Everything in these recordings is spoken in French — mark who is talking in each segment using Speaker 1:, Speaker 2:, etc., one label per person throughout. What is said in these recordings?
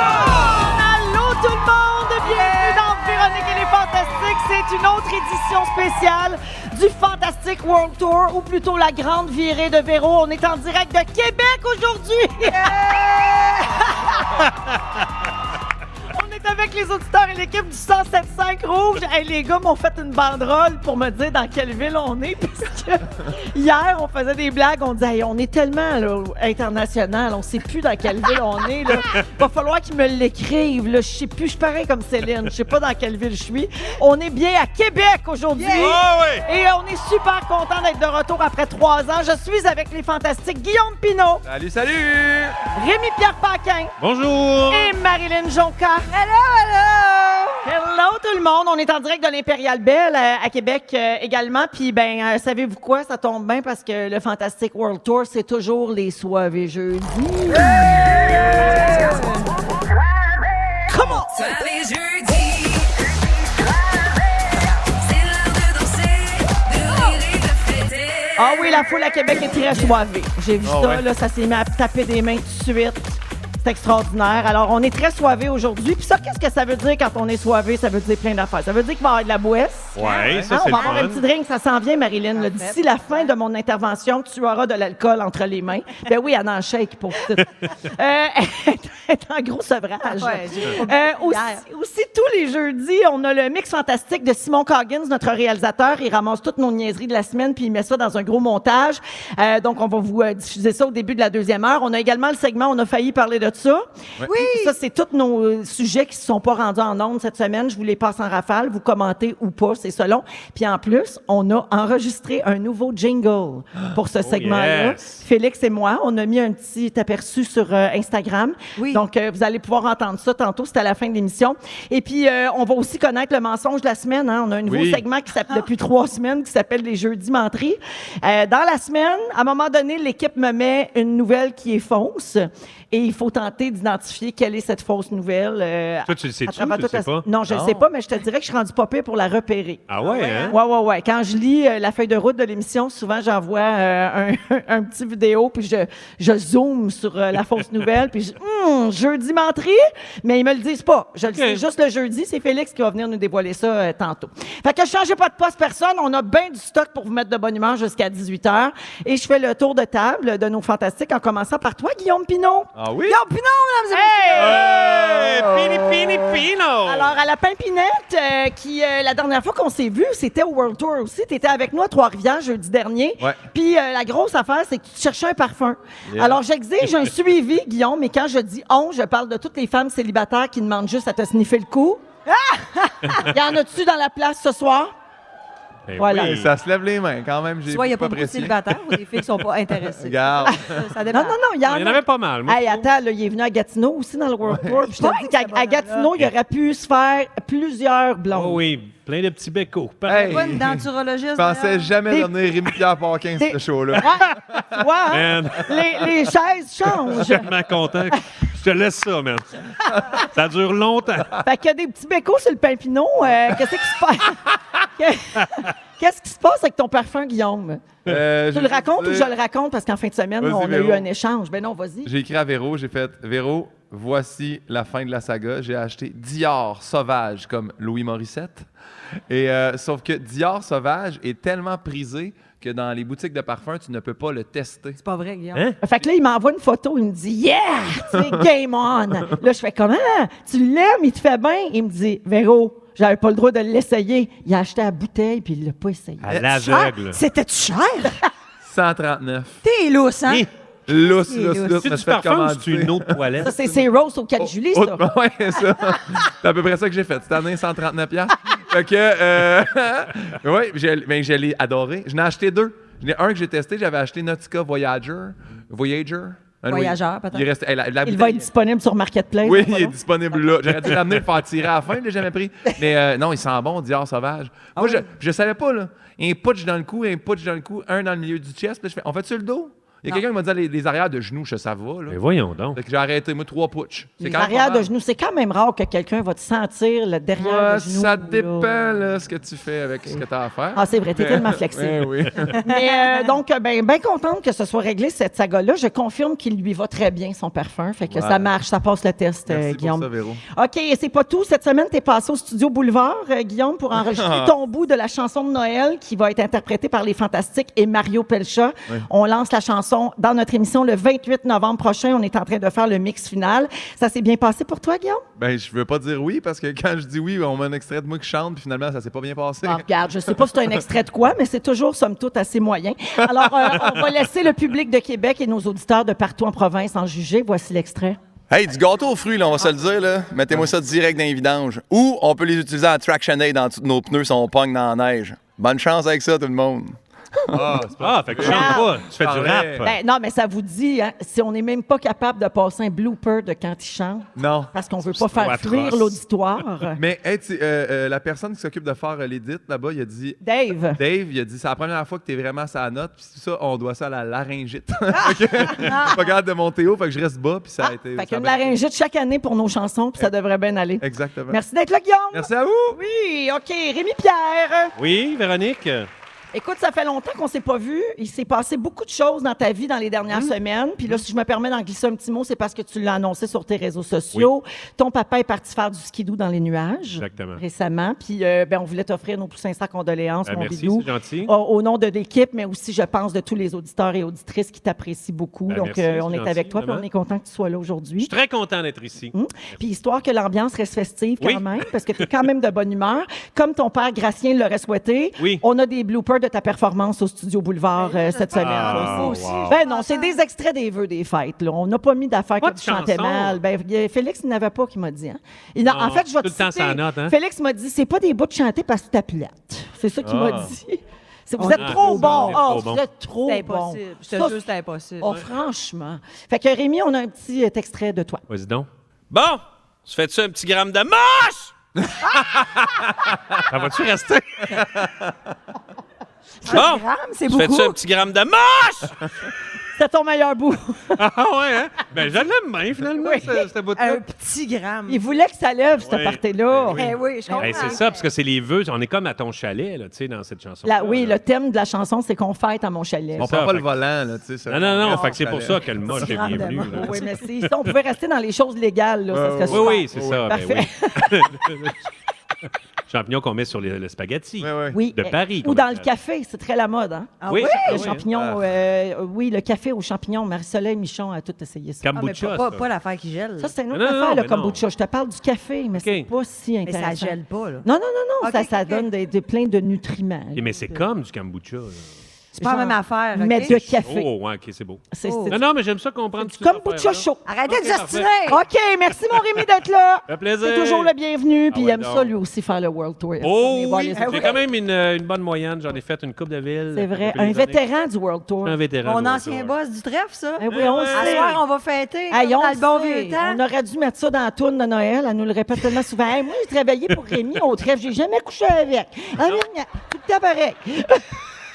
Speaker 1: Allô tout le monde, bienvenue dans Véronique et les Fantastiques. C'est une autre édition spéciale du Fantastic World Tour, ou plutôt la grande virée de Véro. On est en direct de Québec aujourd'hui. On est avec les auditeurs et l'équipe du 107.5 Rouge. Hey, les gars m'ont fait une banderole pour me dire dans quelle ville on est, parce que hier, on faisait des blagues. On disait, Hey, on est tellement là, international, on sait plus dans quelle ville on est. Il va falloir qu'ils me l'écrivent. là. Je sais plus, je suis pareil comme Céline. Je sais pas dans quelle ville je suis. On est bien à Québec aujourd'hui.
Speaker 2: Oh,
Speaker 1: Et euh, on est super content d'être de retour après trois ans. Je suis avec les fantastiques Guillaume Pinault,
Speaker 2: Salut, salut!
Speaker 1: Rémi-Pierre Paquin,
Speaker 2: Bonjour!
Speaker 1: et Marilyn Jonca. Hello, hello! Hello tout le monde, on est en direct de l'Impérial Belle euh, à Québec euh, également. Puis ben, euh, savez-vous quoi, ça tombe bien parce que le Fantastic World Tour, c'est toujours les soirées jeudi. Come on! Ah oui, la foule à Québec est très soivée. J'ai vu
Speaker 2: Ah
Speaker 1: ça,
Speaker 2: ouais.
Speaker 1: là, ça s'est mis à taper des mains tout de suite. C'est extraordinaire. Alors, on est très soivé aujourd'hui. Puis ça, qu'est-ce que ça veut dire quand on est soivé? Ça veut dire plein d'affaires. Ça veut dire qu'il va y avoir de la bouesse.
Speaker 2: Ouais, ça
Speaker 1: Hein,
Speaker 2: c'est
Speaker 1: on
Speaker 2: le
Speaker 1: va avoir un petit
Speaker 2: fun.
Speaker 1: drink, ça s'en vient, Marilyn. là. D'ici la fin de mon intervention, tu auras de l'alcool entre les mains. Ben oui, elle en shake pour tout. Euh, elle est en gros sevrage. Euh, aussi, aussi, tous les jeudis, on a le mix fantastique de Simon Coggins, notre réalisateur. Il ramasse toutes nos niaiseries de la semaine puis il met ça dans un gros montage. Euh, donc, on va vous euh, diffuser ça au début de la deuxième heure. On a également le segment On a failli parler de ça. Oui. Ça, c'est tous nos euh, sujets qui ne sont pas rendus en ondes cette semaine. Je vous les passe en rafale. Vous commentez ou pas, c'est selon. Puis en plus, on a enregistré un nouveau jingle pour ce segment-là.
Speaker 2: yes.
Speaker 1: Félix et moi, on a mis un petit aperçu sur euh, Instagram. Donc, euh, vous allez pouvoir entendre ça tantôt. C'est à la fin de l'émission. Et puis, euh, on va aussi connaître le mensonge de la semaine. hein. On a un nouveau
Speaker 2: Oui.
Speaker 1: segment qui s'appelle depuis trois semaines qui s'appelle les Jeudis menteries. Euh, dans la semaine, à un moment donné, l'équipe me met une nouvelle qui est fausse et il faut tenter d'identifier quelle est cette fausse nouvelle. euh,
Speaker 2: Toi, tu le sais-tu?
Speaker 1: à travers
Speaker 2: Tu
Speaker 1: toute
Speaker 2: le
Speaker 1: la-
Speaker 2: sais pas?
Speaker 1: Non, je ne
Speaker 2: Non.
Speaker 1: sais pas, mais je te dirais que je suis rendue pas pire pour la repérer.
Speaker 2: Ah ouais, hein?
Speaker 1: Ouais, ouais, ouais. Quand je lis euh, la feuille de route de l'émission, souvent j'envoie euh, un, un petit vidéo, puis je, je zoome sur euh, la fausse nouvelle, puis je, Hum, jeudi menterie, mais ils me le disent pas. Je le sais juste le jeudi. C'est Félix qui va venir nous dévoiler ça euh, tantôt. Fait que changez pas de poste, personne. On a bien du stock pour vous mettre de bonne humeur jusqu'à 18 h. Et je fais le tour de table de nos fantastiques en commençant par toi, Guillaume Pinot.
Speaker 2: Ah oui?
Speaker 1: Pinot, mesdames et messieurs!
Speaker 2: Hey!
Speaker 3: Oh.
Speaker 2: Pini, pini, pino!
Speaker 1: Alors, à la Pimpinette, euh, qui euh, la dernière fois qu'on s'est vu, c'était au World Tour aussi. Tu étais avec nous à Trois-Rivières jeudi dernier.
Speaker 2: Ouais.
Speaker 1: Puis euh, la grosse affaire, c'est que tu cherchais un parfum. Alors, j'exige un suivi, Guillaume, mais quand je dis on, je parle de toutes les femmes célibataires qui demandent juste à te sniffer le cou. Il y en a-tu dans la place ce soir?
Speaker 2: Ben
Speaker 1: voilà.
Speaker 2: oui.
Speaker 3: Et ça se lève les mains quand même. J'ai
Speaker 4: Soit il n'y a
Speaker 3: pas
Speaker 4: pas beaucoup de
Speaker 3: apprécié.
Speaker 4: célibataires ou les filles qui sont pas intéressées.
Speaker 3: Regarde.
Speaker 4: Ça, ça
Speaker 1: Non,
Speaker 4: dépend.
Speaker 1: non, non, il y en a.
Speaker 2: Il y en avait pas mal. Moi,
Speaker 1: Hey, attends, là, il est venu à Gatineau aussi dans le World Tour. Puis je te dis qu'à à Gatineau, il aurait pu se faire plusieurs blondes.
Speaker 5: Oh oui, plein de petits becos.
Speaker 3: Hey,
Speaker 4: Pas une
Speaker 3: je
Speaker 4: denturologiste.
Speaker 3: pensais
Speaker 4: d'ailleurs.
Speaker 3: jamais
Speaker 1: Des-
Speaker 3: donner Rémi Pierre Paquin
Speaker 1: Des-
Speaker 3: ce show-là.
Speaker 1: Ouais, ouais, hein?
Speaker 5: Man,
Speaker 1: les, les chaises changent.
Speaker 5: tellement content. que Je te laisse ça, man. Ça dure longtemps.
Speaker 1: Fait qu'il y a des petits becos sur le pimpinot. Euh, Qu'est-ce qui se passe? Que- Qu'est-ce qui se passe avec ton parfum, Guillaume?
Speaker 3: Euh,
Speaker 1: Tu
Speaker 3: j'ai
Speaker 1: le racontes ou
Speaker 3: dit-
Speaker 1: je le raconte? Parce qu'en fin de semaine,
Speaker 3: Vas-y,
Speaker 1: on a
Speaker 3: Véro.
Speaker 1: eu un échange. Ben non, vas-y.
Speaker 3: J'ai écrit à Véro, j'ai fait Véro, voici la fin de la saga. J'ai acheté Dior Sauvage comme Louis Morissette. Et euh, sauf que Dior Sauvage est tellement prisé que dans les boutiques de parfums, tu ne peux pas le tester.
Speaker 4: C'est pas vrai, Guillaume.
Speaker 5: Hein?
Speaker 1: Fait que là, il m'envoie une photo. Il me dit « Yeah! » Tu sais, game on! Là, je fais « Comment? Tu l'aimes? Il te fait bien? » Il me dit « Véro, j'avais pas le droit de l'essayer. » Il a acheté la bouteille, puis il l'a pas essayé. Ah,
Speaker 5: À l'aveugle.
Speaker 4: C'était cher.
Speaker 3: 139.
Speaker 4: T'es lousse, hein?
Speaker 5: Hey,
Speaker 3: Lousse,
Speaker 4: C'est lousse.
Speaker 3: lousse, lousse.
Speaker 5: C'est
Speaker 3: me
Speaker 5: du
Speaker 3: suis fait
Speaker 5: parfum ou c'est
Speaker 3: commander.
Speaker 5: une autre toilette?
Speaker 1: Ça, c'est c'est Rose au
Speaker 3: Oh,
Speaker 1: 4 juillet,
Speaker 5: oh,
Speaker 1: ça.
Speaker 3: Autre- ouais, ça. c'est à peu près ça que j'ai fait. Cette année, 139 piastres. fait que, euh, ouais, je, ben, je l'ai adoré. Je n'ai acheté deux. J'en ai un que j'ai testé. J'avais acheté Nautica Voyager. Voyager. Anyway,
Speaker 4: Voyageur, peut-être.
Speaker 3: Il, reste, hey, la, la
Speaker 1: Il
Speaker 3: bouteille-
Speaker 1: va être disponible sur Marketplace.
Speaker 3: Oui,
Speaker 1: dans pas
Speaker 3: il est
Speaker 1: long.
Speaker 3: disponible là. J'aurais dû l'amener le faire tirer à la fin, je l'ai jamais pris. Mais euh, non, il sent bon, Dior sauvage.
Speaker 1: Ah
Speaker 3: Moi, je, je savais pas, là. Un putsch dans le cou, un putsch dans le cou, un dans le milieu du chest. Là, je fais, on fait-tu le dos? Il y a quelqu'un qui m'a dit les, les arrières de genoux, je sais, ça va, là.
Speaker 5: Mais voyons donc.
Speaker 3: Fait que j'ai arrêté, moi, trois putsch. C'est
Speaker 1: Les
Speaker 3: quand même
Speaker 1: arrières
Speaker 3: pas mal.
Speaker 1: de genoux, c'est quand même rare que quelqu'un va te sentir le derrière
Speaker 3: Ouais,
Speaker 1: le genou. là.
Speaker 3: ça dépend, là, ce que tu fais avec ce que tu as à faire.
Speaker 1: Ah, c'est vrai, t'es tellement flexible.
Speaker 3: Ouais, oui.
Speaker 1: Mais euh, donc, ben, ben contente que ce soit réglé, cette saga-là. Je confirme qu'il lui va très bien, son parfum. Fait que
Speaker 3: Voilà.
Speaker 1: ça marche, ça passe le test, euh,
Speaker 3: Merci pour
Speaker 1: Guillaume.
Speaker 3: ça, Véro.
Speaker 1: OK, et c'est pas tout. Cette semaine, t'es passé au studio Boulevard, euh, Guillaume, pour enregistrer ton bout de la chanson de Noël qui va être interprétée par les Fantastiques et Mario Pelcha. On lance la chanson dans notre émission le 28 novembre prochain. On est en train de faire le mix final. Ça s'est bien passé pour toi, Guillaume?
Speaker 3: Ben, je veux pas dire oui, parce que quand je dis oui, on met un extrait de moi qui chante, puis finalement, ça s'est pas bien passé.
Speaker 1: Bon, Ah, regarde, je sais pas si c'est un extrait de quoi, mais c'est toujours, somme toute, assez moyen. Alors, euh, on va laisser le public de Québec et nos auditeurs de partout en province en juger. Voici l'extrait.
Speaker 6: Hey, du gâteau aux fruits, là, on va se le dire, là. Mettez-moi ça direct dans les vidanges. Ou on peut les utiliser en traction aid dans tous nos pneus si on pogne dans la neige. Bonne chance avec ça, tout le monde.
Speaker 5: Ah, fait que tu chantes pas. Tu fais du
Speaker 3: Pareil.
Speaker 5: rap.
Speaker 1: Ben, non, mais ça vous dit, hein, si on n'est même pas capable de passer un blooper de quand il chante,
Speaker 3: Non.
Speaker 1: parce qu'on veut pas
Speaker 5: trop
Speaker 1: faire
Speaker 5: atroce.
Speaker 1: fuir l'auditoire.
Speaker 3: Mais hey, tu- euh, euh, la personne qui s'occupe de faire euh, l'édit là-bas, il a dit
Speaker 1: Dave.
Speaker 3: Dave, il a dit c'est la première fois que tu es vraiment sa note, puis ça, on doit ça à la laryngite. Fait que je suis pas capable de monter haut, fait que je reste bas, puis ça a été.
Speaker 1: Ah! Fait
Speaker 3: ça a
Speaker 1: qu'une
Speaker 3: bien-
Speaker 1: laryngite chaque année pour nos chansons, puis ça devrait bien aller.
Speaker 3: Exactement.
Speaker 1: Merci d'être là, Guillaume.
Speaker 3: Merci à vous!
Speaker 1: Oui, OK. Rémi Pierre.
Speaker 5: Oui, Véronique.
Speaker 1: Écoute, ça fait longtemps qu'on s'est pas vu. Il s'est passé beaucoup de choses dans ta vie dans les
Speaker 5: Mm.
Speaker 1: dernières semaines. Puis là, si je me permets d'en glisser un petit mot, c'est parce que tu l'as annoncé sur tes réseaux sociaux. Ton papa est parti faire du skidoo dans les nuages
Speaker 5: Exactement.
Speaker 1: récemment. Puis euh, ben, on voulait t'offrir nos plus sincères condoléances,
Speaker 5: Ben,
Speaker 1: mon Oh.
Speaker 5: merci,
Speaker 1: bidou.
Speaker 5: c'est gentil.
Speaker 1: Au, au nom de l'équipe, mais aussi, je pense, de tous les auditeurs et auditrices qui t'apprécient beaucoup.
Speaker 5: Ben,
Speaker 1: Donc,
Speaker 5: merci,
Speaker 1: euh,
Speaker 5: c'est
Speaker 1: on est
Speaker 5: gentil,
Speaker 1: avec toi, puis on
Speaker 5: vraiment.
Speaker 1: est content que tu sois là aujourd'hui.
Speaker 5: Je suis très content d'être ici.
Speaker 1: Hmm? Puis histoire que l'ambiance reste festive quand
Speaker 5: Oui.
Speaker 1: même, parce que tu es quand même de bonne humeur. Comme ton père Gracien l'aurait souhaité,
Speaker 5: Oui.
Speaker 1: on a des bloopers de ta performance au Studio Boulevard euh,
Speaker 4: Ben,
Speaker 1: cette semaine.
Speaker 5: Ah,
Speaker 1: Moi
Speaker 5: wow.
Speaker 1: Ben non, c'est des extraits des vœux des fêtes. là. On n'a pas mis d'affaires
Speaker 5: Pas
Speaker 1: que
Speaker 5: de
Speaker 1: tu chantais
Speaker 5: chanson.
Speaker 1: mal. Ben, y- Félix, il n'avait pas qui m'a dit. hein. Il n'a-
Speaker 5: Non,
Speaker 1: en fait, je vais
Speaker 5: tout
Speaker 1: te
Speaker 5: le temps,
Speaker 1: citer.
Speaker 5: ça note, hein.
Speaker 1: Félix m'a dit, c'est pas des bouts de chanter parce que t'as plate. C'est ça qu'il m'a
Speaker 3: Ah.
Speaker 1: dit. C'est- Vous êtes
Speaker 5: est
Speaker 1: trop
Speaker 5: trop bon,
Speaker 1: bon.
Speaker 5: on est
Speaker 1: Ah,
Speaker 5: trop
Speaker 1: vous
Speaker 5: bon.
Speaker 1: êtes trop
Speaker 4: C'est
Speaker 1: bon.
Speaker 4: impossible. Je
Speaker 1: Ça,
Speaker 4: te jure, c'est impossible.
Speaker 1: Oh, franchement. Fait que Rémi, on a un petit euh, extrait de toi.
Speaker 5: Vas-y donc.
Speaker 7: Bon, se fait-tu un petit gramme de moche?
Speaker 5: Ça va-tu rester?
Speaker 7: Bon,
Speaker 4: c'est
Speaker 7: se
Speaker 4: beaucoup.
Speaker 7: fait-tu un petit gramme de moche?
Speaker 1: C'est ton meilleur bout.
Speaker 5: Ah ouais, hein? Ben, je l'aime bien, finalement, ce, ce bout-là.
Speaker 4: Un petit gramme.
Speaker 1: Euh, Il voulait que ça lève, cette
Speaker 5: Ouais.
Speaker 1: partie-là.
Speaker 4: Eh oui, je comprends.
Speaker 5: Ben, c'est
Speaker 1: Ah.
Speaker 5: ça, parce que c'est les vœux. On est comme à ton chalet, là, tu sais, dans cette chanson.
Speaker 1: La- oui, le thème de la chanson, c'est qu'on fête à mon chalet.
Speaker 3: On
Speaker 5: ça,
Speaker 3: prend pas
Speaker 5: fait
Speaker 3: le volant, là, tu sais. ça-
Speaker 5: Non, non, non,
Speaker 3: on
Speaker 5: fait que c'est pour ça que le moche est
Speaker 4: Grande
Speaker 5: bienvenu.
Speaker 4: demande.
Speaker 5: là.
Speaker 1: Oui, mais si, si on pouvait rester dans les choses légales, là, ça serait super.
Speaker 5: Oui, oui, c'est ça. ben
Speaker 1: Parfait.
Speaker 5: oui. Champignons qu'on met sur les- le spaghetti.
Speaker 3: Ouais, ouais.
Speaker 1: Oui.
Speaker 5: De
Speaker 1: Eh,
Speaker 5: Paris,
Speaker 1: Ou
Speaker 5: qu'on
Speaker 1: dans le
Speaker 5: appelle.
Speaker 1: café, c'est très la mode. Hein?
Speaker 4: Ah
Speaker 5: oui, Ah.
Speaker 4: oui?
Speaker 5: c'est
Speaker 1: Le
Speaker 5: vrai.
Speaker 1: champignon, euh, euh, oui, le café aux champignons. Marie-Soleil Michon a tout essayé ça.
Speaker 4: Ah, mais
Speaker 5: Kombucha,
Speaker 4: pas, pas,
Speaker 5: ça.
Speaker 4: pas l'affaire qui gèle.
Speaker 1: Ça, c'est une autre
Speaker 5: Non, non,
Speaker 1: affaire,
Speaker 5: non,
Speaker 1: le
Speaker 5: mais
Speaker 1: kombucha. Je te parle du café, mais
Speaker 5: OK.
Speaker 1: c'est pas si
Speaker 4: mais ça
Speaker 1: intéressant.
Speaker 4: gèle pas, là.
Speaker 1: Non, non, non, non,
Speaker 4: OK,
Speaker 1: ça, ça
Speaker 4: OK.
Speaker 1: donne des, des- plein de nutriments.
Speaker 5: Eh, Mais c'est comme du kombucha. là.
Speaker 4: C'est pas la
Speaker 1: Genre,
Speaker 4: même affaire. ok?
Speaker 1: Mais de café.
Speaker 5: Oh, ouais, OK, c'est beau.
Speaker 1: C'est
Speaker 4: Oh.
Speaker 1: c'est-
Speaker 5: Non, hein? non, mais j'aime ça comprendre.
Speaker 1: du
Speaker 5: toutes ces
Speaker 1: kombucha
Speaker 5: affaires-là.
Speaker 1: chaud.
Speaker 4: Arrêtez
Speaker 5: Ok,
Speaker 4: de
Speaker 5: parfait.
Speaker 4: s'ostiner!
Speaker 1: OK, merci mon Rémi d'être là.
Speaker 5: Ça fait plaisir.
Speaker 1: C'est toujours le bienvenu, puis
Speaker 5: Ah
Speaker 1: il
Speaker 5: ouais,
Speaker 1: aime
Speaker 5: donc.
Speaker 1: ça lui aussi faire le World Tour.
Speaker 5: Oh
Speaker 1: Venez voir
Speaker 5: oui,
Speaker 1: les
Speaker 5: j'ai quand même une, euh, une bonne moyenne. J'en ai fait une coupe de ville.
Speaker 1: C'est vrai,
Speaker 5: depuis
Speaker 1: un
Speaker 5: les années.
Speaker 1: vétéran du World Tour.
Speaker 5: Un vétéran.
Speaker 4: Mon
Speaker 5: ouais,
Speaker 4: ancien
Speaker 5: ouais.
Speaker 4: boss du trèfle, ça.
Speaker 1: Eh oui, on le
Speaker 4: À
Speaker 1: sait.
Speaker 4: soir, on va fêter
Speaker 1: Hey,
Speaker 4: comme
Speaker 1: on,
Speaker 4: dans
Speaker 1: le
Speaker 4: le bon vieux temps.
Speaker 1: on aurait dû mettre ça dans la tourne de Noël. Elle nous le répète tellement souvent. Hey, moi, j'ai travaillé pour Rémi au trèfle. J'ai jamais couché avec. Ah, mais, Tout le temps pareil.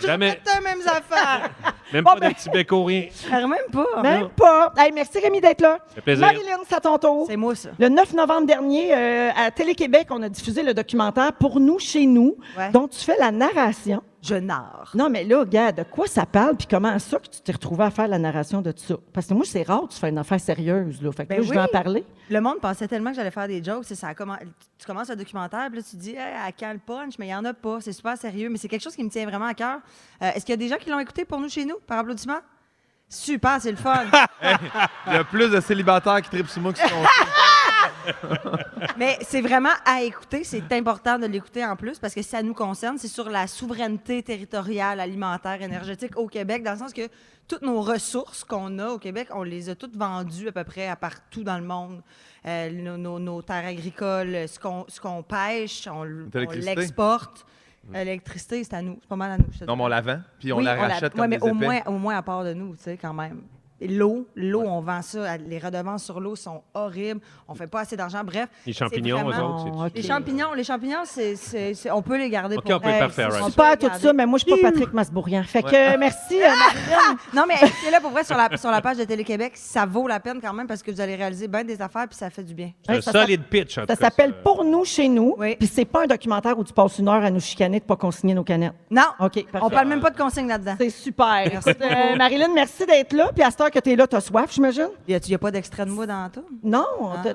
Speaker 5: Ah Jamais,
Speaker 4: les mêmes affaires.
Speaker 5: même
Speaker 1: Bon,
Speaker 5: pas de
Speaker 1: ben-
Speaker 5: petit bec au rien.
Speaker 4: Je parle même pas.
Speaker 1: Même pas. Hey, merci Rémi d'être là.
Speaker 5: fait plaisir.
Speaker 1: Marilyn, c'est à ton tour.
Speaker 4: C'est moi, ça.
Speaker 1: Le 9 novembre dernier, euh, à Télé-Québec, on a diffusé le documentaire Pour nous, chez nous,
Speaker 4: Ouais.
Speaker 1: dont tu fais la narration.
Speaker 4: Je narre.
Speaker 1: Non, mais là, gars, de quoi ça parle? Puis comment ça que tu t'es retrouvé à faire la narration de ça? Parce que moi, c'est rare que tu fais une affaire sérieuse. Là. Fait que
Speaker 4: Ben
Speaker 1: là, je vais en
Speaker 4: oui.
Speaker 1: parler.
Speaker 4: Le monde pensait tellement que j'allais faire des jokes. c'est Ça commen- Tu commences le documentaire, puis là, tu dis Hey, à quand le punch, mais il n'y en a pas. C'est super sérieux, mais c'est quelque chose qui me tient vraiment à cœur. Euh, Est-ce qu'il y a des gens qui l'ont écouté pour nous chez nous, par applaudissement? Super, c'est le fun.
Speaker 3: Il y a plus de célibataires qui tripent sur moi que sur ton chien.
Speaker 4: Mais c'est vraiment à écouter. C'est important de l'écouter en plus parce que ça nous concerne. C'est sur la souveraineté territoriale, alimentaire, énergétique au Québec, dans le sens que toutes nos ressources qu'on a au Québec, on les a toutes vendues à peu près à partout dans le monde. Euh, nos, nos- nos terres agricoles, ce qu'on ce qu'on pêche, on, l- on
Speaker 3: L'électricité.
Speaker 4: l'exporte. L'électricité, c'est à nous. C'est pas mal à nous. je te
Speaker 3: Non, mais on la vend, puis on
Speaker 4: oui,
Speaker 3: la
Speaker 4: on la-
Speaker 3: rachète
Speaker 4: ouais,
Speaker 3: comme
Speaker 4: mais
Speaker 3: des
Speaker 4: au
Speaker 3: épais.
Speaker 4: moins, au moins à part de nous, tu sais, quand même. L'eau, l'eau, on vend ça. à- Les redevances sur l'eau sont horribles. On fait pas assez d'argent. Bref.
Speaker 2: Les
Speaker 4: c'est
Speaker 2: champignons, eux
Speaker 4: vraiment-
Speaker 2: autres, c'est-
Speaker 4: Les champignons, les champignons, c'est, c'est- c'est- on peut les garder
Speaker 2: Ok,
Speaker 4: pour
Speaker 2: on peut-
Speaker 4: vrai.
Speaker 2: parfait,
Speaker 1: c'est
Speaker 2: right.
Speaker 1: super tout ça, mais moi, je suis pas Patrick Masbourian. Fait que euh, merci, euh, Marilyn.
Speaker 4: Non, mais c'est là pour vrai sur la, sur la page de Télé-Québec. Ça vaut la peine quand même parce que vous allez réaliser bien des affaires puis ça fait du bien.
Speaker 5: C'est un
Speaker 1: Ouais, ça
Speaker 5: solide pitch, en tout
Speaker 1: Ça
Speaker 5: cas,
Speaker 1: s'appelle Pour nous, chez nous.
Speaker 4: Oui.
Speaker 1: Puis c'est pas un documentaire où tu passes une heure à nous chicaner de pas consigner nos canettes.
Speaker 4: Non,
Speaker 1: OK, parfait.
Speaker 4: on parle même pas de consignes là-dedans.
Speaker 1: C'est super. Écoute, euh, Marilyn, merci d'être là. Puis à cette heure que tu es là, tu as soif, j'imagine?
Speaker 4: Il n'y a, y a pas d'extrait de moi dans tout.
Speaker 1: Non,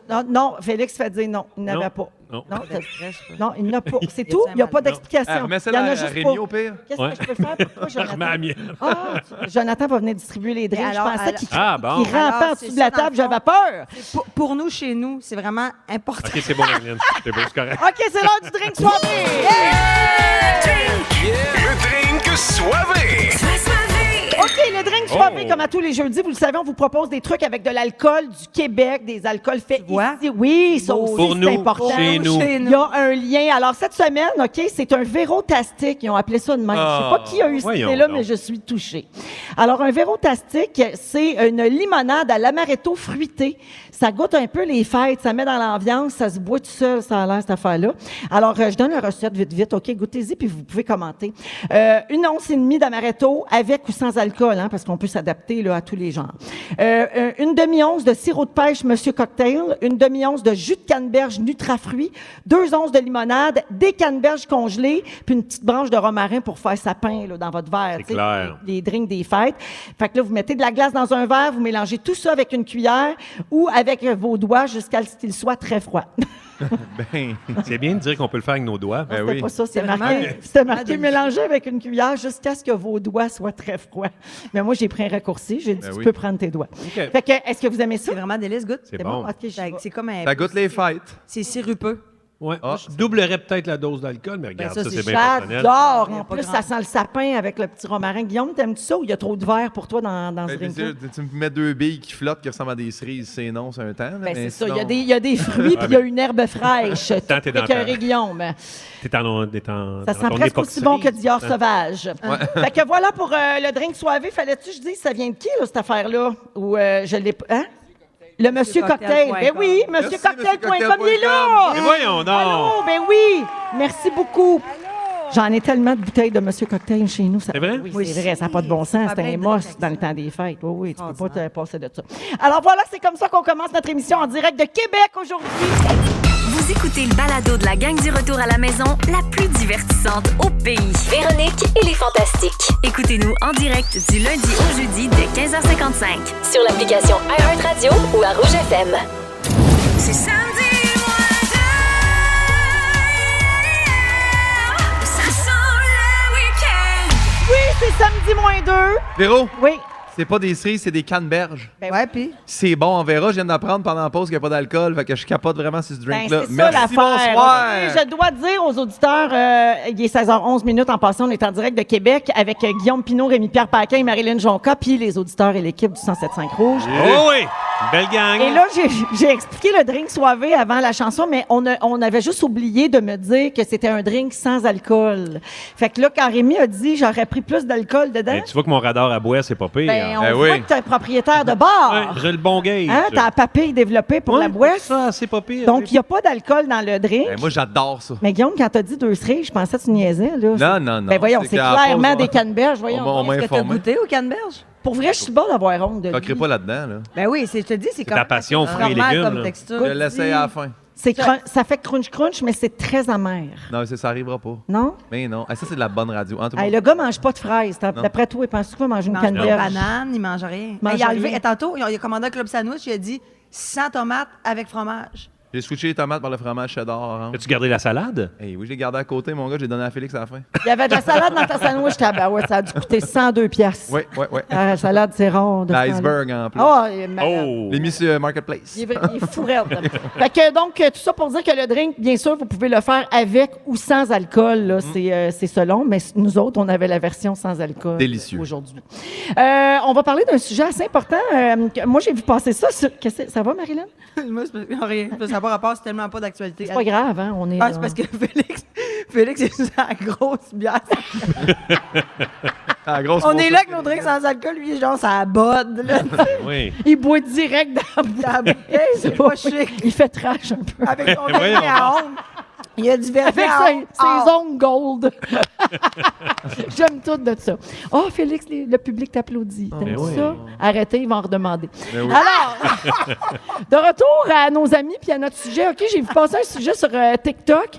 Speaker 1: t'as- non, non, Félix fait dire non, il n'avait
Speaker 2: Non,
Speaker 1: pas.
Speaker 2: non.
Speaker 1: t'as- non, il n'a pas. C'est tout?
Speaker 4: dit à
Speaker 1: Il n'y a pas
Speaker 4: Marilyn.
Speaker 1: d'explication.
Speaker 3: Ah, mais
Speaker 1: Il y en a
Speaker 3: celle-là,
Speaker 1: juste
Speaker 3: Rémi,
Speaker 1: pas.
Speaker 3: au pire.
Speaker 1: Qu'est-ce
Speaker 2: Ouais.
Speaker 1: que je peux faire? Pourquoi
Speaker 5: Remets
Speaker 1: Jonathan?
Speaker 5: la mienne.
Speaker 1: Ah, tu- Jonathan va venir distribuer les drinks.
Speaker 4: alors,
Speaker 1: je pensais
Speaker 4: alors-
Speaker 1: qu'il
Speaker 2: Ah, bon.
Speaker 1: qu'il rampait en
Speaker 4: Alors, c'est
Speaker 1: dessous de la
Speaker 4: ça, dans
Speaker 1: table.
Speaker 4: le fond.
Speaker 1: J'avais peur.
Speaker 4: Pour, pour nous, chez nous, c'est vraiment important.
Speaker 5: OK, c'est bon, Marilyn. C'est bon, c'est correct.
Speaker 1: OK, c'est l'heure du drink soirée.
Speaker 8: Le drink soivé.
Speaker 1: OK, le drink soirée,
Speaker 5: Oh.
Speaker 1: comme à tous les jeudis, vous le savez, on vous propose des trucs avec de l'alcool du Québec, des alcools faits
Speaker 4: vois?
Speaker 1: ici. Oui, ça aussi,
Speaker 5: Pour
Speaker 1: c'est
Speaker 5: nous,
Speaker 1: important.
Speaker 5: chez nous.
Speaker 4: Chez
Speaker 1: Il y a un lien. Alors, cette semaine, OK, c'est un vérotastique. Ils ont appelé ça de même.
Speaker 2: Ah,
Speaker 1: je sais pas qui a eu cette
Speaker 5: voyons
Speaker 1: idée-là,
Speaker 5: donc.
Speaker 1: mais je suis touchée. Alors, un vérotastique, c'est une limonade à l'amaretto fruité. Ça goûte un peu les fêtes, ça met dans l'ambiance, ça se boit tout seul, ça a l'air, cette affaire-là. Alors, euh, je donne la recette vite, vite. OK, goûtez-y, puis vous pouvez commenter. Euh, une once et demie d'amaretto avec ou sans alcool, hein, parce qu'on peut s'adapter là, à tous les genres. Euh, euh, une demi-once de sirop de pêche Monsieur Cocktail, une demi-once de jus de canneberge Nutrafruit, deux onces de limonade, des canneberges congelées, puis une petite branche de romarin pour faire sapin là, dans votre verre.
Speaker 5: C'est
Speaker 1: tu sais,
Speaker 5: clair.
Speaker 1: Les, les drinks des fêtes. Fait que là, vous mettez de la glace dans un verre, vous mélangez tout ça avec une cuillère ou avec vos doigts jusqu'à ce qu'il soit très froid.
Speaker 3: Ben,
Speaker 5: C'est bien de dire qu'on peut le faire avec nos doigts.
Speaker 3: ben
Speaker 1: C'était
Speaker 3: oui.
Speaker 1: pas ça, c'était
Speaker 4: vraiment-
Speaker 1: marqué, c'était marqué mélanger avec une cuillère jusqu'à ce que vos doigts soient très froids. Mais moi, j'ai pris un raccourci. J'ai dit,
Speaker 3: Ben
Speaker 1: tu
Speaker 3: oui.
Speaker 1: peux prendre tes doigts. Fait que, est-ce que vous aimez ça?
Speaker 4: C'est vraiment délice, goûte.
Speaker 5: C'est bon.
Speaker 1: OK, j'y
Speaker 4: Ça-
Speaker 1: vais.
Speaker 4: C'est comme un.
Speaker 3: Ça goûte les fêtes.
Speaker 4: C'est sirupeux.
Speaker 5: Ouais.
Speaker 1: Ah.
Speaker 5: moi, Je doublerais peut-être la dose d'alcool,
Speaker 1: Ben
Speaker 5: mais regarde,
Speaker 4: ça,
Speaker 5: ça, c'est
Speaker 4: c'est
Speaker 5: bien personnel.
Speaker 1: J'adore!
Speaker 4: Il y a
Speaker 1: En
Speaker 4: pas
Speaker 1: plus,
Speaker 4: grand-
Speaker 1: ça sent le sapin avec le petit romarin. Guillaume, t'aimes-tu ça ou il y a trop de verre pour toi dans, dans ce
Speaker 3: Ben,
Speaker 1: drink
Speaker 3: tu, tu me mets deux billes qui flottent, qui ressemblent à des cerises, c'est non, c'est un temps. là,
Speaker 1: Ben,
Speaker 3: mais
Speaker 1: c'est ça. Il
Speaker 3: sinon-
Speaker 1: y, a des, il y a des fruits
Speaker 5: Ah,
Speaker 1: puis il y a
Speaker 5: ben,
Speaker 1: une herbe fraîche.
Speaker 5: Tant t'es dans
Speaker 1: T'as écœuré,
Speaker 5: ta-
Speaker 1: Guillaume.
Speaker 5: T'es en, t'es en,
Speaker 1: Ça
Speaker 5: dans
Speaker 1: sent
Speaker 5: ton
Speaker 1: presque
Speaker 5: époque
Speaker 1: aussi bon que
Speaker 5: cerise.
Speaker 1: Dior sauvage. Fait que voilà pour euh, le drink soivé. Fallait-tu que je dise ça vient de qui, là, cette affaire-là? Ou euh, je l'ai... p- Hein? Le Monsieur Cocktail. Ben oui,
Speaker 3: Merci,
Speaker 1: MonsieurCocktail.com, il est là!
Speaker 5: Mais voyons donc!
Speaker 1: Allô, ben oui! Merci beaucoup. J'en ai tellement de bouteilles de Monsieur Cocktail chez nous. ça-
Speaker 5: C'est vrai?
Speaker 1: Oui, c'est vrai, ça n'a pas de bon sens.
Speaker 4: Ah,
Speaker 1: C'était
Speaker 4: ben,
Speaker 1: un moche
Speaker 4: direct,
Speaker 1: dans le temps des fêtes. Oui, oui, tu peux pas te
Speaker 4: Extraordinaire.
Speaker 1: passer de ça. Alors voilà, c'est comme ça qu'on commence notre émission en direct de Québec aujourd'hui.
Speaker 9: Vous écoutez le balado de la gang du retour à la maison, la plus divertissante au pays.
Speaker 10: Véronique et les Fantastiques.
Speaker 9: Écoutez-nous en direct du lundi au jeudi dès 15h55.
Speaker 10: Sur l'application iHeartRadio ou à Rouge FM.
Speaker 9: C'est samedi, Ça sent le week-end.
Speaker 1: Oui, c'est samedi moins deux.
Speaker 3: Véro,
Speaker 1: Oui.
Speaker 3: c'est pas des cerises, c'est des canneberges.
Speaker 4: Ouais, puis.
Speaker 3: C'est bon, on verra. Je viens d'apprendre pendant la pause qu'il n'y a pas d'alcool. Fait que je capote vraiment sur ce
Speaker 1: Ben,
Speaker 3: drink-là.
Speaker 1: c'est ça
Speaker 3: Merci,
Speaker 1: l'affaire.
Speaker 3: bonsoir.
Speaker 1: Et Je dois dire aux auditeurs, euh, il est 16h11 minutes en passant, on est en direct de Québec avec euh, Guillaume Pinot, Rémi-Pierre Paquin et Marilyn Jonca, puis les auditeurs et l'équipe du 107.5 Rouge.
Speaker 5: Oh oui! Une belle gang!
Speaker 1: Et là, j'ai- j'ai expliqué le drink soivé avant la chanson, mais on, a- on avait juste oublié de me dire que c'était un drink sans alcool. Fait que là, quand Rémi a dit j'aurais pris plus d'alcool dedans,
Speaker 5: Hey, tu vois que mon radar à bois, c'est pas pire.
Speaker 1: ben, on
Speaker 3: Eh
Speaker 1: voit
Speaker 3: oui.
Speaker 1: que t'es un propriétaire de bar.
Speaker 5: Ouais, J'ai le bon gage.
Speaker 1: Hein, t'as la papille développée pour
Speaker 5: Ouais,
Speaker 1: la boisse.
Speaker 5: Ça, c'est pas pire.
Speaker 1: Donc, il n'y a pas d'alcool dans le drink.
Speaker 3: Ben, moi, j'adore ça.
Speaker 1: Mais Guillaume, quand t'as dit deux cerises, je pensais que tu niaisais, là.
Speaker 3: Non, non, non.
Speaker 1: Ben voyons,
Speaker 3: C'est
Speaker 1: c'est
Speaker 3: qu'à la
Speaker 1: clairement
Speaker 3: pause,
Speaker 1: des
Speaker 3: on-
Speaker 1: canneberges, voyons.
Speaker 3: on m'a
Speaker 4: Est-ce que t'as
Speaker 3: informé.
Speaker 4: goûté au canneberge?
Speaker 1: Pour vrai, je suis bonne d'avoir honte de
Speaker 3: T'en
Speaker 1: lui.
Speaker 3: pas là-dedans. Là.
Speaker 4: Ben oui, c'est- je te dis, c'est comme.
Speaker 5: la passion aux fruits et
Speaker 4: normal
Speaker 5: légumes,
Speaker 4: comme
Speaker 5: là.
Speaker 4: texture.
Speaker 3: Je l'essaye à la fin.
Speaker 1: C'est crun- Ça fait crunch-crunch, mais c'est très amer.
Speaker 3: Non, ça, ça arrivera pas.
Speaker 1: Non?
Speaker 3: Mais non. Ah, ça, c'est de la bonne radio. Hein, tout le
Speaker 1: Hey,
Speaker 3: monde?
Speaker 1: le gars mange pas de fraises. T'as-
Speaker 3: Non.
Speaker 1: D'après toi, il pense qu'il va manger
Speaker 4: Il
Speaker 1: une
Speaker 4: mange pas de
Speaker 1: canneberge?
Speaker 4: banane, il mange rien.
Speaker 1: mange
Speaker 4: il a enlevé,
Speaker 1: rien.
Speaker 4: et tantôt, il a, il a commandé un club sandwich, il a dit sans tomates avec fromage.
Speaker 3: J'ai switché les tomates par le fromage cheddar. orange.
Speaker 5: As-tu gardé la salade?
Speaker 3: Hey, oui, je l'ai gardé à côté, mon gars. J'ai donné à Félix à la fin.
Speaker 1: Il y avait de la salade dans ta sandwich, tabarouette. Ça a dû coûter 102 piastres.
Speaker 3: Oui, oui, oui.
Speaker 1: Ah, La salade, c'est rare. de ce
Speaker 3: L'iceberg, en plus.
Speaker 1: temps-là. Ah, il est malade.
Speaker 5: Oh!
Speaker 3: Les mis sur euh, Marketplace.
Speaker 1: Il est, vrai- il est fou raide. fait que, donc, euh, tout ça pour dire que le drink, bien sûr, vous pouvez le faire avec ou sans alcool. là.
Speaker 3: Mm.
Speaker 1: C'est, euh, c'est selon, mais s- nous autres, on avait la version sans alcool
Speaker 3: Délicieux.
Speaker 1: euh, aujourd'hui. Euh, on va parler d'un sujet assez important. euh, que- moi, j'ai vu passer ça. Sur... qu'est-ce que- ça va, Marilyn?
Speaker 4: Moi, c'est pas- rien. Ça n'a pas rapport, c'est tellement pas d'actualité.
Speaker 1: C'est pas grave, hein? On est,
Speaker 4: Ah, c'est parce que Félix, Félix, il est sous la grosse bière.
Speaker 3: Ah, grosse
Speaker 1: On est
Speaker 3: grosse-
Speaker 1: là avec nos drinks sans alcool, lui, genre, ça abode. Là, tu sais.
Speaker 5: Oui.
Speaker 1: Il boit direct dans
Speaker 4: ah,
Speaker 1: la
Speaker 4: ben,
Speaker 1: bouteille. C'est pas chic. Il fait trash un peu.
Speaker 4: Avec son
Speaker 5: Mais voyons
Speaker 4: vernis à ongles. Il y a du vernis
Speaker 1: Avec
Speaker 4: à
Speaker 1: ses,
Speaker 4: ongles.
Speaker 1: ses
Speaker 4: Ah.
Speaker 1: ongles gold. J'aime tout de ça. Oh, Félix, les- le public t'applaudit. T'aimes
Speaker 3: Ah, ben oui.
Speaker 1: ça? Arrêtez, ils vont en redemander.
Speaker 3: Ben oui.
Speaker 1: Alors, de retour à nos amis puis à notre sujet. OK, j'ai vu passer un sujet sur euh, TikTok.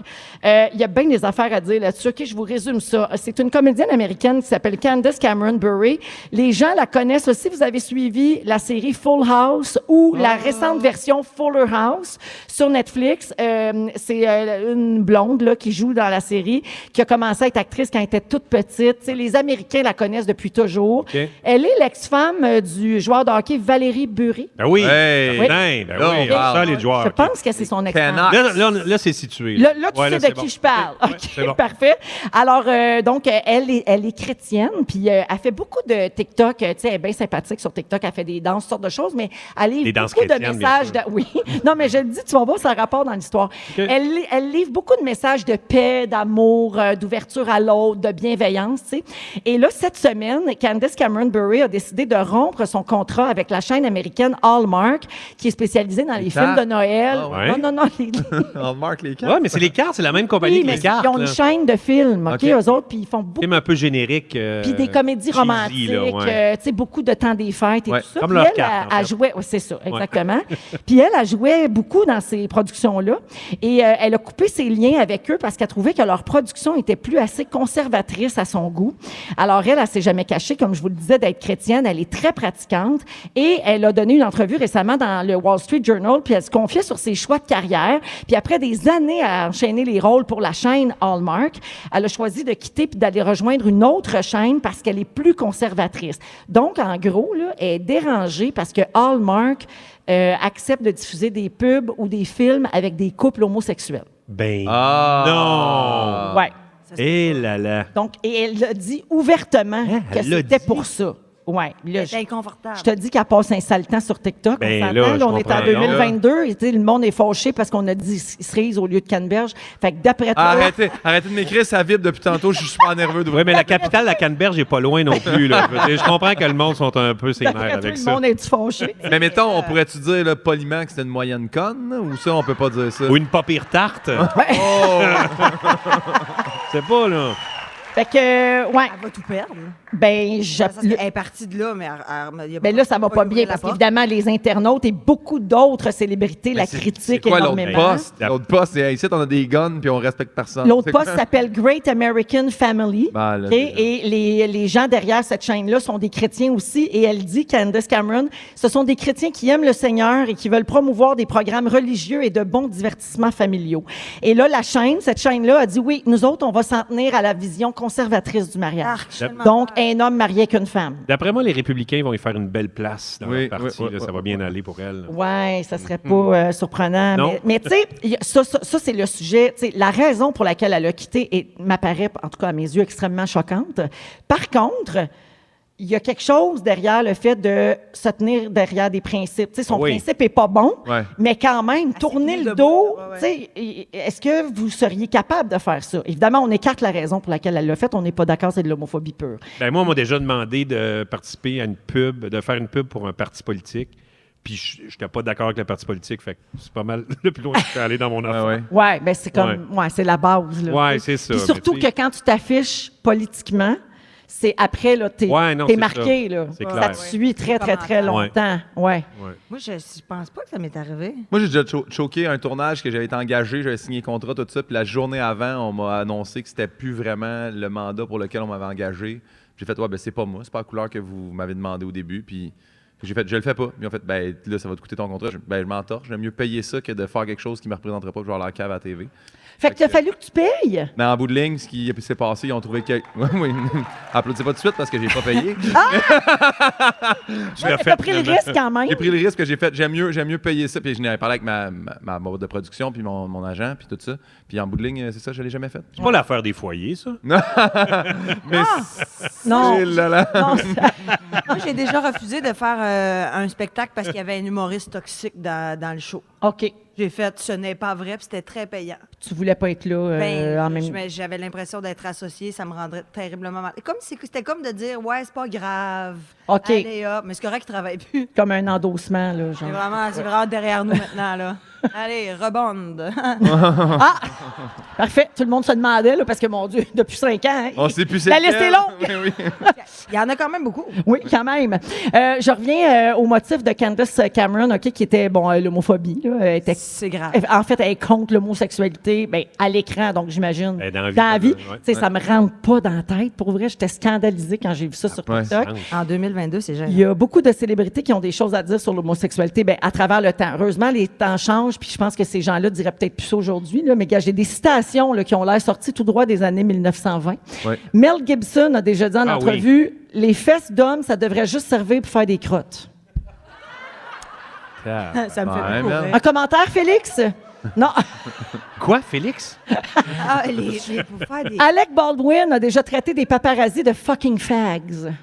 Speaker 1: Euh, Il y a bien des affaires à dire là-dessus. OK, je vous résume ça. C'est une comédienne américaine qui s'appelle Candace Cameron Bure. Les gens la connaissent. là. Si vous avez suivi la série Full House ou la récente version Fuller House sur Netflix, euh, c'est euh, une blonde là, qui joue dans la série, qui a commencé à être actrice quand elle était toute petite. Tu sais, les Américains la connaissent depuis toujours.
Speaker 5: OK.
Speaker 1: Elle est l'ex-femme euh, du joueur de hockey Valérie Buré.
Speaker 5: Ben oui.
Speaker 3: Hey.
Speaker 5: Ben, ben
Speaker 3: Là,
Speaker 5: oui.
Speaker 3: on
Speaker 5: on
Speaker 3: parle.
Speaker 5: sent les joueurs.
Speaker 1: Je
Speaker 5: OK.
Speaker 1: pense que c'est son ex-femme.
Speaker 3: Cannot.
Speaker 5: Là, là, on- là, c'est situé.
Speaker 1: Là, là, tu
Speaker 5: Ouais,
Speaker 1: sais
Speaker 5: c'est
Speaker 1: de
Speaker 5: bon.
Speaker 1: qui je parle.
Speaker 5: Ouais,
Speaker 1: OK,
Speaker 5: c'est bon.
Speaker 1: parfait. Alors, euh, donc, euh, elle est, elle est chrétienne, puis euh, elle fait beaucoup de TikTok. euh, Tu sais, elle est bien sympathique sur TikTok. Elle fait des danses, toutes sortes de choses, mais elle livre
Speaker 5: Des danses
Speaker 1: beaucoup de
Speaker 5: chrétiennes, bien
Speaker 1: messages.
Speaker 5: sûr.
Speaker 1: de- Oui. Non, mais je le dis, tu vas voir, ça a rapport dans l'histoire. Elle, li- elle livre beaucoup de messages de paix, d'amour, euh, d'ouverture à l'autre, de bienveillance, tu sais. Et là, cette semaine, Candace Cameron Bure a décidé de rompre son contrat avec la chaîne américaine Hallmark, qui est spécialisée dans les, films
Speaker 3: cartes.
Speaker 1: de Noël.
Speaker 3: Ah
Speaker 5: ouais.
Speaker 1: Non, non, non, les-
Speaker 3: On marque les cartes.
Speaker 5: Ouais, mais c'est les cartes, c'est la même compagnie
Speaker 1: oui,
Speaker 5: que
Speaker 1: mais
Speaker 5: les cartes.
Speaker 1: ils ont une
Speaker 5: là.
Speaker 1: chaîne de films, OK,
Speaker 3: OK.
Speaker 1: eux autres, puis ils font beaucoup.
Speaker 5: Film un peu générique. euh,
Speaker 1: Puis des comédies
Speaker 5: cheesy,
Speaker 1: romantiques,
Speaker 5: là, ouais.
Speaker 1: euh, tu sais, beaucoup de temps des fêtes et
Speaker 3: Ouais,
Speaker 1: tout ça.
Speaker 5: comme
Speaker 1: Puis
Speaker 5: leurs
Speaker 1: elle,
Speaker 5: cartes,
Speaker 1: elle,
Speaker 5: en
Speaker 1: elle
Speaker 5: fait.
Speaker 1: jouait, ouais, c'est ça, exactement. Puis elle, elle jouait beaucoup dans ces productions-là. Et euh, elle a coupé ses liens avec eux parce qu'elle trouvait que leur production était plus assez conservatrice à son goût. Alors elle, elle s'est jamais cachée, comme je vous le disais, d'être chrétienne. Elle est très pratiquante. Et elle a donné une entrevue récemment dans le Wall Street Journal, puis elle se confiait sur ses choix de carrière. Puis après des années à enchaîner les rôles pour la chaîne Hallmark, elle a choisi de quitter puis d'aller rejoindre une autre chaîne parce qu'elle est plus conservatrice. Donc, en gros, là, elle est dérangée parce que Hallmark euh, accepte de diffuser des pubs ou des films avec des couples homosexuels.
Speaker 5: Ben.
Speaker 3: Ah.
Speaker 5: Non.
Speaker 1: Ouais.
Speaker 5: Eh là là.
Speaker 1: Donc, et elle l'a dit ouvertement
Speaker 5: Hein,
Speaker 1: que
Speaker 5: elle l'a
Speaker 1: c'était
Speaker 5: dit?
Speaker 1: pour ça. Ouais. Là, je-
Speaker 4: C'est inconfortable.
Speaker 1: Je te dis qu'elle passe un sale temps sur TikTok.
Speaker 5: Ben
Speaker 1: on s'entend,
Speaker 5: là,
Speaker 1: là,
Speaker 5: je
Speaker 1: on est en
Speaker 5: comprends.
Speaker 1: 2022. Et, tu sais, le monde est fâché parce qu'on a dit cerise au lieu de canneberge. Fait que d'après toi,
Speaker 3: Arrêtez, arrêtez de m'écrire, ça vibre depuis tantôt, je suis super nerveux de vous.
Speaker 5: Oui, mais la capitale, la Canneberge, est pas loin non plus. Là. Je veux dire, je comprends que le monde sont un peu ses
Speaker 1: d'après
Speaker 5: nerfs
Speaker 1: toi,
Speaker 5: avec
Speaker 1: le
Speaker 5: ça.
Speaker 1: monde est fâché.
Speaker 3: Mais mettons, on pourrait-tu dire là, poliment que c'était une moyenne conne ou ça, on peut pas dire ça?
Speaker 5: Ou une pas pire tarte.
Speaker 3: Oh.
Speaker 5: C'est pas, là.
Speaker 1: Fait que, euh, ouais,
Speaker 4: Elle va tout perdre.
Speaker 1: ben, je-
Speaker 4: Dans le sens qu'elle est partie de là, mais elle- elle- il y a
Speaker 1: ben là, ça va pas bien
Speaker 4: ouvert la
Speaker 1: parce
Speaker 4: porte.
Speaker 1: qu'évidemment, les internautes et beaucoup d'autres
Speaker 5: Ben,
Speaker 1: célébrités la
Speaker 3: C'est- C'est
Speaker 1: critiquent
Speaker 3: quoi l'autre
Speaker 1: énormément.
Speaker 3: poste? L'autre poste, c'est hey, ici, on a des guns puis on respecte personne.
Speaker 1: L'autre
Speaker 3: Ah, C'est
Speaker 1: poste
Speaker 3: quoi?
Speaker 1: s'appelle Great American Family.
Speaker 3: Ben, là,
Speaker 1: OK?
Speaker 3: déjà.
Speaker 1: Et les, les gens derrière cette chaîne-là sont des chrétiens aussi. Et elle dit, Candace Cameron, ce sont des chrétiens qui aiment le Seigneur et qui veulent promouvoir des programmes religieux et de bons divertissements familiaux. Et là, la chaîne, cette chaîne-là, a dit, oui, nous autres, on va s'en tenir à la vision conservatrice du mariage.
Speaker 4: Ah, je suis tellement
Speaker 1: Donc,
Speaker 4: peur.
Speaker 1: un homme marié qu'une femme.
Speaker 5: D'après moi, les Républicains vont y faire une belle place dans
Speaker 3: Oui,
Speaker 5: la partie.
Speaker 3: oui, oui,
Speaker 5: là. ça
Speaker 3: oui,
Speaker 5: va bien aller pour elle.
Speaker 1: Ouais, ça serait pas euh, surprenant.
Speaker 5: Mm-hmm. Non.
Speaker 1: Mais, mais tu sais, y a- ça, ça, ça, c'est le sujet. tu sais, la raison pour laquelle elle a quitté est- m'apparaît, en tout cas à mes yeux, extrêmement choquante. Par contre, il y a quelque chose derrière le fait de se tenir derrière des principes. Tu sais, son
Speaker 5: Ah Oui.
Speaker 1: principe est pas bon,
Speaker 3: Ouais.
Speaker 1: mais quand même, tourner
Speaker 4: tenue
Speaker 1: le
Speaker 4: Ah, debout,
Speaker 1: dos,
Speaker 4: ouais, ouais.
Speaker 1: tu sais, et- et- est-ce que vous seriez capable de faire ça? Évidemment, on écarte la raison pour laquelle elle l'a fait. On n'est pas d'accord, c'est de l'homophobie pure.
Speaker 5: Ben, moi, on m'a déjà demandé de participer à une pub, de faire une pub pour un parti politique. Puis je n'étais pas d'accord avec le parti politique. Fait que c'est pas mal le plus loin que je suis allé dans mon
Speaker 3: Ah Ouais,
Speaker 5: affaire.
Speaker 3: ouais.
Speaker 1: Ouais, ben c'est comme, ouais, c'est la base. Là,
Speaker 5: Ouais,
Speaker 1: tu sais.
Speaker 5: c'est ça,
Speaker 1: Puis
Speaker 5: mais
Speaker 1: surtout
Speaker 5: tu
Speaker 1: que
Speaker 5: sais-
Speaker 1: quand tu t'affiches politiquement, c'est après là, t'es
Speaker 5: Ouais, non,
Speaker 1: t'es
Speaker 5: c'est
Speaker 1: marqué
Speaker 5: ça.
Speaker 1: là.
Speaker 5: C'est
Speaker 1: Ça
Speaker 5: clair.
Speaker 1: te suit très très très
Speaker 4: Ouais.
Speaker 1: longtemps. Ouais.
Speaker 4: Moi, je, je pense pas que ça m'est arrivé.
Speaker 3: Moi, j'ai déjà cho- choqué un tournage que j'avais été engagé, j'avais signé contrat, tout ça. Puis la journée avant, on m'a annoncé que c'était plus vraiment le mandat pour lequel on m'avait engagé. J'ai fait, ouais, ben c'est pas moi, c'est pas la couleur que vous m'avez demandé au début. Puis j'ai fait, je le fais pas. Ils ont fait, ben là, ça va te coûter ton contrat. Je- ben je m'entorche, j'aime mieux payer ça que de faire quelque chose qui me représenterait pas, genre la cave à la TV.
Speaker 1: Fait qu'il a fallu que tu payes.
Speaker 3: Mais en bout de ligne, ce qui s'est passé, ils ont trouvé que. Oui, oui. Applaudissez pas tout de suite parce que j'ai pas payé.
Speaker 5: Tu
Speaker 1: Ouais,
Speaker 5: l'as
Speaker 1: mais
Speaker 5: fait,
Speaker 1: T'as pris le
Speaker 5: finalement.
Speaker 1: risque quand même.
Speaker 3: J'ai pris le risque que j'ai fait. J'aime mieux, j'aime mieux payer ça. Puis je n'avais parlé avec ma, ma, ma boîte de production, puis mon, mon agent, puis tout ça. Puis en bout de ligne, c'est ça, je l'ai jamais fait.
Speaker 5: C'est pas l'affaire des foyers, ça.
Speaker 3: Mais
Speaker 1: Non.
Speaker 3: c'est Eh là, là.
Speaker 1: Non, ça-
Speaker 4: Moi, j'ai déjà refusé de faire euh, un spectacle parce qu'il y avait un humoriste toxique dans, dans le show.
Speaker 1: OK.
Speaker 4: J'ai fait, ce n'est pas vrai, puis c'était très payant.
Speaker 1: tu voulais pas être là euh,
Speaker 4: Ben,
Speaker 1: en même
Speaker 4: je- mais j'avais l'impression d'être associée, ça me rendrait terriblement mal. Comme si c'était comme de dire ouais, c'est pas grave.
Speaker 1: OK. Ah.
Speaker 4: Allez hop, mais c'est correct qu'il travaille plus.
Speaker 1: Comme un endossement, là, genre.
Speaker 4: C'est vraiment, c'est vraiment derrière nous maintenant là. Allez, rebonde.
Speaker 1: ah! Parfait. Tout le monde se demandait, là, parce que, mon Dieu, depuis cinq ans... hein,
Speaker 3: On sait plus c'est
Speaker 1: La liste
Speaker 3: lequel.
Speaker 1: est longue!
Speaker 3: Oui, oui.
Speaker 4: Il y en a quand même beaucoup.
Speaker 1: Oui, quand même. Euh, je reviens euh, au motif de Candace Cameron, OK, qui était, bon, euh, l'homophobie. là, elle était-
Speaker 4: C'est grave.
Speaker 1: En fait, elle est contre l'homosexualité ben, à l'écran, donc j'imagine.
Speaker 5: Elle est dans la vie,
Speaker 1: Tu
Speaker 5: ouais.
Speaker 1: sais, Ça me rentre pas dans la tête. Pour vrai, j'étais scandalisée quand j'ai vu ça sur
Speaker 3: ouais.
Speaker 1: TikTok.
Speaker 4: En 2022, c'est
Speaker 1: Il
Speaker 4: gênant.
Speaker 1: y a beaucoup de célébrités qui ont des choses à dire sur l'homosexualité ben, à travers le temps. Heureusement, les temps changent, puis je pense que ces gens-là diraient peut-être plus ça aujourd'hui, là, mais gars, j'ai des citations là, qui ont l'air sorties tout droit des années 1920.
Speaker 3: Ouais.
Speaker 1: Mel Gibson a déjà dit en
Speaker 5: Ah oui.
Speaker 1: entrevue Les fesses d'hommes, ça devrait juste servir pour faire des crottes.
Speaker 5: Ah.
Speaker 4: Ah, Ça me fait
Speaker 3: Ouais,
Speaker 4: beaucoup
Speaker 3: man.
Speaker 4: rire.
Speaker 1: Un commentaire, Félix? Non.
Speaker 5: Quoi, Félix?
Speaker 4: Ah, les, les- pour faire des...
Speaker 1: Alec Baldwin a déjà traité des paparazzis de fucking fags.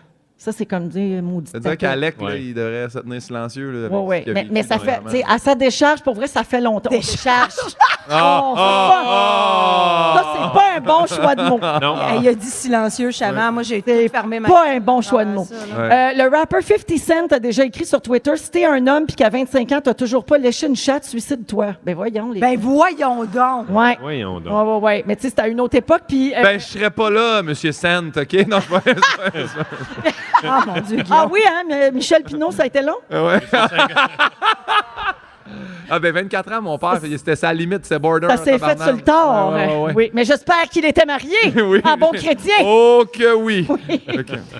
Speaker 1: Ça, c'est comme dire maudit.
Speaker 3: Ça veut dire
Speaker 1: tapis.
Speaker 3: qu'Alec, là,
Speaker 5: Ouais.
Speaker 3: il devrait se tenir silencieux. Là, avec
Speaker 1: Ouais, ouais.
Speaker 3: ce qu'il a
Speaker 1: Mais,
Speaker 3: vécu
Speaker 1: mais ça fait,
Speaker 3: dernièrement.
Speaker 1: tu sais, à sa décharge, pour vrai, ça fait longtemps. Décharge.
Speaker 3: Ah,
Speaker 1: Oh, ça, c'est pas un bon choix de mot.
Speaker 5: Non.
Speaker 4: Hey, il a dit silencieux, chavant. Moi, j'ai été
Speaker 1: C'est
Speaker 4: fermé ma...
Speaker 1: pas un bon choix de
Speaker 4: Ah,
Speaker 1: mots.
Speaker 4: ça,
Speaker 1: Euh,
Speaker 4: là.
Speaker 1: le rapper 50 Cent a déjà écrit sur Twitter Si t'es un homme puis qu'à 25 ans, t'as toujours pas léché une chatte, suicide-toi. Ben voyons, les.
Speaker 4: Ben voyons donc.
Speaker 1: ouais. ouais.
Speaker 5: Voyons donc.
Speaker 1: Ouais, ouais, Mais tu sais, c'était à une autre époque. Puis. euh,
Speaker 3: Ben, je serais pas là, Monsieur Sant, OK? Non, je vais-
Speaker 4: Ah mon Dieu,
Speaker 1: ah
Speaker 4: Guillaume.
Speaker 1: oui, hein, mais Michel Pinot, ça a été long?
Speaker 3: Ah, ben, 24 ans, mon père, c'était sa limite, c'est border.
Speaker 1: Ça
Speaker 3: en
Speaker 1: s'est fait
Speaker 3: tabarnak.
Speaker 1: sur le tard.
Speaker 3: Ouais, ouais, ouais, ouais.
Speaker 1: Oui, mais j'espère qu'il était marié
Speaker 3: Oui.
Speaker 1: en bon chrétien.
Speaker 3: Oh que oui! OK.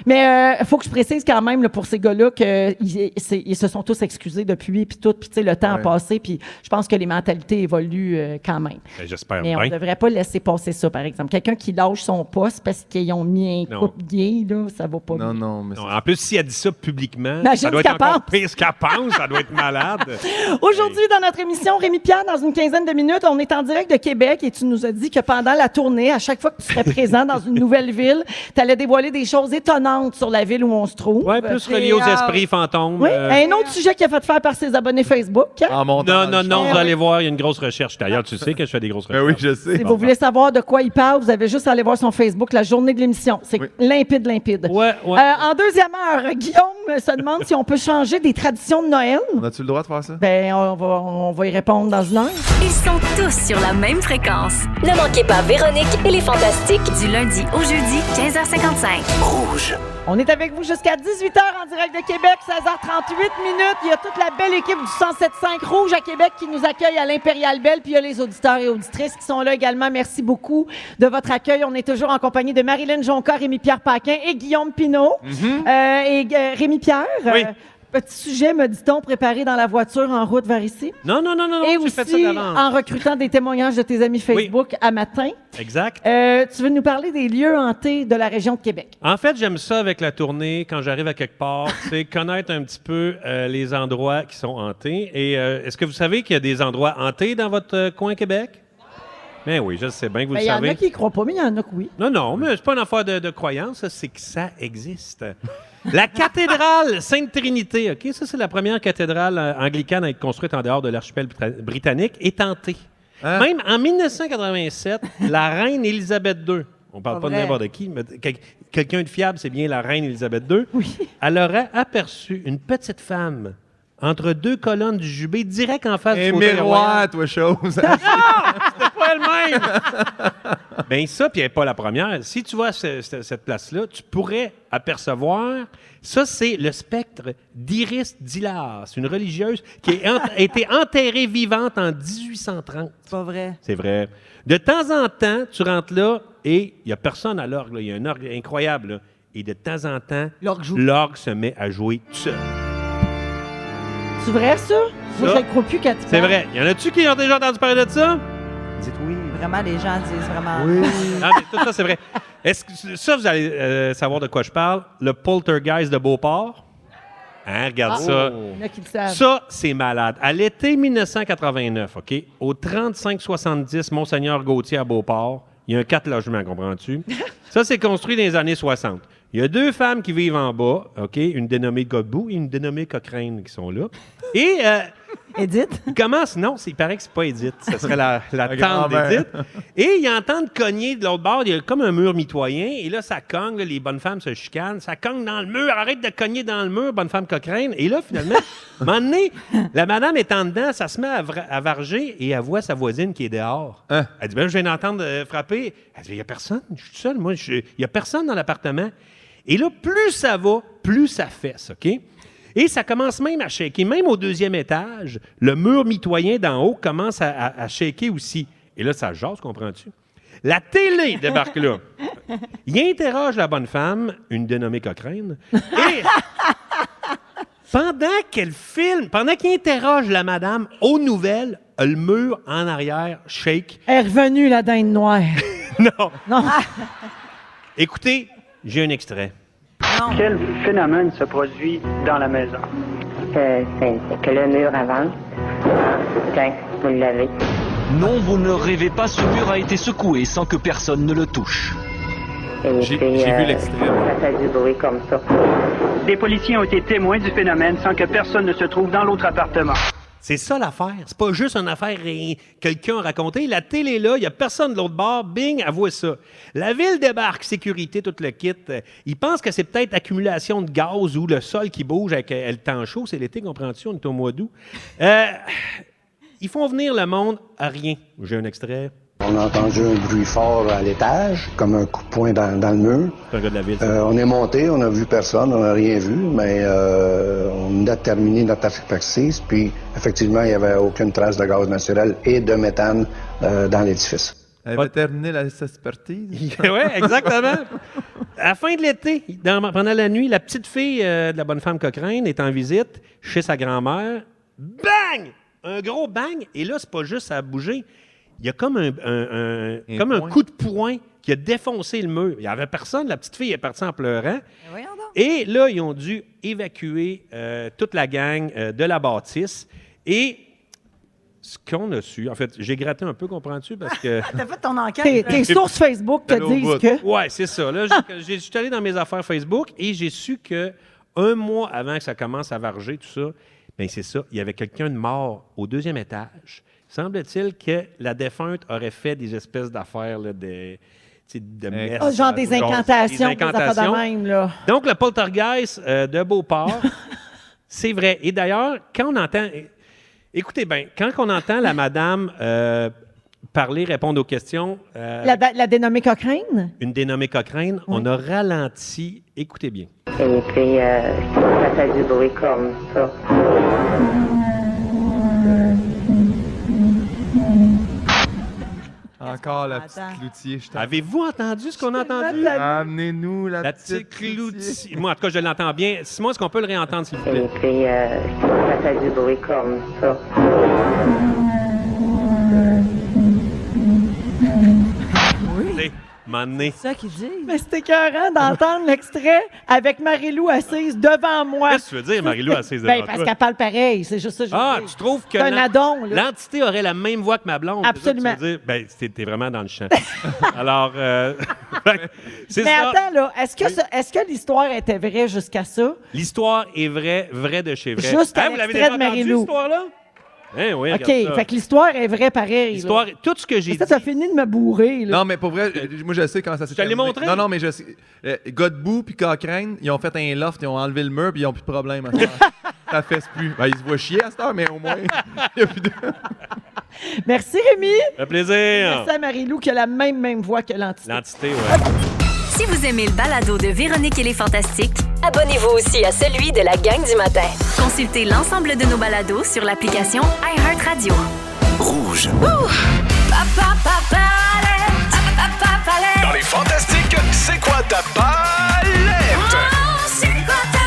Speaker 1: Mais il faut que je précise quand même là, pour ces gars-là qu'ils ils se sont tous excusés depuis, puis tout, puis tu sais, le temps a
Speaker 3: Ouais.
Speaker 1: passé, puis je pense que les mentalités évoluent euh, quand même.
Speaker 5: Ben,
Speaker 3: Ah
Speaker 5: J'espère
Speaker 1: Mais on ne
Speaker 5: bien.
Speaker 1: devrait pas laisser passer ça, par exemple. Quelqu'un qui lâche son poste parce qu'ils ont mis un
Speaker 5: Non.
Speaker 1: couple gay, là, ça va pas
Speaker 3: Non,
Speaker 1: bien.
Speaker 3: non, mais
Speaker 5: Non, en plus, si elle dit ça publiquement,
Speaker 1: Imagine
Speaker 5: ça doit
Speaker 1: ce
Speaker 5: être
Speaker 1: qu'elle
Speaker 5: encore
Speaker 1: pense.
Speaker 5: pire ce qu'elle pense. Ça doit être malade.
Speaker 1: Aujourd'hui, dans notre émission, Rémi Pierre, dans une quinzaine de minutes, on est en direct de Québec et tu nous as dit que pendant la tournée, à chaque fois que tu serais présent dans une nouvelle ville, tu allais dévoiler des choses étonnantes sur la ville où on se trouve.
Speaker 5: Ouais, plus relié aux esprits fantômes.
Speaker 1: Oui,
Speaker 5: euh, Ah,
Speaker 1: un autre sujet qui a fait faire par ses abonnés Facebook. hein?
Speaker 3: en montant.
Speaker 5: Non, non, non, vous allez voir, il y a une grosse recherche. D'ailleurs, tu sais que je fais des grosses
Speaker 3: Ben
Speaker 5: recherches.
Speaker 3: oui, je sais.
Speaker 1: Si vous
Speaker 5: ben.
Speaker 1: voulez savoir de quoi il parle, vous avez juste à aller voir son Facebook la journée de l'émission. C'est
Speaker 3: Oui.
Speaker 1: limpide, limpide.
Speaker 5: Ouais, ouais.
Speaker 1: Euh, en deuxième heure, Guillaume se demande si on peut changer des traditions de Noël.
Speaker 3: On a-tu le droit de faire ça?
Speaker 1: Ben, on va, on va y répondre dans une heure.
Speaker 9: Ils sont tous sur la même fréquence.
Speaker 10: Ne manquez pas Véronique et les Fantastiques.
Speaker 9: Du lundi au jeudi, 15h55.
Speaker 1: On est avec vous jusqu'à 18h en direct de Québec, 16h38 minutes. Il y a toute la belle équipe du 107.5 Rouge à Québec qui nous accueille à l'Impérial Belle. Puis il y a les auditeurs et auditrices qui sont là également. Merci beaucoup de votre accueil. On est toujours en compagnie de Marilyn Jonca, Rémi-Pierre Paquin et Guillaume Pinault. Euh, et euh, Rémi-Pierre,
Speaker 5: Mm-hmm. Oui.
Speaker 1: euh, petit sujet, me dit-on, préparé dans la voiture en route vers ici.
Speaker 5: Non, non, non, non,
Speaker 1: et
Speaker 5: non, j'ai fait ça
Speaker 1: aussi
Speaker 5: d'avance.
Speaker 1: en recrutant des témoignages de tes amis Facebook à matin.
Speaker 5: Exact.
Speaker 1: Euh, tu veux nous parler des lieux hantés de la région de Québec.
Speaker 5: En fait, j'aime ça avec la tournée, quand j'arrive à quelque part, c'est connaître un petit peu euh, les endroits qui sont hantés. Et euh, est-ce que vous savez qu'il y a des endroits hantés dans votre euh, coin Québec? Ben oui, je sais bien que vous
Speaker 1: Ben,
Speaker 5: le
Speaker 1: Il y en
Speaker 5: savez.
Speaker 1: a qui y croient pas, mais il y en a que oui.
Speaker 5: Non, non, mais c'est pas une affaire de, de croyance, ça, c'est que ça existe. La cathédrale Sainte-Trinité, OK? Ça, c'est la première cathédrale euh, anglicane à être construite en dehors de l'archipel brita- britannique, est tentée. Même en 1987, la reine Élisabeth II, on parle
Speaker 4: Pas
Speaker 5: pas de
Speaker 4: vrai.
Speaker 5: n'importe qui, mais quel- quelqu'un de fiable, c'est bien la reine Élisabeth II, elle aurait aperçu une petite femme entre deux colonnes du jubé, direct en face
Speaker 3: Un
Speaker 5: du fauteuil royal
Speaker 3: miroir, toi, chose.
Speaker 5: pas elle-même. ben ça, puis elle n'est pas la première. Si tu vas à ce- ce- cette place-là, tu pourrais apercevoir. Ça, c'est le spectre d'Iris Dilas, une religieuse qui a ent- a été enterrée vivante en 1830.
Speaker 4: C'est pas vrai.
Speaker 5: C'est vrai. De temps en temps, tu rentres là et il n'y a personne à l'orgue. là. Il y a un orgue incroyable. là. Et de temps en temps,
Speaker 4: L'orgue joue.
Speaker 5: l'orgue se met à jouer tout seul.
Speaker 1: C'est vrai, ça? Moi,
Speaker 5: Ça.
Speaker 1: je ne crois plus qu'à tout
Speaker 5: C'est
Speaker 1: temps.
Speaker 5: vrai. Y en a-tu qui ont déjà entendu parler de ça? Dites oui.
Speaker 4: Vraiment, les gens disent vraiment.
Speaker 5: Non, Ah, mais tout ça, c'est vrai. Est-ce que ça, vous allez euh, savoir de quoi je parle? Le poltergeist de Beauport. Hein, regarde ça.
Speaker 1: Il y en a qui le savent.
Speaker 5: Ça, c'est malade. À l'été 1989, OK, au 3570 Monseigneur Gauthier à Beauport, il y a un quatre logements, comprends-tu? Ça, c'est construit dans les années 60. Il y a deux femmes qui vivent en bas, OK, une dénommée Godbout et une dénommée Cochrane qui sont là. Et euh,
Speaker 1: Edith?
Speaker 5: Il commence, non, c'est- il paraît que c'est pas Edith. Ce serait la, la
Speaker 3: La
Speaker 5: tante
Speaker 3: grand-mère.
Speaker 5: d'Edith. Et il entend cogner de l'autre bord. Il y a comme un mur mitoyen. Et là, ça cogne. là, les bonnes femmes se chicanent. Ça cogne dans le mur. Arrête de cogner dans le mur, bonne femme Cochrane. Et là, finalement, à un moment donné, la madame est en dedans. Ça se met à, vra- à varger et elle voit sa voisine qui est dehors.
Speaker 3: Hein?
Speaker 5: Elle dit ben, là, Je viens d'entendre euh, frapper. Elle dit Il n'y a personne. Je suis seul. Moi, je- il n'y a personne dans l'appartement. Et là, plus ça va, plus ça fesse, OK? Et ça commence même à shaker. Même au deuxième étage, le mur mitoyen d'en haut commence à, à, à shaker aussi. Et là, ça jase, comprends-tu? La télé débarque là. Il interroge la bonne femme, une dénommée Cochrane, et pendant qu'elle filme, pendant qu'il interroge la madame aux nouvelles, le mur en arrière shake.
Speaker 1: Elle est revenue, la dinde noire.
Speaker 5: Non.
Speaker 1: Non.
Speaker 5: Écoutez, j'ai un extrait.
Speaker 11: Quel phénomène se produit dans la maison? Euh, que le mur avance. Tiens, vous l'avez.
Speaker 12: Non, vous ne rêvez pas, ce mur a été secoué sans que personne ne le touche.
Speaker 11: J'ai vu l'extrait. euh, Ça fait du bruit comme ça. Des policiers ont été témoins du phénomène sans que personne ne se trouve dans l'autre appartement.
Speaker 5: C'est ça l'affaire. C'est pas juste une affaire rien- quelqu'un a raconté. La télé est là, il n'y a personne de l'autre bord. Bing, avouez ça. La ville débarque, sécurité, tout le kit. Euh, Ils pensent que c'est peut-être accumulation de gaz ou le sol qui bouge avec euh, le temps chaud. C'est l'été, comprends-tu? On est au mois d'août. Euh, ils font venir le monde à rien. J'ai un extrait.
Speaker 13: On a entendu un bruit fort à l'étage, comme un coup de poing dans, dans le mur. Euh, on est monté, on a vu personne, on n'a rien vu, mais euh, on a terminé notre expertise, puis effectivement, il n'y avait aucune trace de gaz naturel et de méthane euh, dans l'édifice.
Speaker 3: Elle va terminer la expertise.
Speaker 5: oui, exactement. À la fin de l'été, dans- pendant la nuit, la petite fille euh, de la bonne femme Cochrane est en visite chez sa grand-mère. Bang! Un gros bang. Et là, c'est pas juste à bouger. Il y a comme un, un- un- comme un coup de poing qui a défoncé le mur. Il n'y avait personne. La petite fille est partie en pleurant.
Speaker 4: Ben,
Speaker 5: Et là, ils ont dû évacuer euh, toute la gang euh, de la bâtisse. Et ce qu'on a su, en fait, j'ai gratté un peu, comprends-tu? Parce que.
Speaker 4: T'as fait ton enquête.
Speaker 1: Tes, tes sources Facebook te disent que.
Speaker 5: Oui, c'est ça. Là, j'ai- j'ai- je suis allé dans mes affaires Facebook et j'ai su que un mois avant que ça commence à varger, tout ça, bien, c'est ça. Il y avait quelqu'un de mort au deuxième étage. Semble-t-il que la défunte aurait fait des espèces d'affaires, là, des. tu sais, De messe,
Speaker 1: Ah, genre des incantations, des affaires de
Speaker 5: incantations.
Speaker 1: même, là.
Speaker 5: Donc, le poltergeist euh, de Beauport, c'est vrai. Et d'ailleurs, quand on entend. Écoutez bien, quand on entend la madame euh, parler, répondre aux questions. euh,
Speaker 1: La, da- la dénommée Cochrane?
Speaker 5: une dénommée Cochrane, on a ralenti. Écoutez bien.
Speaker 11: Et puis, euh, ça fait du bruit comme ça.
Speaker 3: Encore la petite cloutier. je t'en-
Speaker 5: Avez-vous entendu ce qu'on a entendu?
Speaker 3: Amenez-nous la,
Speaker 5: Ah, La petite cloutier. Moi, en tout cas, je l'entends bien. Simon, est-ce qu'on peut le réentendre, s'il vous plaît?
Speaker 11: Et puis, euh, ça fait du bruit comme ça.
Speaker 5: Oui. Mané.
Speaker 4: C'est ça qu'ils disent.
Speaker 1: Mais c'était écœurant d'entendre l'extrait avec Marie-Lou assise devant moi.
Speaker 5: Qu'est-ce que tu veux dire, Marie-Lou, assise
Speaker 1: Ben,
Speaker 5: devant
Speaker 1: parce
Speaker 5: toi?
Speaker 1: qu'elle parle pareil, c'est juste ça. que je veux
Speaker 5: Ah,
Speaker 1: dire.
Speaker 5: tu trouves que
Speaker 1: C'est un
Speaker 5: l'en-
Speaker 1: addon, là.
Speaker 5: l'entité aurait la même voix que ma blonde. c'est ça que tu veux dire? Ben, t'es- t'es vraiment dans le champ. Alors, euh, c'est
Speaker 1: Mais
Speaker 5: ça.
Speaker 1: attends, là, est-ce que, ce- est-ce que l'histoire était vraie jusqu'à ça?
Speaker 5: L'histoire est vraie, vraie de chez vrai. Hein,
Speaker 1: Juste à
Speaker 5: vous l'avez
Speaker 1: l'extrait
Speaker 5: déjà
Speaker 1: de
Speaker 5: entendue,
Speaker 1: Marie-Lou.
Speaker 5: cette histoire-là? Hein, oui,
Speaker 1: OK,
Speaker 5: regarde ça.
Speaker 1: fait que l'histoire est vraie pareil. là.
Speaker 5: L'histoire- tout ce que j'ai
Speaker 1: Ça,
Speaker 5: dit.
Speaker 1: t'as fini de me bourrer, là.
Speaker 3: Non, mais pour vrai, euh, moi, je sais quand ça s'est
Speaker 5: te l'ai
Speaker 3: terminé.
Speaker 5: montré?
Speaker 3: Non, non, mais je sais. Euh, Godbout puis Cochrane, ils ont fait un loft, ils ont enlevé le mur puis ils ont plus de problème à ça. ça fesse plus. Ben, ils se voient chier à cette heure, mais au moins. il y a plus de-
Speaker 1: Merci, Rémi.
Speaker 5: Un plaisir.
Speaker 1: Merci à Marie-Lou qui a la même, même voix que l'entité.
Speaker 5: L'entité, ouais.
Speaker 9: Si vous aimez le balado de Véronique et les Fantastiques,
Speaker 10: Abonnez-vous aussi à celui de la gang du matin.
Speaker 9: consultez l'ensemble de nos balados sur l'application iHeartRadio.
Speaker 8: Rouge. Dans les
Speaker 9: Dans
Speaker 8: fantastiques, c'est quoi ta palette?
Speaker 9: Oh,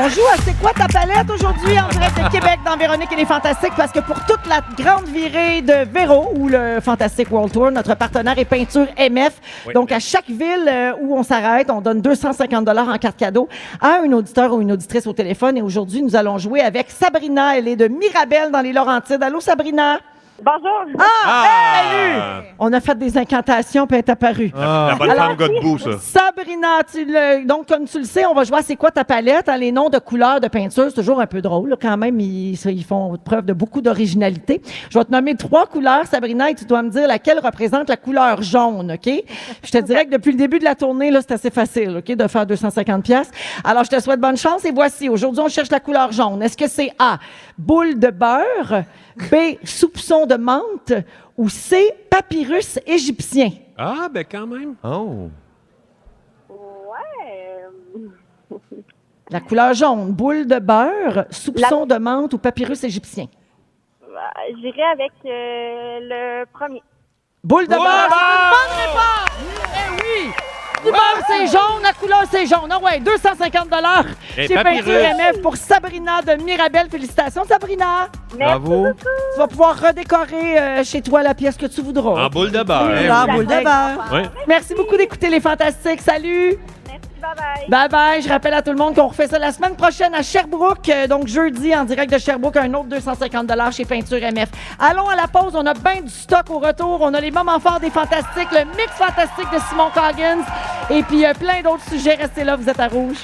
Speaker 1: On joue à C'est quoi ta palette aujourd'hui en direct de Québec dans Véronique et les Fantastiques parce que pour toute la grande virée de Véro ou le Fantastic World Tour, notre partenaire est Peinture MF.
Speaker 5: Oui.
Speaker 1: Donc, à chaque ville euh, où on s'arrête, on donne 250 en carte cadeau à un auditeur ou une auditrice au téléphone. Et aujourd'hui, nous allons jouer avec Sabrina. Elle est de Mirabel dans les Laurentides. Allô, Sabrina?
Speaker 14: Bonjour.
Speaker 1: Ah! Salut! On a fait des incantations, puis elle est apparue.
Speaker 4: Ah.
Speaker 15: La bonne
Speaker 1: Alors,
Speaker 15: femme gars debout, ça.
Speaker 1: Sabrina, tu le- donc comme tu le sais, on va jouer à C'est quoi ta palette? hein, les noms de couleurs de peinture, c'est toujours un peu drôle. là, Quand même, ils, ça, ils font preuve de beaucoup d'originalité. Je vais te nommer trois couleurs, Sabrina, et tu dois me dire laquelle représente la couleur jaune, OK? Je te dirais que depuis le début de la tournée, là, c'est assez facile, OK, de faire 250 pièces. Alors, je te souhaite bonne chance et voici. Aujourd'hui, on cherche la couleur jaune. Est-ce que c'est A, boule de beurre, B, soupçon de menthe ou C, papyrus égyptien?
Speaker 5: Ah, ben quand même.
Speaker 3: Oh.
Speaker 1: La couleur jaune, boule de beurre, soupçon de menthe ou papyrus égyptien.
Speaker 14: Bah, J'irai avec euh, le premier.
Speaker 1: Boule de
Speaker 14: Wow!
Speaker 1: beurre, c'est une bonne réponse! Eh oui! Du beurre, c'est jaune, la couleur, c'est jaune. Ah ouais, 250
Speaker 15: Et
Speaker 1: chez
Speaker 15: papyrus.
Speaker 1: Peinture MF pour Sabrina de Mirabel. Félicitations, Sabrina!
Speaker 15: Bravo.
Speaker 1: Tu vas pouvoir redécorer euh, chez toi la pièce que tu voudras.
Speaker 5: En boule de beurre.
Speaker 1: Oui,
Speaker 5: Eh
Speaker 1: en
Speaker 5: oui.
Speaker 1: boule de beurre.
Speaker 5: Oui.
Speaker 1: Merci beaucoup d'écouter les fantastiques. Salut. Merci, Bye bye. Je rappelle à tout le monde qu'on refait ça la semaine prochaine à Sherbrooke. Euh, Donc, jeudi, en direct de Sherbrooke, un autre 250 chez Peinture MF. Allons à la pause. On a bien du stock au retour. On a les moments forts des fantastiques, le mix fantastique de Simon Coggins et puis euh, plein d'autres sujets. Restez là, vous êtes à rouge.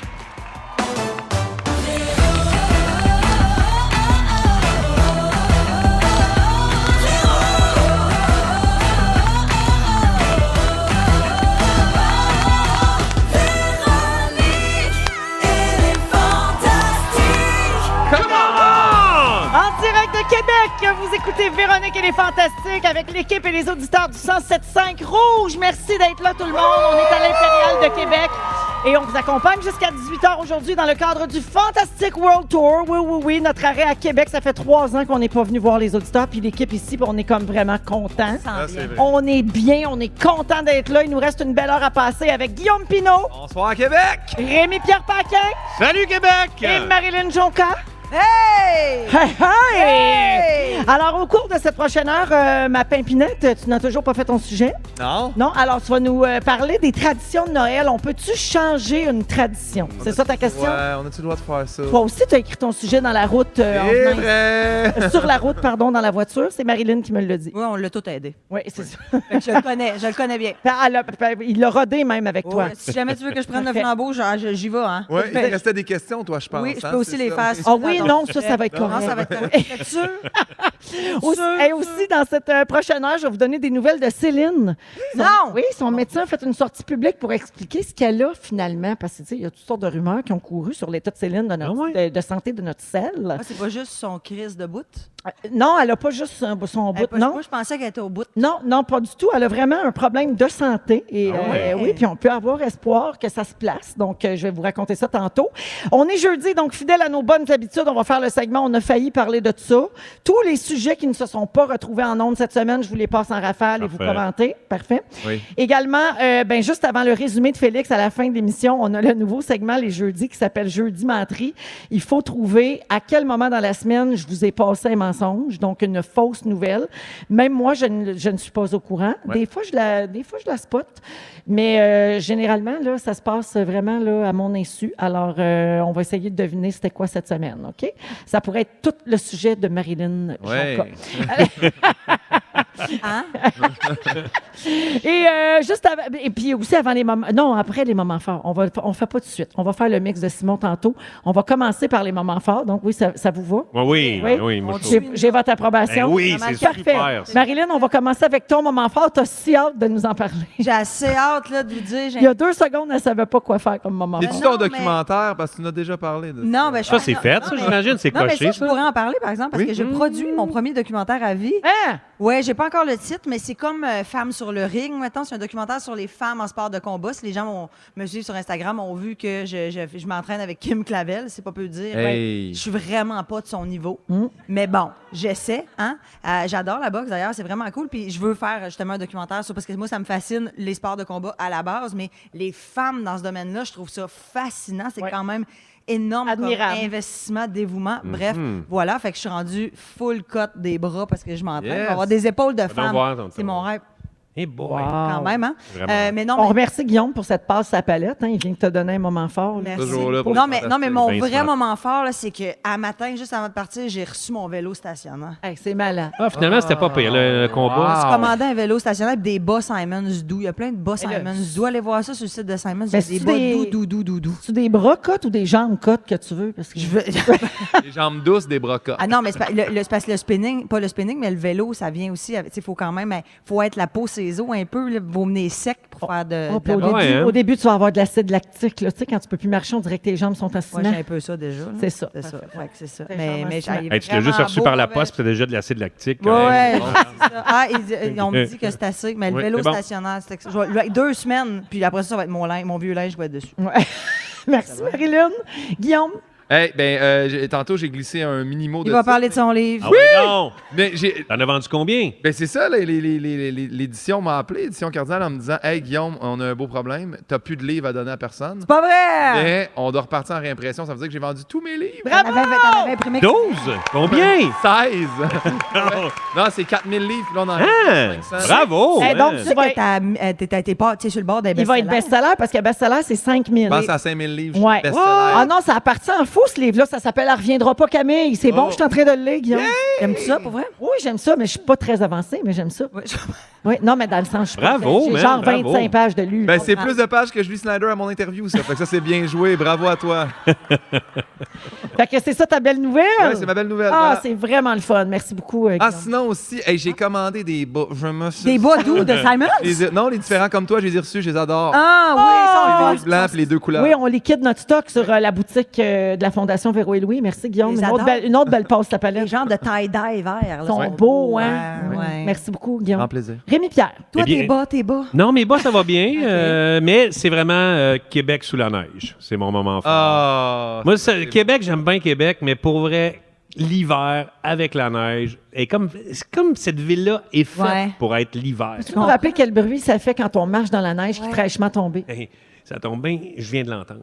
Speaker 5: Ah!
Speaker 1: En direct de Québec, vous écoutez Véronique et les Fantastiques avec l'équipe et les auditeurs du 107.5 Rouge. Merci d'être là tout le monde. On est à l'Impérial de Québec et on vous accompagne jusqu'à 18h aujourd'hui dans le cadre du Fantastic World Tour. Oui, oui, oui, notre arrêt à Québec, ça fait trois ans qu'on n'est pas venu voir les auditeurs puis l'équipe ici, puis on est comme vraiment content.
Speaker 3: Ah, c'est vrai.
Speaker 1: On est bien, on est content d'être là. Il nous reste une belle heure à passer avec Guillaume Pinault,
Speaker 3: Bonsoir, Québec!
Speaker 1: Rémi-Pierre Paquin
Speaker 5: Salut, Québec!
Speaker 1: et Marilyn Jonca.
Speaker 4: Hey!
Speaker 1: Hey, hey! Alors, au cours de cette prochaine heure, euh, ma pimpinette, tu n'as toujours pas fait ton sujet?
Speaker 3: Non.
Speaker 1: Non? Alors, tu vas nous euh, parler des traditions de Noël. On peut-tu changer une tradition? C'est ça ta question?
Speaker 3: Ouais, on a-tu le droit de faire ça?
Speaker 1: Toi aussi, tu as écrit ton sujet dans la route. euh, en
Speaker 3: C'est
Speaker 1: venant ici.
Speaker 3: vrai.
Speaker 1: Euh, Sur la route, pardon, dans la voiture. C'est Marilyn qui me l'a dit.
Speaker 4: Oui, on l'a tout aidé.
Speaker 1: Oui, c'est ça.
Speaker 4: Fait que je le connais, je le connais bien.
Speaker 1: Elle a- ben, Il l'a rodé même avec toi.
Speaker 4: Si jamais tu veux que je prenne le
Speaker 1: Parfait.
Speaker 4: flambeau, je- je- j'y vais. Hein?
Speaker 3: Ouais, il te
Speaker 4: Ben,
Speaker 3: restait des questions, toi, je pense.
Speaker 4: Oui, je peux
Speaker 3: hein,
Speaker 4: aussi
Speaker 3: c'est
Speaker 4: les
Speaker 3: ça?
Speaker 4: faire.
Speaker 1: Ah oui, non, ça, ça va être correct.
Speaker 4: Non, ça va être correct. T'es sûr?
Speaker 1: Aussi- et aussi, dans cette euh, prochaine heure, je vais vous donner des nouvelles de Céline. non! Oui, son médecin a fait une sortie publique pour expliquer ce qu'elle a finalement. Parce que, tu sais, il y a toutes sortes de rumeurs qui ont couru sur l'état de Céline, de, notre, de, de santé de notre selle.
Speaker 4: Ah, c'est pas juste son crise de bout.
Speaker 1: Non, elle n'a pas juste son, son
Speaker 4: Elle est
Speaker 1: bout,
Speaker 4: pas-
Speaker 1: non.
Speaker 4: Moi, je pensais qu'elle était au bout.
Speaker 1: Non, non, pas du tout. Elle a vraiment un problème de santé. Et,
Speaker 4: Ah ouais?
Speaker 1: euh, oui, puis on peut avoir espoir que ça se place. Donc, euh, je vais vous raconter ça tantôt. On est jeudi, donc fidèle à nos bonnes habitudes, on va faire le segment. On a failli parler de ça. Tous les sujets qui ne se sont pas retrouvés en ondes cette semaine, je vous les passe en rafale et vous
Speaker 15: Parfait.
Speaker 1: commentez. Parfait.
Speaker 15: Oui.
Speaker 1: Également, euh, ben, juste avant le résumé de Félix, à la fin de l'émission, on a le nouveau segment les jeudis qui s'appelle Jeudi Menterie. Il faut trouver à quel moment dans la semaine je vous ai passé un mensonge, donc une fausse nouvelle. Même moi, je ne, je ne suis pas au courant.
Speaker 15: Ouais.
Speaker 1: Des, fois, je la, des fois, je la spot, mais euh, généralement, là, ça se passe vraiment là, à mon insu. Alors, euh, on va essayer de deviner c'était quoi cette semaine, OK? Ça pourrait être tout le sujet de Marilyn euh,
Speaker 15: Ouais.
Speaker 1: Jonca. Et euh, juste avant, et puis aussi avant les moments, non, après les moments forts, on va, on fait pas tout de suite. On va faire le mix de Simon tantôt. On va commencer par les moments forts. Donc oui, ça, ça vous va?
Speaker 5: Ouais, oui, ben oui, moi, je
Speaker 1: J'ai-
Speaker 5: trouve.
Speaker 1: J'ai votre approbation.
Speaker 5: Ben oui, c'est
Speaker 1: Parfait.
Speaker 5: super, ça.
Speaker 1: Marilyn, on va commencer avec ton moment fort. T'as si hâte de nous en parler.
Speaker 4: J'ai assez hâte là, de vous dire. j'ai-
Speaker 1: Il y a deux secondes, elle savait pas quoi faire comme moment
Speaker 3: T'es-tu
Speaker 1: fort.
Speaker 3: ton documentaire? Parce que tu en as déjà parlé. De
Speaker 4: Non, ben, je
Speaker 3: Ça,
Speaker 4: pense-
Speaker 3: c'est
Speaker 4: non,
Speaker 3: fait,
Speaker 4: non,
Speaker 3: ça,
Speaker 4: mais-
Speaker 3: j'imagine, c'est
Speaker 4: Non, mais
Speaker 3: coché,
Speaker 4: ça,
Speaker 3: ça.
Speaker 4: je pourrais en parler, par exemple, parce
Speaker 3: Oui.
Speaker 4: que j'ai
Speaker 3: Mmh.
Speaker 4: produit mon premier documentaire à vie.
Speaker 1: Hein?
Speaker 4: Ouais, j'ai pas encore le titre, mais c'est comme euh, Femmes sur le ring. Maintenant, c'est un documentaire sur les femmes en sport de combat. Si les gens m'ont- me suivent sur Instagram, ont vu que je, je- je m'entraîne avec Kim Clavel, c'est pas peu dire.
Speaker 15: Hey.
Speaker 4: Ouais, Je suis vraiment pas de son niveau. Mais bon, j'essaie. Hein? Euh, J'adore la boxe d'ailleurs, c'est vraiment cool. Puis je veux faire euh, justement un documentaire sur parce que moi, ça me fascine les sports de combat à la base, mais les femmes dans ce domaine-là, je trouve ça fascinant. C'est quand même énorme comme
Speaker 1: Admirable.
Speaker 4: investissement, dévouement.
Speaker 15: Mhm.
Speaker 4: Bref, voilà. Fait que je suis rendue full cut des bras parce que je m'entraîne. Je vais
Speaker 15: Yes.
Speaker 4: Hein, avoir des épaules de
Speaker 15: Va donc
Speaker 4: femme.
Speaker 15: voir, donc,
Speaker 4: C'est mon rêve.
Speaker 5: Et boy.
Speaker 4: Quand même, hein?
Speaker 5: Vraiment.
Speaker 4: Euh, mais non,
Speaker 1: Ah On
Speaker 4: mais-
Speaker 1: remercie Guillaume pour cette passe à palette. hein. Il vient de te donner un moment fort. là.
Speaker 4: Merci.
Speaker 1: Pour-
Speaker 4: non, mais, non, mais mon
Speaker 1: Ben,
Speaker 4: vrai
Speaker 1: smart.
Speaker 4: moment fort, là, c'est que à matin, juste avant de partir, j'ai reçu mon vélo stationnaire.
Speaker 1: c'est malade.
Speaker 5: Ah, finalement, c'était pas pire, le, le
Speaker 4: Je
Speaker 5: combat.
Speaker 4: commandais un vélo stationnaire et des bas Simons doux. Il y a plein de bas
Speaker 1: Mais là,
Speaker 4: Simons doux. Allez voir ça sur le site de
Speaker 1: Mais
Speaker 4: Simons. Il y a des
Speaker 1: c'est-tu
Speaker 4: bas
Speaker 1: des-
Speaker 4: doux, doux, doux, doux, doux.
Speaker 1: C'est des bras cotes ou des jambes cotes que tu veux? Parce que...
Speaker 3: Les jambes douces des brocas.
Speaker 4: Ah non, mais c'est pas- le, le, c'est parce que le spinning, pas le spinning, mais le vélo, ça vient aussi. Il faut quand même, eh, faut être la peau ses os un peu, là, vos menez secs pour faire de.
Speaker 1: Oh,
Speaker 4: de
Speaker 1: puis au,
Speaker 4: la-
Speaker 1: début, au début, tu vas avoir de l'acide lactique. là. Tu sais, quand tu peux plus marcher, on dirait que tes jambes sont en ciment.
Speaker 4: j'ai un peu ça déjà. là.
Speaker 1: C'est ça.
Speaker 4: C'est ça. Ouais, que c'est ça.
Speaker 1: Très
Speaker 4: Mais,
Speaker 1: charmant,
Speaker 4: mais
Speaker 1: Simon.
Speaker 4: j'arrive
Speaker 5: Hey, tu l'as juste
Speaker 4: vraiment
Speaker 5: reçu
Speaker 4: beau.
Speaker 5: par la poste, puis t'as déjà de l'acide lactique. hein.
Speaker 4: Ouais,
Speaker 5: quand même.
Speaker 4: ouais, c'est ça. Ah, ils- ils- on me dit que c'est assez, mais le
Speaker 5: Oui,
Speaker 4: vélo
Speaker 5: c'est bon.
Speaker 4: stationnaire, c'est ex- je vais- je vais- deux semaines, puis après ça, ça va être mon, linge, mon vieux linge, je vais être dessus.
Speaker 1: Merci, Marilyn. Guillaume,
Speaker 3: Hey, ben, euh, j'ai- tantôt, j'ai glissé un mini mot de.
Speaker 4: il va
Speaker 3: ça.
Speaker 4: parler de son livre.
Speaker 5: Ah oui, non!
Speaker 3: Mais j'ai.
Speaker 5: T'en as vendu combien?
Speaker 3: Ben, c'est ça, là, les- les- les- les- l'édition m'a appelé, l'édition Cardinal, en me disant Hey, Guillaume, on a un beau problème, t'as plus de livres à donner à personne. C'est
Speaker 4: pas vrai!
Speaker 3: Mais on doit repartir en réimpression, ça veut dire que j'ai vendu tous mes livres.
Speaker 4: Bravo! T'en avais- t'en avais imprimé-
Speaker 5: 12? Combien?
Speaker 3: 16! Ouais. Non, c'est 4000 livres, puis là, on en
Speaker 5: Hein?
Speaker 3: 500.
Speaker 5: Bravo!
Speaker 4: Eh, donc,
Speaker 5: hein.
Speaker 4: tu sais que t'as- euh, t'es- t'as- t'es pas- t'es sur le bord des
Speaker 1: il va être
Speaker 4: best-sellers.
Speaker 1: best-seller parce que best-seller, c'est 5 000.
Speaker 3: Pense à 5000 livres, je suis
Speaker 1: Ouais.
Speaker 3: best-seller.
Speaker 1: Ah non, ça appartient en fou, ce livre-là. Ça s'appelle « Elle reviendra pas, Camille ». C'est bon,
Speaker 3: Oh.
Speaker 1: je suis en train de le lire, Guillaume.
Speaker 4: T'aimes-tu ça, pour vrai?
Speaker 1: Oui, j'aime ça, mais je suis pas très avancée, mais j'aime ça. Oui, non, mais dans le sens, je suis pas-
Speaker 3: Bravo,
Speaker 1: j'ai
Speaker 3: man,
Speaker 1: genre
Speaker 3: bravo.
Speaker 1: 25 pages de lu.
Speaker 3: Ben, c'est plus de pages que Julie Snyder à mon interview, ça. Fait que ça, c'est bien joué. Bravo à toi.
Speaker 1: Fait que c'est ça ta belle nouvelle?
Speaker 3: Ouais, c'est ma belle nouvelle,
Speaker 1: Ah,
Speaker 3: voilà.
Speaker 1: c'est vraiment le fun. Merci beaucoup, euh,
Speaker 3: Ah,
Speaker 1: Guillaume.
Speaker 3: sinon aussi, hey, j'ai commandé des bas. Je me suis-
Speaker 4: Des bas doux de Simons?
Speaker 3: Les- non, les différents comme toi, je les ai reçus, je les adore.
Speaker 4: Ah oui,
Speaker 3: les blancs puis les deux couleurs.
Speaker 1: Oui, on liquide notre stock sur euh, la boutique euh, de la Fondation Véro et Louis. Merci, Guillaume.
Speaker 4: Ils
Speaker 1: Une autre,
Speaker 4: adorent.
Speaker 1: belle, une autre belle passe, la palette. Les
Speaker 4: gens de tie-dye vert.
Speaker 1: sont
Speaker 5: Ouais.
Speaker 1: beaux, hein?
Speaker 4: Ouais, ouais.
Speaker 1: Merci beaucoup, Guillaume.
Speaker 3: Grand plaisir.
Speaker 1: Rémi-Pierre.
Speaker 5: Toi, Eh bien-
Speaker 4: t'es bas, t'es bas.
Speaker 5: Non, mes bas, ça va bien, euh, mais c'est vraiment euh, Québec sous la neige. C'est mon moment
Speaker 1: Ah.
Speaker 5: fort. Ah.
Speaker 3: Ah,
Speaker 5: Moi, ça- Québec, j'aime bien Québec, mais pour vrai, l'hiver avec la neige, est comme, c'est comme cette ville-là est faite
Speaker 1: Ouais.
Speaker 5: pour être l'hiver.
Speaker 1: Tu peux me rappeler quel bruit ça fait quand on marche dans la neige qui est fraîchement tombée?
Speaker 5: Hey, ça tombe bien, je viens de l'entendre.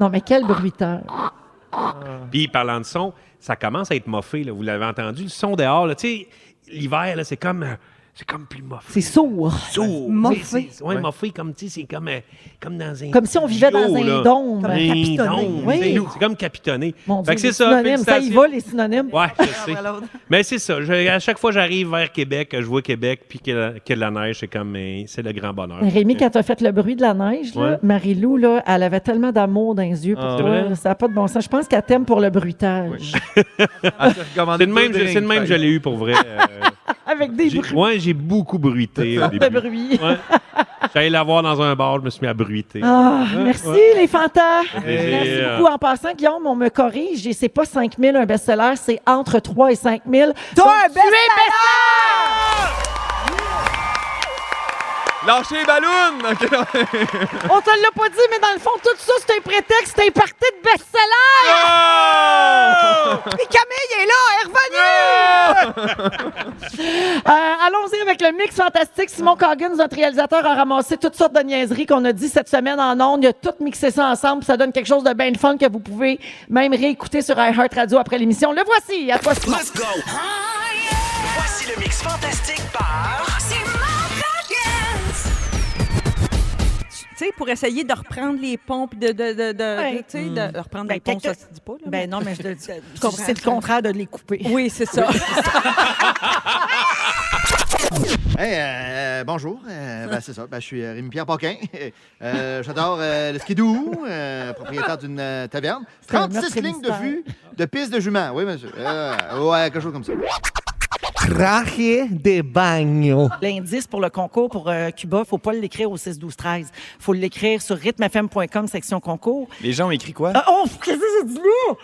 Speaker 1: Non, mais quel bruiteur.
Speaker 5: Ah. Puis parlant de son, ça commence à être moffé, là, vous l'avez entendu, le son dehors, là, tu sais, l'hiver, là, c'est comme... euh, C'est comme plus moffé.
Speaker 1: C'est sourd.
Speaker 5: Sourd.
Speaker 1: Moffé.
Speaker 5: Oui, ouais. moffé, comme, tu sais, c'est comme, euh, comme dans un.
Speaker 1: Comme si on vivait dans
Speaker 5: tuyau,
Speaker 1: un
Speaker 5: là.
Speaker 1: dôme. Comme
Speaker 5: Un
Speaker 1: capitonné.
Speaker 5: dôme,
Speaker 1: Oui.
Speaker 5: tu sais, C'est comme capitonné.
Speaker 1: Mon Dieu,
Speaker 5: fait que c'est
Speaker 1: les
Speaker 5: ça.
Speaker 1: synonymes, ça y
Speaker 5: félicitations.
Speaker 1: va, les synonymes.
Speaker 5: Ouais, je sais. Mais c'est ça. Je- à chaque fois que j'arrive vers Québec, je vois Québec, puis qu'il y a- qu'il y a de la neige, c'est comme, euh, c'est le grand bonheur.
Speaker 1: Rémi, quand tu as fait le bruit de la neige, là,
Speaker 5: Ouais.
Speaker 1: Marie-Lou, là, elle avait tellement d'amour dans les yeux pour
Speaker 5: Ah.
Speaker 1: toi.
Speaker 5: C'est vrai?
Speaker 1: là, Ça n'a pas de bon sens. Je pense qu'elle t'aime pour le bruitage.
Speaker 5: C'est de même, je- c'est de même que je l'ai eu pour vrai.
Speaker 1: Ah,
Speaker 5: euh,
Speaker 1: Avec des
Speaker 5: j'ai- ouais, j'ai beaucoup bruité au
Speaker 1: bruits
Speaker 5: début.
Speaker 1: de bruit.
Speaker 5: Ouais. J'allais la voir dans un bar, je me suis mis à bruiter. euh,
Speaker 1: Ah,
Speaker 5: Ouais,
Speaker 1: merci
Speaker 5: ouais.
Speaker 1: les fantas.
Speaker 5: plaisir.
Speaker 1: Merci beaucoup. En passant, Guillaume, on me corrige. et C'est pas 5 000 un best-seller, c'est entre 3 et 5 000.
Speaker 4: Toi,
Speaker 1: Donc,
Speaker 4: un
Speaker 1: tu es best-
Speaker 3: Lâchez les ballons! OK, non.
Speaker 1: On te l'a pas dit, mais dans le fond, tout ça, c'est un prétexte, c'est un parti de best-seller!
Speaker 4: Mais Camille est là, elle est
Speaker 1: revenue! Euh, Allons-y avec le mix fantastique. Simon Coggins, notre réalisateur, a ramassé toutes sortes de niaiseries qu'on a dit cette semaine en ondes. Il a tout mixé ça ensemble. Ça donne quelque chose de bien fun que vous pouvez même réécouter sur iHeart Radio après l'émission. Le voici! À toi, Simon.
Speaker 8: Let's go!
Speaker 15: Ah,
Speaker 8: Voici le mix fantastique par. C'est
Speaker 15: Tu sais, pour essayer de reprendre les pompes, de, de, de, de-
Speaker 1: Ouais.
Speaker 15: tu sais, de, de reprendre
Speaker 1: Ben,
Speaker 15: les pompes, ça
Speaker 1: quelque-
Speaker 15: se dit pas. Là,
Speaker 1: Ben non, mais je- je-
Speaker 15: Tu comprends.
Speaker 1: c'est le contraire de les couper.
Speaker 15: Oui, c'est ça.
Speaker 16: Hey, euh, euh, bonjour. Euh, ben, c'est ça. Ben, je suis Rémi-Pierre Paquin. Euh, J'adore euh, le skidoo, euh, propriétaire d'une euh, taverne.
Speaker 8: C'est un
Speaker 16: 36
Speaker 8: meurtre
Speaker 16: lignes de
Speaker 8: mystère.
Speaker 16: vue de piste de jument. Oui, monsieur. Euh, ouais, quelque chose comme ça.
Speaker 1: Traje de bagno. L'indice pour le concours pour euh, Cuba, faut pas l'écrire au 6 12 13. Faut l'écrire sur rythmefm.com section concours.
Speaker 17: Les gens ont écrit quoi?
Speaker 1: Ah, oh, qu'est-ce que j'ai dit là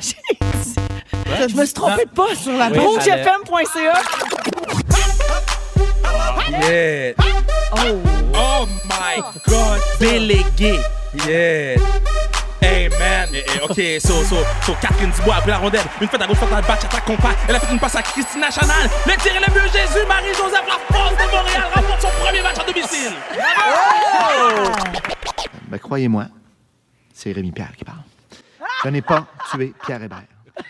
Speaker 1: J'ai dit- Je me suis trompée de pas sur la
Speaker 17: Oui, j'allais-
Speaker 1: rougefm.ca.
Speaker 17: Yeah! Oh! my God! Délégué! Yeah! Hey man! Eh, eh, ok, so, so, so, Catherine Dubois après la rondelle. Une fête à gauche, fête à batch, attaque, compas. Elle a fait une passe à Christina Chanal. Le tir est le mieux, Jésus, Marie-Joseph, la France de Montréal remporte son premier match à domicile.
Speaker 16: Ben, croyez-moi, c'est Rémi-Pierre qui parle. Je n'ai pas tué Pierre Hébert.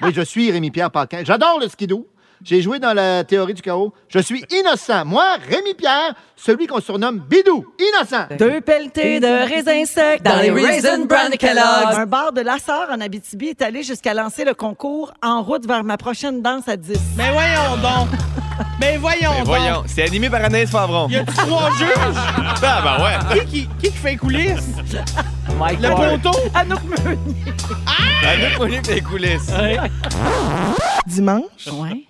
Speaker 16: Oui, je suis Rémi-Pierre Paquin. J'adore le skidoo. J'ai joué dans la théorie du chaos. Je suis innocent. Moi, Rémi-Pierre, celui qu'on surnomme Bidou. Innocent.
Speaker 1: Deux pelletées de raisins secs dans les Raisin Bran Kellogg's. Un bar de la sœur en Abitibi est allé jusqu'à lancer le concours en route vers ma prochaine danse à 10.
Speaker 17: Mais voyons donc! Mais voyons
Speaker 6: Mais
Speaker 8: Oh!
Speaker 17: donc!
Speaker 6: voyons, c'est animé par Anaïs Favron.
Speaker 17: Y a trois juges?
Speaker 6: Ah, ben ouais.
Speaker 17: Qui qui, qui qui fait coulisses?
Speaker 6: Mike
Speaker 17: Le
Speaker 6: Ward.
Speaker 17: poteau?
Speaker 1: Anouk Meunier.
Speaker 6: Ah! Anouk Meunier fait les coulisses.
Speaker 18: Dimanche,
Speaker 1: ouais.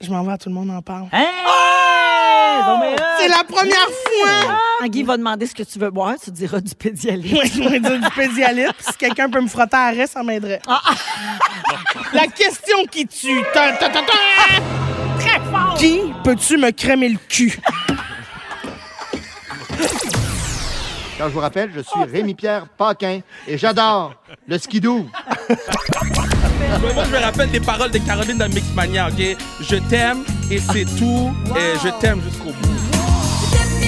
Speaker 18: je m'en vais à tout le monde en parle.
Speaker 1: C'est
Speaker 18: la première fois!
Speaker 1: Ah, Guy va demander ce que tu veux boire, tu diras du pédialyte.
Speaker 18: Moi, je vais dire du pédialyte. puis Si quelqu'un peut me frotter à l'arrêt, ça m'aiderait. la question qui tue. Ta, ta, ta, ta.
Speaker 8: Très fort!
Speaker 18: Guy, peux-tu me crémer le cul?
Speaker 16: Quand je vous rappelle, je suis Rémi-Pierre Paquin et j'adore le skidoo.
Speaker 17: Mais Moi, je me rappelle des paroles de Caroline dans Mixmania, OK? Je t'aime et c'est tout. Et je t'aime jusqu'au bout.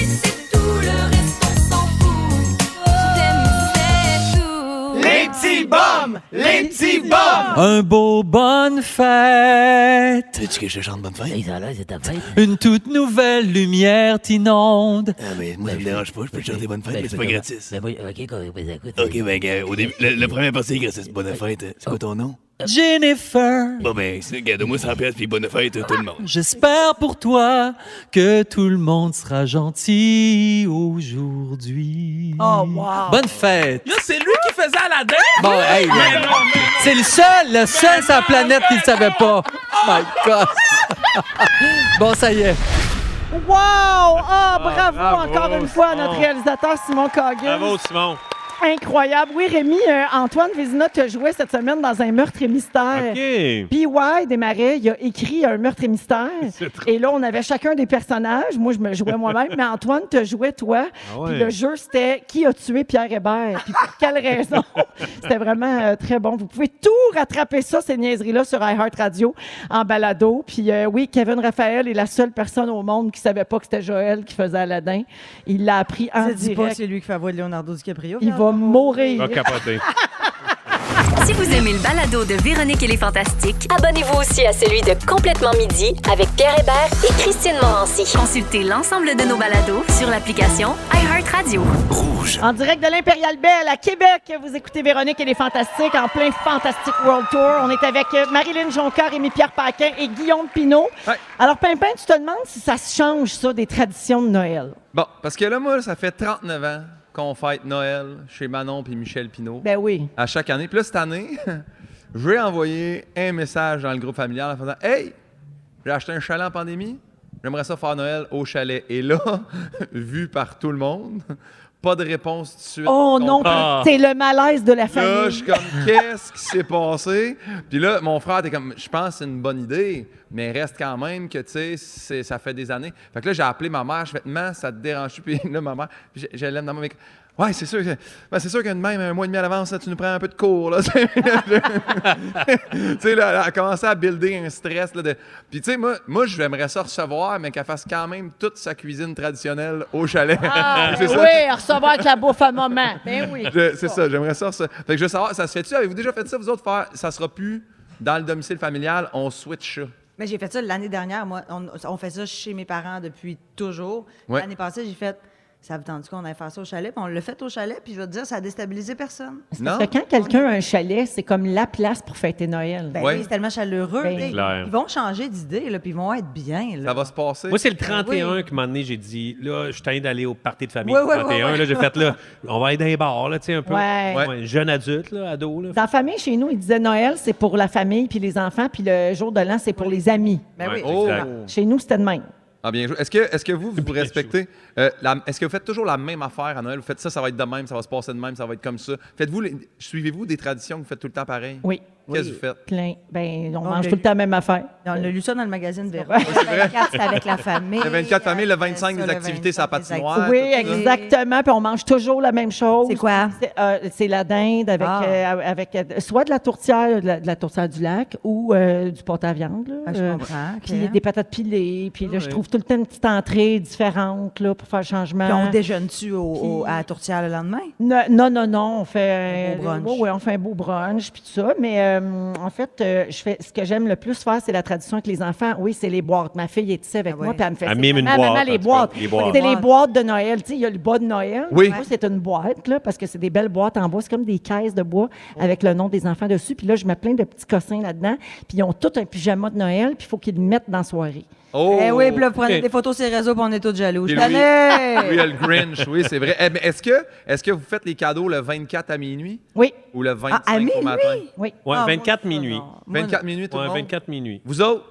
Speaker 8: Les petits bombes! Les petits bombes!
Speaker 19: Un beau bonne fête.
Speaker 20: Veux-tu que je chante bonne fête? c'est ta fête.
Speaker 19: Une toute nouvelle lumière t'inonde.
Speaker 20: Ah, mais moi, ça me dérange pas, je peux te chanter bonne fête, mais c'est pas gratis.
Speaker 19: Ben oui, ok, qu'on écoute, écoute.
Speaker 20: Ok, ben, euh, au début, le, le premier parti, c'est bonne fête. C'est quoi ton nom?
Speaker 19: Jennifer,
Speaker 20: Bon, ben, c'est- garde-moi 100 piastres, puis bonne fête, tout le monde.
Speaker 19: j'espère pour toi que tout le monde sera gentil aujourd'hui.
Speaker 17: Oh, wow.
Speaker 19: Bonne fête.
Speaker 17: Yo, c'est lui qui faisait Aladdin?
Speaker 19: Bon, hey,
Speaker 17: mais
Speaker 19: ben,
Speaker 17: non, mais
Speaker 19: c'est le seul, le seul sur la planète qui ne savait pas. Oh My God. bon, ça y est.
Speaker 1: Wow! Ah, bravo,
Speaker 2: bravo,
Speaker 1: encore une fois à notre
Speaker 2: Simon.
Speaker 1: réalisateur Simon Coggins.
Speaker 2: Bravo, Simon.
Speaker 1: Incroyable. Oui, Rémi, euh, Antoine Vézina te jouait cette semaine dans un meurtre et mystère.
Speaker 2: OK.
Speaker 1: P.Y. Desmarais, il a écrit un meurtre et mystère. Et là, on avait chacun des personnages. Moi, je me jouais moi-même, mais Antoine te jouait toi.
Speaker 2: Ah ouais.
Speaker 1: Puis le jeu, c'était qui a tué Pierre Hébert? Puis pour quelle raison? c'était vraiment euh, très bon. Vous pouvez tout rattraper ça, ces niaiseries-là, sur iHeartRadio en balado. Puis euh, oui, Kevin Raphaël est la seule personne au monde qui savait pas que c'était Joël qui faisait Aladdin. Il l'a appris en
Speaker 4: Tu Ah, dis pas que
Speaker 1: direct.
Speaker 4: c'est lui qui fait la voix de Leonardo DiCaprio.
Speaker 1: Il va
Speaker 9: mourir.
Speaker 2: Va capoter.
Speaker 10: Si vous aimez le balado de Véronique et les Fantastiques, abonnez-vous aussi à celui de Complètement Midi avec Pierre Hébert et Christine Morancy. Consultez l'ensemble de nos balados sur l'application iHeartRadio.
Speaker 1: En direct de l'Impérial Belle à Québec, vous écoutez Véronique et les Fantastiques en plein Fantastic World Tour. On est avec euh, Marilyn Jonca, Rémi-Pierre Paquin et Guillaume Pinault. Alors, Pimpin, tu te demandes si ça se change, ça, des traditions de Noël.
Speaker 3: Bon, parce que là, moi, ça fait 39 ans qu'on fête Noël chez Manon puis Michel Pinault.
Speaker 1: Ben oui.
Speaker 3: À chaque année. Puis là, cette année, je vais envoyer un message dans le groupe familial en faisant Hey, j'ai acheté un chalet en pandémie. J'aimerais ça faire Noël au chalet. Et là, vu par tout le monde, pas de réponse tout de suite.
Speaker 1: Oh non,
Speaker 3: Ah.
Speaker 1: c'est le malaise de la
Speaker 3: Là, je
Speaker 1: famille.
Speaker 3: suis comme, qu'est-ce qui s'est passé? Puis là, mon frère était comme, je pense que c'est une bonne idée, mais reste quand même que, tu sais, c'est- ça fait des années. Fait que là, j'ai appelé ma mère, je fais, maman, ça te dérange-tu? Puis là, ma mère, puis je, je l'aime dans mon mec. Ouais, c'est sûr, que- ben, c'est sûr que de même, un mois et demi à l'avance, là, tu nous prends un peu de cours. Là. tu sais, là, elle a commencé à builder un stress. Là, de... Puis, tu sais, moi, moi j'aimerais ça recevoir, mais qu'elle fasse quand même toute sa cuisine traditionnelle au chalet. C'est ça.
Speaker 1: recevoir de la bouffe à maman. Ben oui.
Speaker 3: Je- C'est ça, j'aimerais ça. ça. Fait que je veux savoir, ça se fait-tu? Avez-vous déjà fait ça, vous autres, faire ça sera plus dans le domicile familial, on switch ça?
Speaker 4: Mais j'ai fait ça l'année dernière. Moi, on, on fait ça chez mes parents depuis toujours.
Speaker 3: Ouais.
Speaker 4: L'année passée, j'ai fait. Ça vous tente qu'on aille faire ça au chalet? Puis on l'a fait au chalet, puis je vais te dire, ça a déstabilisé personne.
Speaker 1: Parce que quand quelqu'un a un chalet, c'est comme la place pour fêter Noël.
Speaker 4: Ben oui, c'est tellement chaleureux.
Speaker 1: Ben,
Speaker 4: tu sais.
Speaker 5: Clair.
Speaker 4: Ils vont changer d'idée, là, puis ils vont être bien. Là.
Speaker 3: Ça va se passer.
Speaker 5: Moi, c'est le
Speaker 4: Ben
Speaker 5: 31
Speaker 4: oui.
Speaker 5: que, un moment donné, j'ai dit, là, je suis train d'aller au party de famille.
Speaker 4: Ouais,
Speaker 5: le
Speaker 4: ouais,
Speaker 5: 31,
Speaker 4: ouais, ouais.
Speaker 5: là, j'ai fait, là, on va aller dans les bars, là, tu sais, un peu.
Speaker 1: Ouais. Ouais.
Speaker 5: jeune adulte, là, ado, là.
Speaker 1: Dans la famille, chez nous, ils disaient Noël, c'est pour la famille puis les enfants, puis le jour de l'an, c'est pour les amis.
Speaker 3: Ben oui. Ouais, Oh. exact.
Speaker 1: Chez nous, c'était de même.
Speaker 3: Ah, bien joué. Est-ce que, est-ce que vous, vous respectez? euh, la- est-ce que vous faites toujours la même affaire à Noël? Vous faites ça, ça va être de même, ça va se passer de même, ça va être comme ça. Faites-vous, les- suivez-vous des traditions que vous faites tout le temps pareil?
Speaker 1: Oui.
Speaker 3: Qu'est-ce que
Speaker 1: Oui.
Speaker 3: vous faites?
Speaker 1: Plein. Ben, on,
Speaker 4: On
Speaker 1: mange
Speaker 4: l'a
Speaker 1: tout le temps la même affaire.
Speaker 4: On a lu ça dans le magazine Véro.
Speaker 3: vrai.
Speaker 4: Le 24, c'est avec la famille. euh,
Speaker 3: Le 24 famille, le 25
Speaker 4: ça,
Speaker 3: des
Speaker 4: le
Speaker 3: activités, ça
Speaker 4: Ah,
Speaker 3: patinoire.
Speaker 1: oui,
Speaker 3: tout ça.
Speaker 1: exactement. Puis on mange toujours la même chose. C'est
Speaker 4: quoi?
Speaker 1: C'est, euh, c'est la dinde avec,
Speaker 4: Ah.
Speaker 1: euh, avec euh, soit de la tourtière, de la, de la tourtière du lac ou euh, du pâte à viande. là.
Speaker 4: Ah, je
Speaker 1: Euh,
Speaker 4: comprends,
Speaker 1: Puis
Speaker 4: ok.
Speaker 1: des patates pilées. Puis là, je
Speaker 4: Ouais.
Speaker 1: trouve tout le temps une petite entrée différente là, pour faire le changement.
Speaker 4: Puis on déjeune-tu au- au- à la tourtière le lendemain?
Speaker 1: Non, non, non, non, on fait euh,
Speaker 4: Un beau brunch.
Speaker 1: ouais, ouais, on fait un beau brunch puis tout ça, mais euh, en fait, euh, je fais, ce que j'aime le plus faire, c'est la tradition avec les enfants. Oui, c'est les boîtes. Ma fille est ici
Speaker 4: Ah
Speaker 1: avec moi, puis elle me fait
Speaker 5: Elle mime Ah, une
Speaker 1: Maman, maman,
Speaker 5: boîte, en
Speaker 1: les
Speaker 5: tout
Speaker 1: boîtes.
Speaker 5: cas, les boîtes.
Speaker 1: C'est les boîtes de Noël. Tu sais, il y a le bas de Noël.
Speaker 5: Oui.
Speaker 1: Moi, c'est une boîte, là, parce que c'est des belles boîtes en bois. C'est comme des caisses de bois avec le nom des enfants dessus. Puis là, je mets plein de petits cossins là-dedans. Puis ils ont tout un pyjama de Noël, puis il faut qu'ils le mettent dans la soirée.
Speaker 3: Oh!
Speaker 4: Eh oui, puis là, vous prenez
Speaker 3: Ok.
Speaker 4: des photos sur les réseaux, puis on est tous jaloux.
Speaker 3: Puis
Speaker 4: Je
Speaker 3: Louis-
Speaker 4: connais!
Speaker 3: Louis a le Grinch, oui, c'est vrai. Eh, mais Est-ce que, est que vous faites les cadeaux le 24 à minuit?
Speaker 1: Oui.
Speaker 3: Ou le 25
Speaker 4: Ah, à Ah,
Speaker 3: au matin?
Speaker 1: Oui.
Speaker 5: Ouais, 24 minuit.
Speaker 3: 24 minuit, tout le
Speaker 5: Ouais,
Speaker 3: monde?
Speaker 5: 24 minuit.
Speaker 3: Vous autres?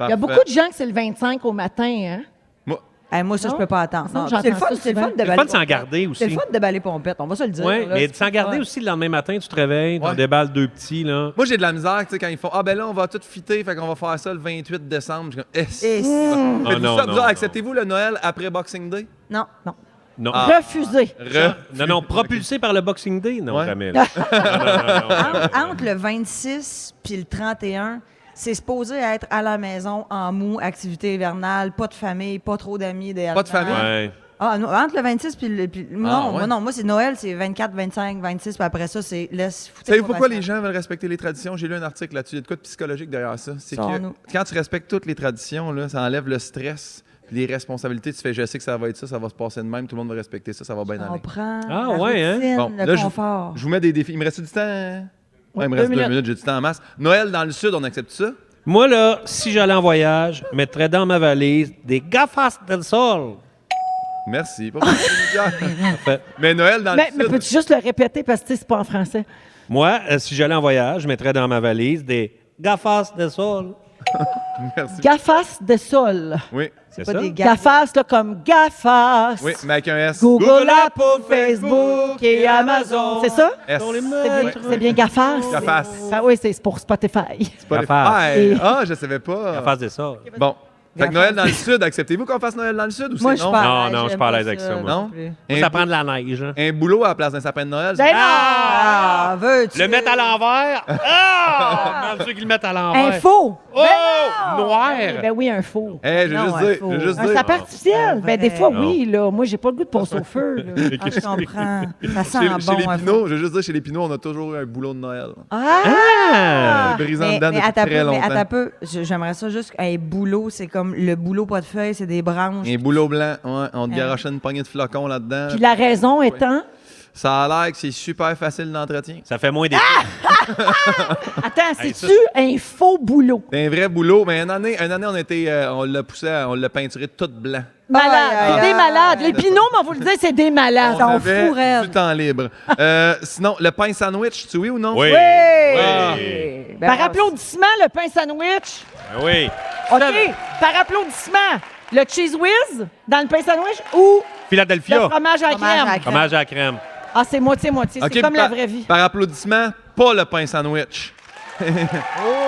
Speaker 1: Il y a beaucoup de gens que c'est le 25 au matin, hein?
Speaker 3: Moi,
Speaker 4: Eh, moi, ça, je peux pas attendre.
Speaker 1: Non,
Speaker 4: Non, c'est le fun,
Speaker 1: j'entends ça
Speaker 4: c'est le
Speaker 1: souvent.
Speaker 4: fun de
Speaker 1: C'est le
Speaker 5: fun de
Speaker 4: baller
Speaker 5: s'en
Speaker 4: pompette.
Speaker 5: garder aussi.
Speaker 4: C'est le fun de baller pompette, on va se le dire.
Speaker 5: Oui,
Speaker 4: là,
Speaker 5: mais
Speaker 4: c'est
Speaker 5: de s'en
Speaker 4: le
Speaker 5: garder
Speaker 4: fun.
Speaker 5: aussi le lendemain matin, tu te réveilles, t'en
Speaker 3: Ouais.
Speaker 5: déballes deux petits, là.
Speaker 3: Moi, j'ai de la misère, tu sais, quand ils font Ah, ben là, on va tout fitter, fait qu'on va faire ça le 28 décembre. Je suis comme, Eh,
Speaker 4: Eh,
Speaker 3: si.
Speaker 4: Mm.
Speaker 3: Faites-vous
Speaker 5: Ah, non,
Speaker 3: ça,
Speaker 5: non,
Speaker 3: vous
Speaker 5: non.
Speaker 3: autres, acceptez-vous le Noël après Boxing Day?
Speaker 4: Non, non.
Speaker 5: Non.
Speaker 3: Ah.
Speaker 1: Refusé.
Speaker 3: Re-
Speaker 5: Non, non, propulsé par le Boxing Day. Non, jamais. là. non, non, non, non.
Speaker 4: Entre, entre le 26 puis le 31, c'est supposé être à la maison, en mou, activité hivernale, pas de famille, pas trop d'amis derrière.
Speaker 3: Pas de famille? Ouais.
Speaker 4: Ah, non, entre le 26 puis le. puis- non,
Speaker 3: Ah, ouais.
Speaker 4: moi, non, moi, c'est Noël, c'est 24, 25, 26, puis après ça, c'est laisse foutre.
Speaker 3: Savez-vous pourquoi les gens veulent respecter les traditions? J'ai lu un article là-dessus. Il y a de quoi de psychologique derrière ça? C'est que
Speaker 4: Sors-nous.
Speaker 3: quand tu respectes toutes les traditions, là, ça enlève le stress, puis les responsabilités. Tu fais, je sais que ça va être ça, ça va se passer de même, tout le monde va respecter ça, ça va bien aller.
Speaker 4: comprends.
Speaker 5: Ah,
Speaker 4: la
Speaker 5: ouais, hein?
Speaker 4: routine,
Speaker 3: Bon,
Speaker 4: le
Speaker 3: là, je-
Speaker 4: confort.
Speaker 3: Je vous mets des défis. Il me reste du temps? hein? Ouais, il me
Speaker 5: Deux
Speaker 3: reste deux
Speaker 5: minutes.
Speaker 3: minutes, j'ai du temps en masse. Noël dans le Sud, on accepte ça?
Speaker 5: Moi, là, si j'allais en voyage, je mettrais dans ma valise des gafas del sol.
Speaker 3: Merci. Pas Mais Noël dans
Speaker 1: Mais,
Speaker 3: le
Speaker 1: mais
Speaker 3: Sud.
Speaker 1: peux-tu juste le répéter parce que tu sais, c'est pas en français?
Speaker 5: Moi, euh, si j'allais en voyage, je mettrais dans ma valise des gafas del sol.
Speaker 3: Merci.
Speaker 1: Gafas de sol.
Speaker 3: Oui.
Speaker 5: C'est
Speaker 1: Pas
Speaker 5: ça?
Speaker 1: des gafas, là, comme gafas.
Speaker 3: Oui, mais avec un S.
Speaker 1: Google, Apple, Facebook et Amazon. C'est ça?
Speaker 3: S.
Speaker 1: C'est bien, c'est bien gafas.
Speaker 3: Gafas.
Speaker 1: Ah oui, c'est pour Spotify.
Speaker 3: Pas les- Ah,
Speaker 5: Gafas.
Speaker 3: eh, ah, je savais pas.
Speaker 5: Gafas del sol.
Speaker 3: Bon. Fait que
Speaker 5: Gafas.
Speaker 3: Noël dans le Sud, acceptez-vous qu'on fasse Noël dans le Sud ou
Speaker 5: Moi,
Speaker 3: c'est
Speaker 5: je
Speaker 3: non?
Speaker 5: suis pas à Non, l'aise, non, je suis pas à l'aise j'aime avec pas ça, ça, moi.
Speaker 3: Non?
Speaker 5: non plus. Moi, ça prend de la neige. hein.
Speaker 3: Un boulot à la place d'un sapin de Noël.
Speaker 5: Ben
Speaker 4: Ah! Veux-tu?
Speaker 5: Le mettre à l'envers. Ah! Dans ceux qui le mettent à l'envers.
Speaker 1: Un faux.
Speaker 5: Oh! Noir.
Speaker 1: Ben oui, un faux.
Speaker 3: Eh, je veux juste dire, je veux juste
Speaker 1: Un
Speaker 3: dire. Ah.
Speaker 1: sapin artificiel. Ben des fois,
Speaker 3: Non.
Speaker 1: oui, là. Moi, j'ai pas le goût de passer au feu, là.
Speaker 3: Ah, je comprends.
Speaker 4: Ça
Speaker 3: Chez,
Speaker 4: sent
Speaker 3: chez
Speaker 4: bon, hein,
Speaker 3: les
Speaker 4: un
Speaker 3: Pinots, je veux juste dire, chez les Pinots, on a toujours eu un boulot de Noël.
Speaker 4: Ah!
Speaker 3: Euh, brisant
Speaker 4: mais,
Speaker 3: dedans
Speaker 4: mais
Speaker 3: depuis
Speaker 4: attends
Speaker 3: très
Speaker 4: peu,
Speaker 3: longtemps.
Speaker 4: Mais attends peu, Je- j'aimerais ça juste. Un boulot, c'est comme le boulot pas de feuilles, c'est des branches.
Speaker 3: Un boulot blanc, ouais, on te
Speaker 4: Hein.
Speaker 3: garochait une poignée de flocons là-dedans.
Speaker 1: Puis la raison étant.
Speaker 3: Ça a l'air que c'est super facile d'entretien.
Speaker 5: Ça fait moins des.
Speaker 1: Ah! Attends,
Speaker 3: Hey,
Speaker 1: c'est-tu un faux boulot?
Speaker 3: C'est un vrai boulot, mais une année, une année on, était, euh, on l'a poussé, à- on l'a peinturé tout blanc.
Speaker 1: Malade.
Speaker 3: Aïe, aïe,
Speaker 1: C'est des
Speaker 3: aïe.
Speaker 1: malades. Les pinots, mais vous le dites, Ah, c'est des malades.
Speaker 3: on avait du temps libre. Euh, sinon, le pain sandwich, tu oui ou non?
Speaker 1: Oui. Oui.
Speaker 3: Ah.
Speaker 5: Ben
Speaker 1: Par applaudissement, le pain sandwich.
Speaker 5: oui.
Speaker 1: OK. Par applaudissement, le cheese whiz dans le pain sandwich ou le
Speaker 5: Philadelphia.
Speaker 1: fromage à la crème.
Speaker 5: Fromage à la crème.
Speaker 1: Ah, c'est moitié-moitié.
Speaker 3: Ok,
Speaker 1: c'est comme la
Speaker 3: par-
Speaker 1: vraie vie.
Speaker 3: Par applaudissement, pas le pain sandwich.
Speaker 1: Oh!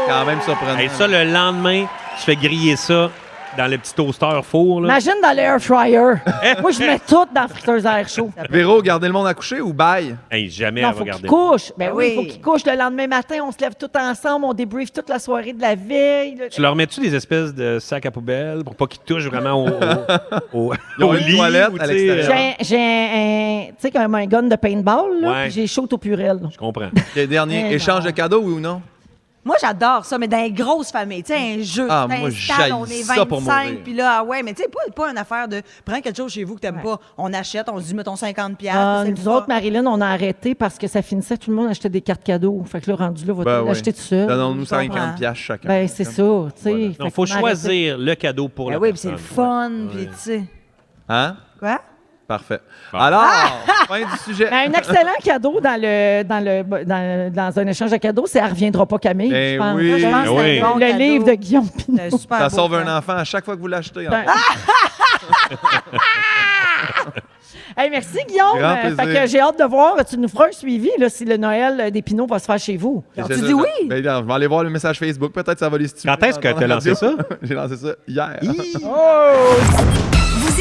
Speaker 3: Quand même surprenant.
Speaker 5: Et ça, le lendemain, tu fais griller ça dans le petit toaster four. Là.
Speaker 1: Imagine dans l'air fryer. Moi, je mets tout dans la friteuse à air chaud.
Speaker 3: Véro, garder le monde à coucher ou bail?
Speaker 5: jamais
Speaker 1: Non, faut qu'il couche. Ben oui, faut qu'il couche le lendemain matin. On se lève tout ensemble, on débrief toute la soirée de la veille. Le-
Speaker 5: Tu leur mets-tu des espèces de sacs à poubelle pour pas qu'ils touchent vraiment au, au, au,
Speaker 3: Ils ont
Speaker 5: au
Speaker 3: une
Speaker 5: lit?
Speaker 3: toilette
Speaker 5: ou,
Speaker 3: à
Speaker 5: tu sais, euh,
Speaker 3: l'extérieur.
Speaker 1: J'ai un- j'ai un, un- tu sais, comme un gun de paintball, là,
Speaker 3: Ouais.
Speaker 1: puis j'ai chaud au purel.
Speaker 5: Je comprends.
Speaker 3: Le dernier,
Speaker 1: Eh
Speaker 3: échange de cadeaux oui ou non?
Speaker 4: Moi, j'adore ça, mais dans les grosses familles, tu sais, un jeu,
Speaker 3: Ah,
Speaker 4: tu
Speaker 3: moi,
Speaker 4: t'installes, on
Speaker 3: j'haïs
Speaker 4: est
Speaker 3: ça pour
Speaker 4: 25,
Speaker 3: mourir.
Speaker 4: puis là, ah ouais, mais tu sais, pas, pas une affaire de prends quelque chose chez vous que t'aimes pas, on achète, on se dit, mettons 50 pièces.
Speaker 1: Euh, nous autres, Marilyn, on a arrêté parce que ça finissait, tout le monde achetait des cartes cadeaux. Fait que là, rendu là, va
Speaker 3: Ben
Speaker 1: t-
Speaker 3: oui.
Speaker 1: l'acheter tout seul.
Speaker 3: Donnons-nous
Speaker 1: Je comprends.
Speaker 3: 50 piastres chacun.
Speaker 1: Ben, c'est ça, tu sais. Fait
Speaker 5: Non, faut
Speaker 1: qu'on a arrêté.
Speaker 5: choisir le cadeau pour
Speaker 4: Ben
Speaker 5: la
Speaker 4: oui, puis c'est
Speaker 5: personne.
Speaker 4: le fun, puis tu sais.
Speaker 3: Hein?
Speaker 4: Quoi?
Speaker 3: Parfait. Alors, fin du sujet.
Speaker 1: Ben, un excellent cadeau dans le dans le dans, dans un échange de cadeaux, c'est Elle reviendra pas Camille.
Speaker 3: Ben
Speaker 1: je pense.
Speaker 3: oui.
Speaker 1: Je pense
Speaker 3: Ben
Speaker 1: que
Speaker 3: oui.
Speaker 1: c'est un bon le
Speaker 3: Cadeau.
Speaker 1: livre de Guillaume Pinot.
Speaker 3: ça sauve un enfant à chaque fois que vous l'achetez. en
Speaker 1: Ben-
Speaker 3: fait.
Speaker 1: Hey, merci Guillaume.
Speaker 3: Grand
Speaker 1: Euh, fait
Speaker 3: plaisir.
Speaker 1: que j'ai hâte de voir. Tu nous feras un suivi là, si le Noël euh, des Pinots va se faire chez vous.
Speaker 3: J'essaie de- Ben, non, je vais aller voir le message Facebook. Peut-être que ça va les stimuler.
Speaker 5: Quand est-ce que
Speaker 3: d'entendre
Speaker 5: t'as
Speaker 3: la
Speaker 5: lancé
Speaker 3: radio. J'ai lancé ça hier.
Speaker 9: Vous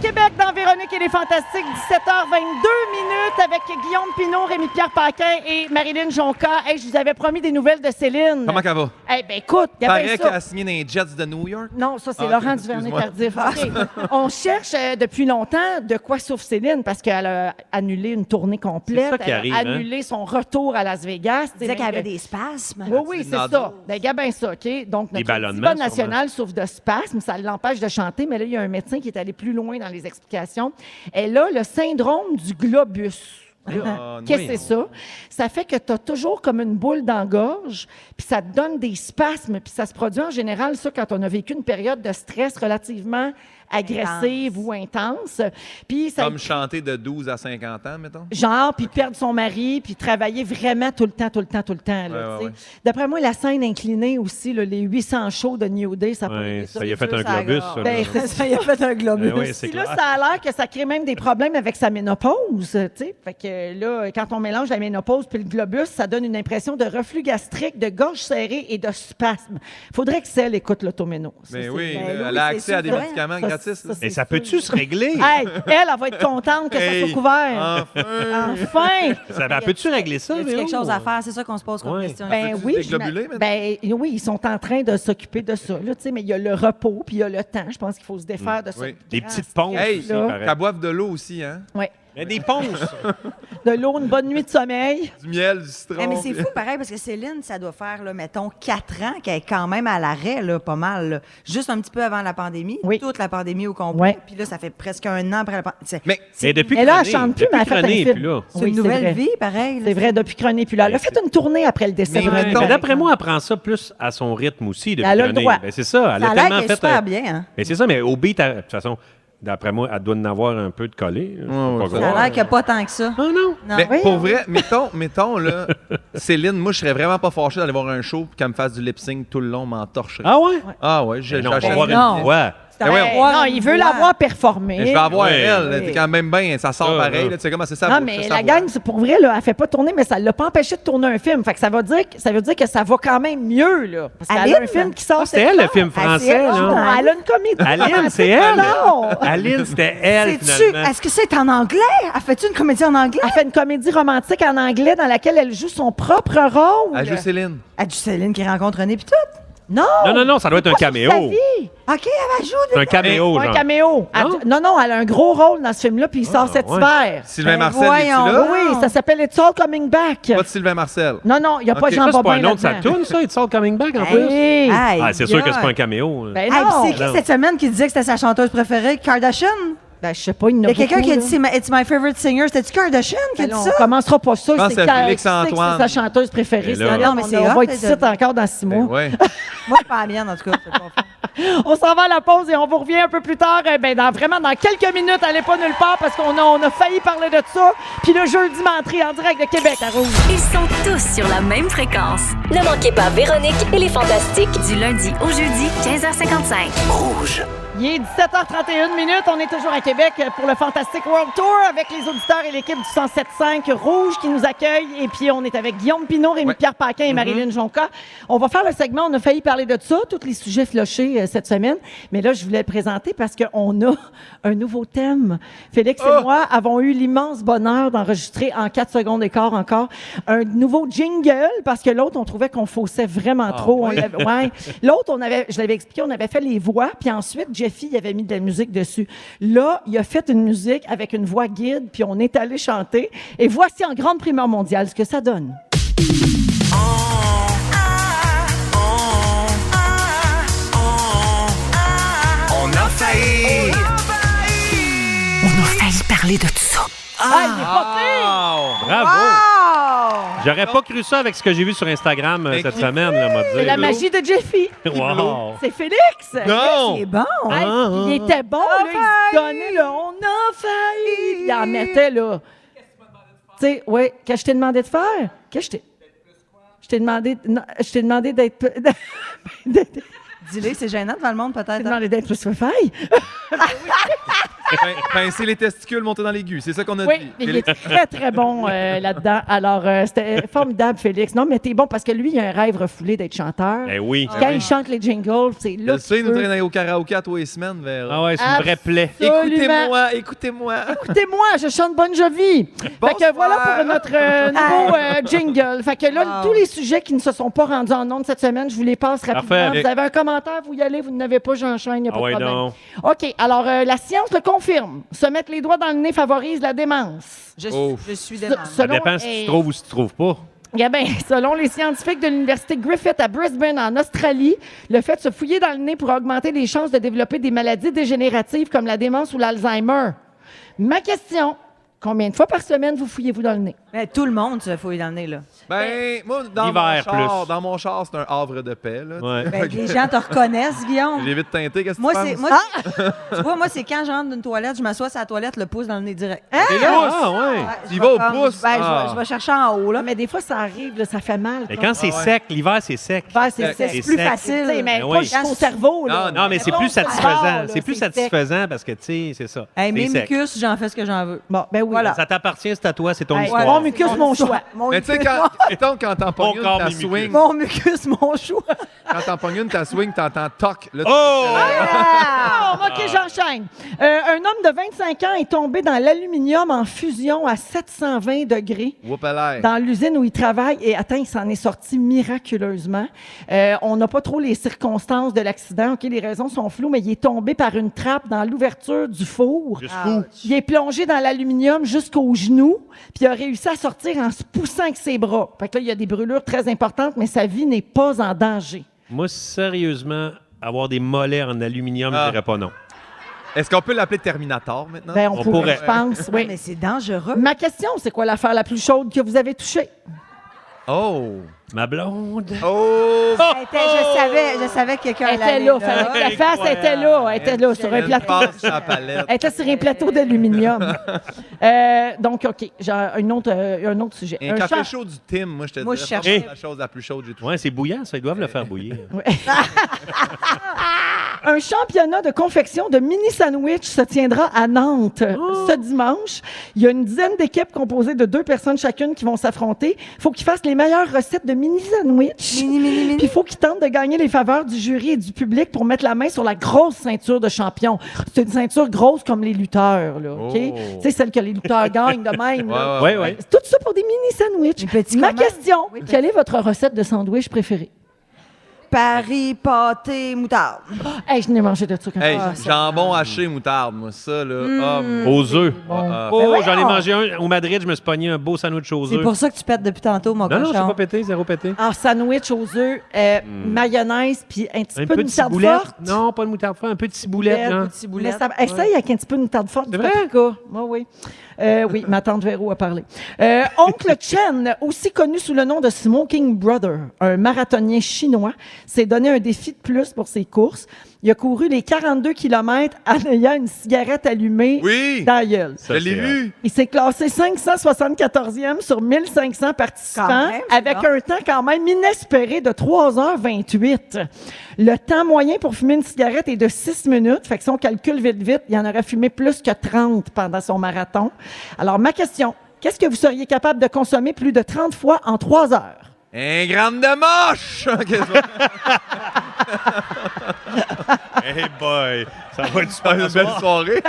Speaker 1: Québec dans dans Véronique et les Fantastiques, 17h22 minutes avec Guillaume Pinot, Rémi-Pierre Paquin et Marilyn Jonca. Hey, je vous avais promis des nouvelles de Céline.
Speaker 3: Comment qu'elle va?
Speaker 1: Eh ben écoute, il y avait
Speaker 3: Paraît qu'elle
Speaker 1: ça.
Speaker 3: a signé dans les Jets de New York.
Speaker 1: Non, ça, c'est
Speaker 3: Ah,
Speaker 1: Laurent
Speaker 3: ok,
Speaker 1: Duvernay-Tardif.
Speaker 3: excuse-moi.
Speaker 5: Ah.
Speaker 1: OK. On cherche euh, depuis longtemps de quoi sauve Céline parce qu'elle a annulé une tournée complète.
Speaker 5: C'est ça qui
Speaker 1: elle
Speaker 5: arrive,
Speaker 1: a
Speaker 5: hein?
Speaker 1: annulé son retour à Las Vegas.
Speaker 4: disait qu'elle avait des
Speaker 1: spasmes. Oui, oui, c'est ça.
Speaker 4: nado.
Speaker 1: Ben, regarde bien ça, OK? Donc,
Speaker 5: Des
Speaker 1: notre diva
Speaker 5: ballonnements,
Speaker 1: national souffre de spasmes. Ça l'empêche de chanter, mais là, il y a un médecin qui est allé plus loin dans les explications. Elle a le syndrome du globus.
Speaker 3: Ah,
Speaker 1: Qu'est-ce que
Speaker 3: oui.
Speaker 1: c'est ça? Ça fait que tu as toujours comme une boule dans la gorge, puis ça te donne des spasmes, puis ça se produit en général, ça, quand on a vécu une période de stress relativement agressive ou intense. Puis ça.
Speaker 3: Comme chanter de 12 à 50 ans, mettons.
Speaker 1: Genre, puis perdre son mari, puis travailler vraiment tout le temps, tout le temps, tout le temps. là,
Speaker 3: Ouais,
Speaker 1: tu
Speaker 3: ouais,
Speaker 1: sais. D'après moi, la scène inclinée aussi, là, les 800 shows de New Day, ça pourrait être
Speaker 5: ça y a fait un globus, ça,
Speaker 1: Ben,
Speaker 5: là.
Speaker 1: c'est ça, il a fait un globus.
Speaker 5: Ben oui, c'est
Speaker 1: Puis là,
Speaker 5: clair.
Speaker 1: ça a l'air que ça crée même des problèmes avec sa ménopause. tu sais. Fait que là, quand on mélange la ménopause puis le globus, ça donne une impression de reflux gastrique, de gorge serrée et de spasme. Faudrait que celle écoute l'automéno. Ça,
Speaker 3: Mais
Speaker 1: c'est-
Speaker 3: oui,
Speaker 1: Ben
Speaker 3: là,
Speaker 1: oui,
Speaker 3: elle a
Speaker 1: c'est
Speaker 3: accès à des
Speaker 1: sûr.
Speaker 3: médicaments
Speaker 1: Ça,
Speaker 3: gratis. là.
Speaker 5: Et ça peut-tu se régler?
Speaker 1: Hey, elle, elle va être contente que ça
Speaker 5: Hey,
Speaker 1: soit
Speaker 3: Ah.
Speaker 1: couvert.
Speaker 3: Enfin!
Speaker 1: Enfin!
Speaker 5: Ça va, peux-tu régler ça,
Speaker 4: Y a-t-il
Speaker 5: Véro?
Speaker 4: quelque chose à faire? C'est ça qu'on se pose comme question.
Speaker 1: Ben oui, je me- ben oui, ils sont en train de s'occuper de ça. Là, tu sais, mais il y a le repos, puis il y a le temps. Je pense qu'il faut se défaire de ça.
Speaker 3: Oui.
Speaker 5: Des petites ponces.
Speaker 3: Hey,
Speaker 5: aussi, pareil.
Speaker 3: t'as boive de l'eau aussi, hein?
Speaker 1: Ouais.
Speaker 5: Mais des ponces!
Speaker 1: De l'eau, une bonne nuit de sommeil.
Speaker 3: Du miel, du citron.
Speaker 4: Eh, mais c'est
Speaker 1: hein?
Speaker 4: fou, pareil, parce que Céline, ça doit faire, là, mettons, quatre ans qu'elle est quand même à l'arrêt, là, pas mal. là. Juste un petit peu avant la pandémie, toute la pandémie au complet. Puis là, ça fait presque un an après la pandémie.
Speaker 3: Mais,
Speaker 5: Mais depuis
Speaker 1: Mais là, elle
Speaker 5: Croné,
Speaker 1: chante plus,
Speaker 5: depuis
Speaker 1: mais elle fait
Speaker 5: Croné,
Speaker 1: un film.
Speaker 5: puis là.
Speaker 4: C'est une nouvelle vie, pareil.
Speaker 1: C'est vrai, depuis Croné, puis là. Elle a fait une tournée après le décès.
Speaker 5: Mais,
Speaker 1: de René,
Speaker 5: mettons-
Speaker 1: par
Speaker 5: Mais d'après moi, elle prend ça plus à son rythme aussi depuis
Speaker 1: Elle a le
Speaker 5: une année.
Speaker 1: droit.
Speaker 5: Ben, c'est ça, elle
Speaker 4: Ça
Speaker 5: a
Speaker 4: a l'air
Speaker 5: tellement
Speaker 4: qu'elle est
Speaker 5: fait.
Speaker 4: super
Speaker 5: euh,
Speaker 4: bien, hein?
Speaker 5: Mais c'est ça, mais au beat, elle- de toute façon, d'après moi, elle doit en avoir un peu de collé. là. Je peux pas
Speaker 4: Ça
Speaker 5: croire.
Speaker 4: a l'air qu'il n'y a pas tant que ça.
Speaker 1: Ah,
Speaker 5: Oh non!
Speaker 3: Mais pour vrai, mettons, mettons là, Céline, moi, je serais vraiment pas fâché d'aller voir un show puis qu'elle me fasse du lip-sync tout le long, m'en torcher.
Speaker 5: Ah ouais?
Speaker 3: Ah ouais, je
Speaker 5: Mais non,
Speaker 1: Ben
Speaker 5: on va
Speaker 3: j'achète
Speaker 5: voir
Speaker 3: le
Speaker 5: une
Speaker 3: billet.
Speaker 5: fois.
Speaker 3: Eh ouais,
Speaker 1: exemple.
Speaker 3: on-
Speaker 1: non, il veut l'avoir performée.
Speaker 3: Mais je vais avoir
Speaker 5: Ouais.
Speaker 3: elle, là, t'es
Speaker 1: Oui.
Speaker 3: quand même bien, ça sort
Speaker 5: Ah,
Speaker 3: pareil,
Speaker 5: ah.
Speaker 3: là, tu sais comment c'est ça.
Speaker 1: Non,
Speaker 3: bouge,
Speaker 1: mais
Speaker 3: ça,
Speaker 1: la
Speaker 3: ça
Speaker 1: gang, c'est pour vrai, là, elle fait pas tourner, mais ça l'a pas empêché de tourner un film. Fait que ça, va dire que, ça veut dire que ça va quand même mieux, là. Parce qu'elle a un
Speaker 5: Aline?
Speaker 1: film qui sort.
Speaker 5: Ah, c'est
Speaker 1: cette
Speaker 5: elle, le
Speaker 1: semaine.
Speaker 5: film
Speaker 1: Ah, c'est
Speaker 5: français,
Speaker 1: elle,
Speaker 5: là.
Speaker 1: non, Elle a une comédie.
Speaker 5: Aline, c'est elle?
Speaker 1: Non!
Speaker 5: Aline, c'était elle,
Speaker 4: C'est-tu-
Speaker 5: finalement.
Speaker 4: Est-ce que c'est en anglais? Elle fait-tu une comédie en anglais?
Speaker 1: Elle fait une comédie romantique en anglais dans laquelle elle joue son propre rôle.
Speaker 3: Elle joue Ah, Céline.
Speaker 4: Elle joue Céline qui rencontre René puis tout.
Speaker 1: Non!
Speaker 5: Non, non, non, ça doit être un caméo.
Speaker 4: OK, elle joue.
Speaker 5: Un caméo,
Speaker 1: Un
Speaker 5: genre. Ah,
Speaker 1: caméo. Elle- Non? non, elle a un gros rôle dans ce film-là, puis il sort cet
Speaker 5: ouais.
Speaker 1: hiver.
Speaker 3: Sylvain Ben Marcel, est-tu voyons là? donc.
Speaker 1: Oui, ça s'appelle It's All Coming Back.
Speaker 3: Pas de Sylvain Marcel.
Speaker 1: Non, non, il n'y a pas
Speaker 3: Ok.
Speaker 1: Jean
Speaker 3: Ça, c'est
Speaker 5: C'est pas
Speaker 1: Bobin.
Speaker 5: un nom de sa
Speaker 1: là-dedans.
Speaker 5: toune, ça, It's All Coming Back, en
Speaker 1: Hey!
Speaker 5: plus?
Speaker 1: Aïe,
Speaker 5: Ah, c'est sûr que c'est
Speaker 4: aïe.
Speaker 5: pas un caméo. hein. là.
Speaker 1: Ben
Speaker 4: Hey, puis
Speaker 1: non.
Speaker 4: c'est qui
Speaker 5: Non.
Speaker 4: cette semaine qui disait que c'était sa chanteuse préférée? Kardashian?
Speaker 1: Ben, je sais pas, il y en
Speaker 4: Il
Speaker 1: a
Speaker 4: y a quelqu'un
Speaker 1: beaucoup,
Speaker 4: qui a
Speaker 1: là. Ben
Speaker 4: dit c'est ma- It's my favorite singer. C'était-tu Kardashian qui a dit
Speaker 1: Non,
Speaker 4: ça?
Speaker 1: on commencera pas ça.
Speaker 3: Je pense
Speaker 1: c'est
Speaker 3: à
Speaker 1: Car-
Speaker 3: Félix
Speaker 1: qui sait que
Speaker 3: Antoine.
Speaker 1: C'est sa chanteuse préférée.
Speaker 3: Mais là- Ben
Speaker 1: c'est Ariane,
Speaker 4: Non, mais
Speaker 1: on,
Speaker 4: c'est
Speaker 1: on
Speaker 4: hot,
Speaker 1: va être
Speaker 4: mais
Speaker 1: ici
Speaker 4: de-
Speaker 1: encore dans six mois.
Speaker 3: Ouais.
Speaker 4: Moi, pas la mienne, en tout cas. c'est pas-
Speaker 1: On s'en va à la pause et on vous revient un peu plus tard. euh, ben, dans, vraiment, dans quelques minutes, allez pas nulle part parce qu'on a, on a failli parler de ça. Puis le jeudi mentré en direct de Québec à Rouge.
Speaker 10: Ils sont tous sur la même fréquence. Ne manquez pas Véronique et les Fantastiques du lundi au jeudi 15h55. Rouge.
Speaker 1: Il est 17h31 minutes. On est toujours à Québec pour le Fantastic World Tour avec les auditeurs et l'équipe du 107.5 Rouge qui nous accueille. Et puis, on est avec Guillaume Pinot, Rémi-Pierre Paquin et Marilyn Jonca. On va faire le segment. On a failli parler de ça, tous les sujets flochés euh, cette semaine. Mais là, je voulais le présenter parce qu'on a un nouveau thème. Félix et moi avons eu l'immense bonheur d'enregistrer en 4 secondes et quart encore un nouveau jingle parce que l'autre, on trouvait qu'on faussait vraiment trop. On
Speaker 3: oui.
Speaker 1: l'avait- ouais. L'autre, on avait, je l'avais expliqué, on avait fait les voix, puis ensuite, Jeffy, il avait mis de la musique dessus. Là, il a fait une musique avec une voix guide, puis on est allé chanter. Et voici en grande primeur mondiale ce que ça donne.
Speaker 8: On a failli.
Speaker 10: On a failli parler de tout ça.
Speaker 3: Ah!
Speaker 5: Bravo! J'aurais pas cru ça avec ce que j'ai vu sur Instagram euh, cette semaine, là, m'a
Speaker 1: C'est
Speaker 5: dit.
Speaker 1: la magie de Jeffy.
Speaker 5: Wow.
Speaker 1: C'est Félix.
Speaker 5: Non. C'est
Speaker 4: Eh bon.
Speaker 1: Hey,
Speaker 3: Ah,
Speaker 1: il était bon, là, il se donnait, là, on a failli. Puis Il en mettait, là. Tu sais, oui, qu'est-ce que je t'ai demandé de faire? Qu'est-ce que je t'ai... Je t'ai demandé, non, je t'ai demandé d'être... d'être-
Speaker 4: Dis-le, c'est gênant devant le monde, peut-être.
Speaker 1: Je t'ai demandé d'être plus faille.
Speaker 3: Pin- Pincer les testicules, monter dans l'aigu. C'est ça qu'on a
Speaker 1: Oui,
Speaker 3: dit.
Speaker 1: il est très, très bon euh, là-dedans. Alors, euh, c'était formidable, Félix. Non, mais t'es bon parce que lui, il a un rêve refoulé d'être chanteur.
Speaker 3: Eh oui.
Speaker 1: Puis
Speaker 3: Ah
Speaker 1: Quand
Speaker 3: oui.
Speaker 1: il chante les jingles, c'est
Speaker 3: Je
Speaker 1: là
Speaker 3: le
Speaker 1: que
Speaker 3: sais,
Speaker 1: tu
Speaker 3: nous
Speaker 1: peux-
Speaker 3: traîner au karaoké à tous les semaines, Véro. Ah
Speaker 5: ouais,
Speaker 1: c'est une vraie plaie.
Speaker 3: Écoutez-moi, écoutez-moi.
Speaker 1: Écoutez-moi, je chante Bonne Jovie. Fait que voilà pour notre euh, nouveau euh, jingle. Fait que là, tous les sujets qui ne se sont pas rendus en nombre cette semaine, je vous les passe rapidement.
Speaker 5: Parfait.
Speaker 1: Vous avez un commentaire, vous y allez, vous n'avez pas, j'enchaîne, il n'y a
Speaker 5: Ah
Speaker 1: pas de
Speaker 5: ouais,
Speaker 1: problème.
Speaker 5: donc.
Speaker 1: OK, alors euh, la science le confirme. Se mettre les doigts dans le nez favorise la démence.
Speaker 4: Je,
Speaker 5: Ouf.
Speaker 4: je suis
Speaker 1: démence.
Speaker 5: Ça dépend si tu trouves ou si tu trouves pas.
Speaker 1: Eh bien, selon les scientifiques de l'Université Griffith à Brisbane, en Australie, le fait de se fouiller dans le nez pourrait augmenter les chances de développer des maladies dégénératives comme la démence ou l'Alzheimer. Ma question, combien de fois par semaine vous fouillez-vous dans le nez?
Speaker 4: Mais Ben, tout le monde se fouille dans le nez, là.
Speaker 3: Ben, moi, dans
Speaker 4: L'hiver,
Speaker 3: mon char,
Speaker 4: plus.
Speaker 3: dans mon char, c'est un havre de paix. Là, tu sais.
Speaker 4: Ben, les gens te reconnaissent, Guillaume.
Speaker 3: J'ai vite teinté, qu'est-ce que
Speaker 4: Moi,
Speaker 3: tu
Speaker 4: c'est.
Speaker 3: penses?
Speaker 4: Moi,
Speaker 5: Ah!
Speaker 4: c'est- tu vois, moi, c'est quand j'entre d'une toilette, je m'assois sur la toilette, le pouce dans le nez direct. Hein?
Speaker 1: T'es là? Ah, ouais.
Speaker 4: je
Speaker 5: Il
Speaker 4: vais
Speaker 5: va au
Speaker 4: comme-
Speaker 5: pouce?
Speaker 4: ben, je vais-
Speaker 5: Ah.
Speaker 4: je, vais chercher en haut, là.
Speaker 1: Mais des fois, ça arrive, ça fait mal.
Speaker 5: Mais quand c'est sec, l'hiver, c'est sec.
Speaker 1: L'hiver, c'est sec. C'est plus facile. Tu sais, mais pas jusqu'au cerveau, là.
Speaker 5: Ben Non, non, mais c'est
Speaker 1: Mettons,
Speaker 5: plus
Speaker 1: c'est le bord, là,
Speaker 5: satisfaisant. C'est plus
Speaker 1: c'est sec.
Speaker 5: satisfaisant parce que, tu sais, c'est ça.
Speaker 4: Hey,
Speaker 5: C'est
Speaker 4: mes
Speaker 5: sec.
Speaker 4: mucus, j'en fais ce que j'en veux.
Speaker 1: Bon, ben oui.
Speaker 4: Voilà.
Speaker 5: Ça t'appartient, c'est à toi, c'est ton
Speaker 4: Hey,
Speaker 5: histoire.
Speaker 4: mon mucus, Mon mon choix. choix. Mon
Speaker 3: Mais tu sais, quand, mettons, quand t'en pognes une,
Speaker 5: corps,
Speaker 3: ta
Speaker 5: mes mucus.
Speaker 3: swing.
Speaker 4: Mon mucus, mon chou.
Speaker 3: Quand t'en pognes une, ta swing, t'entends toc. Là, tu-
Speaker 5: Oh!
Speaker 1: Ah! OK, j'enchaîne. Euh, un homme de 25 ans est tombé dans l'aluminium en fusion à 720 degrés.
Speaker 3: Whoop à l'air.
Speaker 1: Dans l'usine où il travaille, et attends, il s'en est sorti miraculeusement. Euh, on n'a pas trop les circonstances de l'accident, OK, les raisons sont floues, mais il est tombé par une trappe dans l'ouverture du four.
Speaker 5: Jusqu'où?
Speaker 1: Il est plongé dans l'aluminium jusqu'aux genoux, puis il a réussi à sortir en se poussant avec ses bras. Fait que là, il y a des brûlures très importantes, mais sa vie n'est pas en danger.
Speaker 5: Moi, sérieusement, avoir des mollets en aluminium, je dirais pas non.
Speaker 3: Est-ce qu'on peut l'appeler Terminator maintenant?
Speaker 1: Ben, on, pourrait, je pense, oui. Mais
Speaker 4: c'est dangereux.
Speaker 1: Ma question, c'est quoi l'affaire la plus chaude que vous avez touchée?
Speaker 3: Oh!
Speaker 5: Ma blonde.
Speaker 3: Oh!
Speaker 4: Elle était- je savais, je savais que quelqu'un
Speaker 1: Elle était
Speaker 4: allait
Speaker 1: là, fallait que la face elle était là, elle était là sur un
Speaker 3: Ah, Elle
Speaker 1: plateau.
Speaker 3: passe sa palette.
Speaker 1: Elle était sur un plateau d'aluminium. Euh, donc, OK, j'ai un autre, euh, un autre sujet.
Speaker 3: Un café
Speaker 1: chat-
Speaker 3: chaud du Tim, moi, je te
Speaker 1: Moi,
Speaker 3: dirais,
Speaker 1: je
Speaker 3: ça,
Speaker 1: cherchais-
Speaker 3: c'est la chose la plus chaude que j'ai touchée.
Speaker 5: Ouais, c'est bouillant, ça. Ils doivent le faire bouillir.
Speaker 1: Un championnat de confection de mini sandwich se tiendra à Nantes ce dimanche. Il y a une dizaine d'équipes composées de deux personnes chacune qui vont s'affronter. Il faut qu'ils fassent les meilleures recettes de mini sandwich. Puis il faut qu'ils tentent de gagner les faveurs du jury et du public pour mettre la main sur la grosse ceinture de champion. C'est une ceinture grosse comme les lutteurs, là, OK?
Speaker 5: Oh.
Speaker 1: Tu sais, celle que les lutteurs gagnent de même. là.
Speaker 5: Ouais, ouais, ouais.
Speaker 1: Tout ça pour des mini sandwichs. Ma question,
Speaker 4: Oui,
Speaker 1: quelle est votre recette de sandwich préférée?
Speaker 4: Paris, pâté, moutarde.
Speaker 1: Hey, je n'ai mangé de Ah, ça comme
Speaker 3: Hey,
Speaker 1: ça.
Speaker 3: jambon haché moutarde, moi, ça, là.
Speaker 1: Hmm.
Speaker 4: Mm.
Speaker 5: Aux œufs.
Speaker 3: Ah, ah.
Speaker 5: Oh,
Speaker 4: Ben voyons.
Speaker 5: j'en ai mangé un au Madrid, je me suis pogné un beau sandwich aux œufs.
Speaker 4: C'est pour ça Ah, que tu pètes depuis tantôt, mon
Speaker 5: Non, non,
Speaker 4: cochon.
Speaker 5: c'est pas pété, zéro pété.
Speaker 1: En sandwich aux œufs, euh, mayonnaise, puis un petit
Speaker 5: Un
Speaker 1: peu,
Speaker 5: peu
Speaker 1: de
Speaker 5: de
Speaker 1: moutarde
Speaker 5: ciboulette.
Speaker 1: forte. Euh,
Speaker 5: Non, pas de moutarde forte, un peu de ciboulette.
Speaker 1: Ciboulette,
Speaker 5: genre.
Speaker 1: ou de ciboulette. Mais ça- Essaye avec un petit peu de moutarde forte. du paprika. Moi, oui. Euh, oui, ma tante Véro a parlé. Euh, Oncle Chen, aussi connu sous le nom de Smoking Brother, un marathonien chinois, s'est donné un défi de plus pour ses courses. Il a couru les 42 km en ayant une cigarette allumée dans la gueule.
Speaker 3: Ça, Je l'ai c'est vu. hot.
Speaker 1: Il s'est classé 574e sur 1500 participants
Speaker 4: Quand même, c'est
Speaker 1: avec
Speaker 4: bon.
Speaker 1: un temps quand même inespéré de 3h28. Le temps moyen pour fumer une cigarette est de 6 minutes. Fait que si on calcule vite, vite, il en aurait fumé plus que 30 pendant son marathon. Alors, ma question, qu'est-ce que vous seriez capable de consommer plus de 30 fois en 3 heures?
Speaker 3: Un gramme de moche! Qu'est-ce que-
Speaker 5: Hey boy, ça va être super
Speaker 3: Ah, Une belle soirée.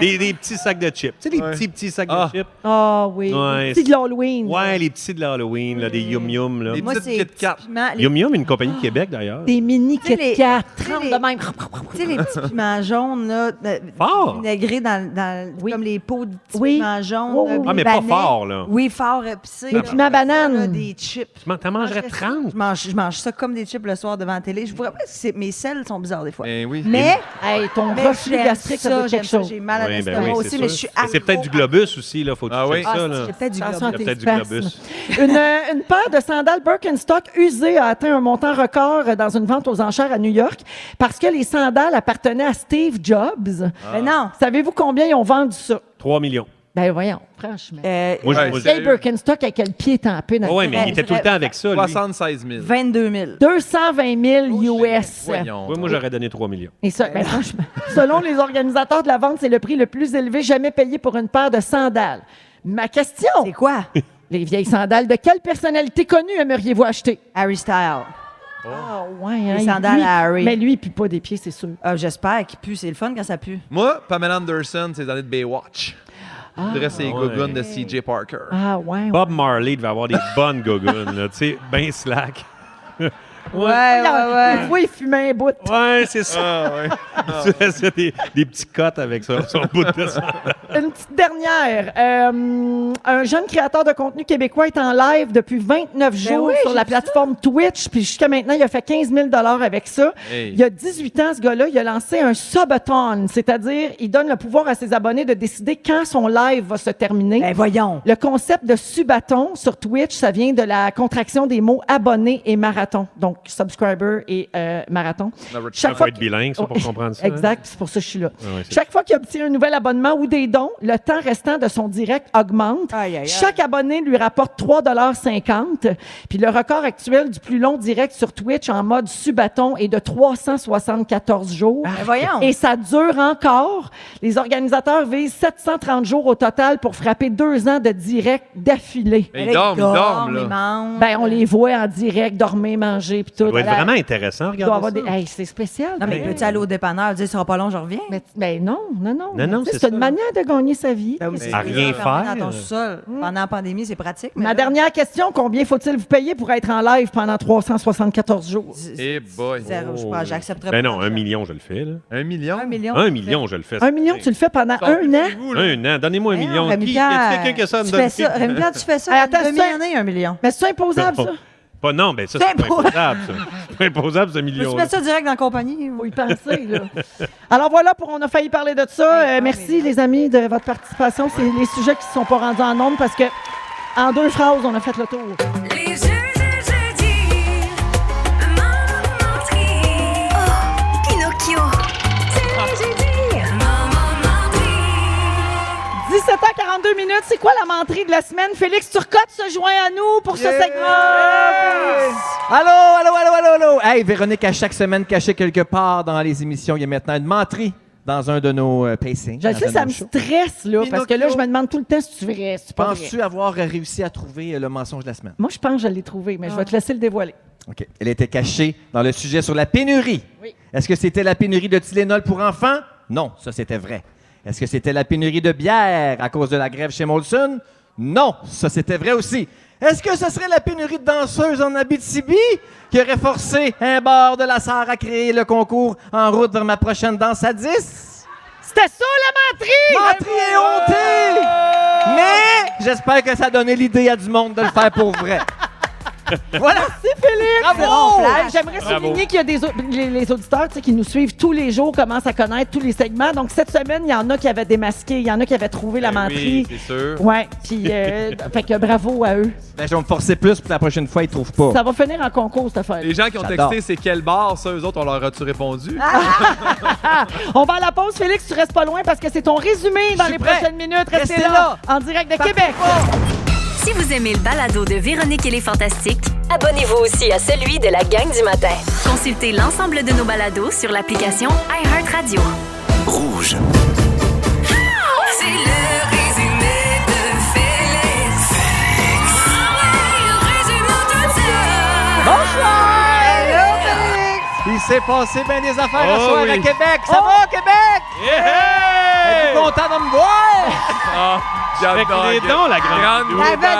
Speaker 5: des, des petits sacs de chips. Tu sais, les petits, petits sacs
Speaker 1: Ah.
Speaker 5: de chips.
Speaker 1: Ah oui,
Speaker 5: Ouais,
Speaker 1: c'est de l'Halloween.
Speaker 5: Ouais, les petits de l'Halloween, là, des yum-yum. là.
Speaker 4: Moi, c'est typiquement les-
Speaker 5: Yum Yum, une compagnie de Québec, d'ailleurs.
Speaker 1: Des mini
Speaker 4: Tu sais, les-
Speaker 1: Kit Kat.
Speaker 4: tu sais, les- Tu sais, les petits piments jaunes, là, de-
Speaker 5: Fort.
Speaker 4: vinaigrés dans, dans- comme les pots de petits piments jaunes.
Speaker 5: Oui, oui,
Speaker 4: euh,
Speaker 5: oui. Ah, mais pas
Speaker 4: libanais.
Speaker 5: fort, là.
Speaker 4: Oui, fort épicé.
Speaker 5: Des
Speaker 4: là.
Speaker 5: piments
Speaker 1: bananes.
Speaker 4: Ça, là, Des chips.
Speaker 5: Tu man- t'en mangerais 30?
Speaker 4: Je mange, je mange ça comme des chips le soir devant la télé. Je vous rappelle, c'est- mes selles sont bizarres des fois.
Speaker 3: Ben oui.
Speaker 4: Mais,
Speaker 1: Hey, ton
Speaker 4: mais
Speaker 1: reflux
Speaker 4: j'aime
Speaker 1: gastrique, ça doit être
Speaker 4: j'aime
Speaker 1: quelque
Speaker 4: ça,
Speaker 1: chose.
Speaker 4: J'ai mal à
Speaker 5: Oui, ben
Speaker 4: l'estomac
Speaker 5: oui,
Speaker 4: aussi,
Speaker 5: c'est
Speaker 4: mais
Speaker 5: sûr.
Speaker 4: je suis
Speaker 5: Mais C'est peut-être du globus aussi, là. Faut que tu checkes
Speaker 4: Ah,
Speaker 5: ça,
Speaker 4: c'est-
Speaker 5: là.
Speaker 4: j'ai peut-être du
Speaker 1: Attention à
Speaker 5: Il
Speaker 1: tes
Speaker 5: y a peut-être du
Speaker 1: spasmes.
Speaker 5: globus.
Speaker 1: Une, euh, une paire de sandales Birkenstock usées a atteint un montant record euh, dans une vente aux enchères à New York parce que les sandales appartenaient à Steve Jobs.
Speaker 4: Mais non.
Speaker 1: Savez-vous combien ils ont vendu ça?
Speaker 5: 3 millions.
Speaker 1: Ben voyons, franchement.
Speaker 4: euh,
Speaker 5: Moi, je- moi,
Speaker 1: Jay
Speaker 5: je-
Speaker 1: Birkenstock, à quel pied tampé dans le
Speaker 5: Oui, mais il
Speaker 1: terrain.
Speaker 5: était tout le temps avec ça.
Speaker 3: 76 000.
Speaker 1: 22 000. 220
Speaker 5: Oh,
Speaker 1: 000 US.
Speaker 5: Oui, moi, j'aurais donné 3 millions.
Speaker 1: Et ça, ben, franchement, selon les organisateurs de la vente, c'est le prix le plus élevé jamais payé pour une paire de sandales. Ma question. C'est quoi? Les vieilles sandales de quelle personnalité connue aimeriez-vous acheter? Harry Styles. Ah, ouais, hein,
Speaker 4: Les sandales
Speaker 1: lui-
Speaker 4: à Harry.
Speaker 1: Mais lui, il pue pas des pieds, c'est sûr.
Speaker 4: Ah, J'espère qu'il pue. C'est le fun quand ça pue.
Speaker 3: Moi, Pamela Anderson, ces années de Baywatch. Je voudrais ces
Speaker 5: Ah, ouais.
Speaker 3: gougounes de C.J. Parker.
Speaker 1: Ah, ouais.
Speaker 5: Bob Marley devait avoir des bonnes gogoons, là, tu sais, ben slack.
Speaker 1: Ouais,
Speaker 4: Ah
Speaker 1: ouais, Des fois, il fumait un bout.
Speaker 5: Ah, Ouais, c'est ça. Tu faisais des, des petits cotes avec ça, son bout de sang.
Speaker 1: Une petite dernière. Euh, un jeune créateur de contenu québécois est en live depuis 29 jours
Speaker 4: oui,
Speaker 1: sur
Speaker 4: j'ai
Speaker 1: la
Speaker 4: vu
Speaker 1: plateforme Twitch. Puis jusqu'à maintenant, il a fait 15 000 avec ça.
Speaker 4: Hey.
Speaker 1: Il y a 18 ans, ce gars-là, il a lancé un subathon, c'est-à-dire il donne le pouvoir à ses abonnés de décider quand son live va se terminer.
Speaker 4: Ben,
Speaker 1: voyons. Le concept de subathon sur Twitch, ça vient de la contraction des mots abonné et marathon. Donc, subscriber et euh, marathon.
Speaker 5: Chaque fois être bilingue, ça, pour comprendre ça. hein.
Speaker 1: Exact, c'est pour ça que je suis là.
Speaker 5: Ah ouais, c'est-
Speaker 1: Chaque fois qu'il obtient un nouvel abonnement ou des dons, le temps restant de son direct augmente. Chaque abonné lui rapporte 3,50 Puis le record actuel du plus long direct sur Twitch en mode subathon est de 374 jours.
Speaker 5: Ben
Speaker 4: voyons.
Speaker 1: Et ça dure encore. Les organisateurs visent 730 jours au total pour frapper deux ans de direct d'affilée.
Speaker 5: Mais ils dorment, ils dorment, là.
Speaker 1: Ben, on les voit en direct, dormir, manger, puis tout.
Speaker 5: Ça doit être
Speaker 1: La-
Speaker 5: vraiment intéressant,
Speaker 1: il doit avoir
Speaker 5: regardez
Speaker 1: des- Hey, c'est spécial.
Speaker 4: Non, Ah, mais
Speaker 1: pareil.
Speaker 4: peux-tu aller au dépanneur dire, ce sera pas long, je reviens?
Speaker 1: Mais, mais non, non, non.
Speaker 5: Non, non,
Speaker 1: Tu sais, c'est
Speaker 5: c'est ça. Ben
Speaker 1: une manière de gagner sa vie.
Speaker 4: Ben
Speaker 1: Qu'est-ce
Speaker 5: à
Speaker 1: que tu
Speaker 5: rien
Speaker 1: veux?
Speaker 5: faire.
Speaker 4: Dans ton sol. Pendant la pandémie, c'est pratique. Mais
Speaker 1: Ma dernière question, combien faut-il vous payer pour être en live pendant 374 jours?
Speaker 3: Eh boy.
Speaker 1: Zéro, je sais pas, j'accepterais
Speaker 5: Ben
Speaker 1: pas.
Speaker 5: non, un million, je le fais. Là.
Speaker 3: Un million?
Speaker 1: Un million.
Speaker 5: Un million, je le fais.
Speaker 1: Un million, tu le fais pendant un an?
Speaker 5: Un an. Donnez-moi un million.
Speaker 1: Rémi
Speaker 5: Qui- y
Speaker 1: Pierre,
Speaker 5: a quelqu'un qui a ça à me
Speaker 1: tu
Speaker 5: donner?
Speaker 1: fais ça, Rémi Pierre,
Speaker 4: tu fais ça
Speaker 1: Hey,
Speaker 4: une
Speaker 1: attends,
Speaker 4: demi-année, un million.
Speaker 1: Mais c'est imposable, ça?
Speaker 5: Pas non, ben ça, c'est
Speaker 1: C'est
Speaker 5: pas
Speaker 1: beau.
Speaker 5: imposable, ça. C'est pas imposable, ce
Speaker 4: Tu
Speaker 5: million.
Speaker 4: mets ça direct dans la compagnie?
Speaker 1: Faut y penser, là. Alors voilà, pour on a failli parler de ça. Euh, merci, les amis, de votre participation. C'est les sujets qui ne sont pas rendus en nombre parce que, en deux phrases, on a fait le tour.
Speaker 9: Les jeux de jeudi. Maman Mentrie. Oh, Pinocchio. C'est le jeudi. Maman Mentrie.
Speaker 1: 17h42 minutes, c'est quoi la menterie de la semaine? Félix Turcotte se joint à nous pour ce segment.
Speaker 21: Allô, allô, allô, allô, allô. Hey, Véronique, à chaque semaine, cachée quelque part dans les émissions, il y a maintenant une menterie dans un de nos euh, pacings.
Speaker 1: Je le sais, ça me stresse, là, parce que là, je me demande tout le temps si tu verrais, si tu pas
Speaker 21: Penses-tu avoir réussi à trouver euh, le mensonge de la semaine?
Speaker 1: Moi, je pense que je l'ai trouvé, mais je
Speaker 21: Ah.
Speaker 1: vais te laisser le dévoiler.
Speaker 21: OK. Elle était cachée dans le sujet sur la pénurie. Est-ce que c'était la pénurie de Tylenol pour enfants? Non, ça c'était vrai. Est-ce que c'était la pénurie de bière à cause de la grève chez Molson? Non, ça c'était vrai aussi. Est-ce que ce serait la pénurie de danseuses en Abitibi qui aurait forcé un bar de la Sarre à créer le concours en route vers ma prochaine danse à 10?
Speaker 1: C'était ça la menterie!
Speaker 21: Menterie et honté! Mais j'espère que ça a donné l'idée à du monde de le faire pour vrai. voilà!
Speaker 1: Merci Félix!
Speaker 21: Bravo!
Speaker 1: Hey, J'aimerais
Speaker 21: Bravo.
Speaker 1: souligner qu'il y a des au- les, les auditeurs tu sais, qui nous suivent tous les jours, commencent à connaître tous les segments. Donc cette semaine, il y en a qui avaient démasqué, il y en a qui avaient trouvé la menterie.
Speaker 21: Ben oui, c'est sûr.
Speaker 1: Ouais, puis euh, fait que bravo à eux.
Speaker 21: Ben, je vais me forcer plus pour que la prochaine fois, ils trouvent pas.
Speaker 1: Ça va finir en concours cette affaire.
Speaker 3: Les gens qui ont
Speaker 21: J'adore. Ah!
Speaker 3: texté, c'est quel bar, ça, eux autres, on leur a-tu répondu?
Speaker 1: On va à la pause, Félix, tu restes pas loin parce que c'est ton résumé dans les prochaines minutes. Restez, là, en direct de Québec.
Speaker 21: Ah,
Speaker 22: Si vous aimez le balado de Véronique et les Fantastiques,
Speaker 23: Abonnez-vous aussi à celui de la gang du matin.
Speaker 22: consultez l'ensemble de nos balados sur l'application iHeartRadio.
Speaker 9: Rouge. C'est le résumé de Félix.
Speaker 22: Ah
Speaker 21: Bonsoir! Il s'est passé bien des affaires
Speaker 3: Ah
Speaker 21: à
Speaker 9: Oh
Speaker 21: soir
Speaker 9: oui.
Speaker 21: à Québec. Ça va, Québec?
Speaker 5: Eh,
Speaker 21: Yeah! Êtes-vous content de me voir?
Speaker 9: Ah,
Speaker 21: Avec les dons, la grande
Speaker 9: La vedette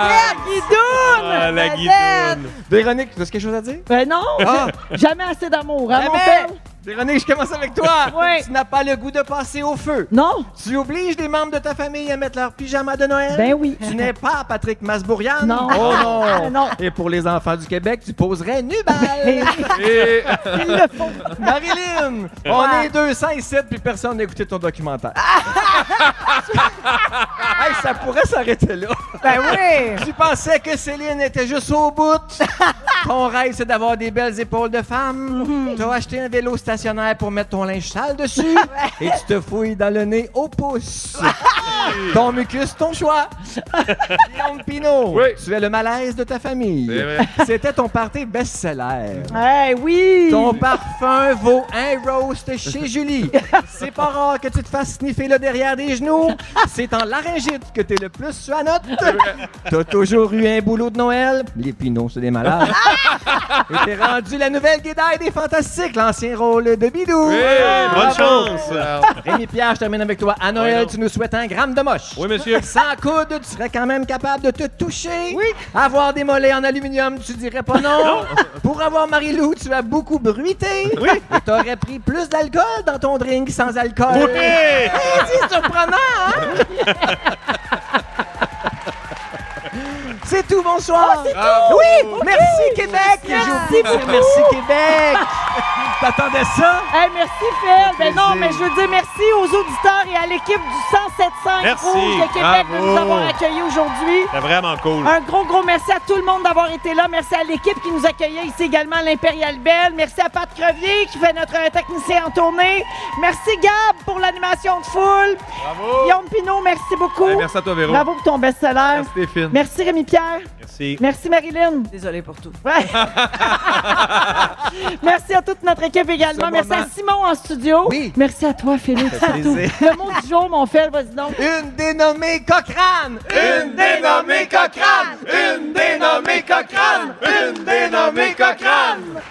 Speaker 21: vedette guidoune!
Speaker 9: Ah, la La vedette. guidoune.
Speaker 21: Véronique, tu as quelque chose à dire?
Speaker 1: Ben non!
Speaker 21: Ah.
Speaker 1: Jamais assez d'amour, hein, mon
Speaker 21: Jamais.
Speaker 1: père?
Speaker 21: Véronique, je commence avec toi. Tu n'as pas le goût de passer au feu.
Speaker 1: Non.
Speaker 21: Tu obliges les membres de ta famille à mettre leur pyjama de Noël.
Speaker 1: Ben oui.
Speaker 21: Tu n'es pas Patrick Masbourian.
Speaker 1: Non.
Speaker 21: Oh non.
Speaker 1: Non.
Speaker 21: Et pour les enfants du Québec, tu poserais nu
Speaker 1: Ben
Speaker 21: balle.
Speaker 9: Et-
Speaker 21: Marilyn, on
Speaker 9: Ouais.
Speaker 21: est 200 ici, puis personne n'a écouté ton documentaire. Hey, ça pourrait s'arrêter là.
Speaker 1: Ben oui.
Speaker 21: Tu pensais que Céline était juste au bout. Ton rêve, c'est d'avoir des belles épaules de
Speaker 1: Mhm.
Speaker 21: femme. Tu as acheté un vélo stationnaire pour mettre ton linge sale dessus. Et tu te fouilles dans le nez au pouce. ton mucus, ton choix. Guillaume Pinot, tu es le malaise de ta famille.
Speaker 3: Eh
Speaker 21: C'était ton party best-seller.
Speaker 1: Eh oui!
Speaker 21: Ton parfum vaut un roast chez Julie. C'est pas rare que tu te fasses sniffer le derrière des genoux. C'est en laryngite que t'es le plus sur la note. T'as toujours eu un boulot de Noël. Les pinots, c'est des malades. Et t'es rendu la nouvelle guédaille des fantastiques, l'ancien rôle de Bidou.
Speaker 2: Oui,
Speaker 1: Eh,
Speaker 2: bonne chance.
Speaker 21: Rémi Pierre, je termine avec toi. À Noël,
Speaker 2: Ouais, non.
Speaker 21: tu nous souhaites un gramme de moche. Oui, monsieur. Sans coude, tu serais quand même capable de te toucher. Oui. Avoir des mollets en aluminium, tu dirais pas non. Pour avoir Marie-Lou, tu as beaucoup bruité. Oui. Et t'aurais pris plus d'alcool dans ton drink sans alcool.
Speaker 8: Oui.
Speaker 21: Hey, c'est surprenant, hein? C'est tout,
Speaker 1: Oh,
Speaker 21: bonsoir.
Speaker 8: tout.
Speaker 21: Oui,
Speaker 8: Bravo.
Speaker 21: merci Québec. J'ai oublié de dire merci Québec. T'attendais ça?
Speaker 1: Hey, merci, Phil. Ben
Speaker 21: Plaisir.
Speaker 1: non, mais je veux dire merci aux auditeurs et à l'équipe du 107.5
Speaker 2: Merci.
Speaker 1: Rouge de Québec de nous
Speaker 2: Bravo.
Speaker 1: avoir accueillis aujourd'hui.
Speaker 2: C'est vraiment cool.
Speaker 1: Un gros, gros merci à tout le monde d'avoir été là. Merci à l'équipe qui nous accueillait ici également à l'Impérial Belle. Merci à Pat Crevier qui fait notre euh, technicien en tournée. Merci Gab pour l'animation de foule. Bravo. Guillaume Pinot, merci beaucoup.
Speaker 3: Hey, Eh, merci à toi, Véro.
Speaker 1: Bravo pour ton best-seller. Merci
Speaker 3: Stéphane.
Speaker 1: Rémi-Pierre.
Speaker 5: Merci.
Speaker 1: Merci Marilyn.
Speaker 4: Désolé pour tout.
Speaker 1: Ouais. Merci à toute notre équipe également.
Speaker 4: Ce
Speaker 1: Merci
Speaker 4: moment.
Speaker 1: à Simon en studio. Merci à toi, Félix.
Speaker 8: Ça fait
Speaker 1: surtout.
Speaker 8: plaisir.
Speaker 1: Le mot du jour, mon Phil, vas-y donc.
Speaker 21: Une dénommée Cochrane.
Speaker 8: Une dénommée Cochrane. Une dénommée Cochrane. Une dénommée Cochrane.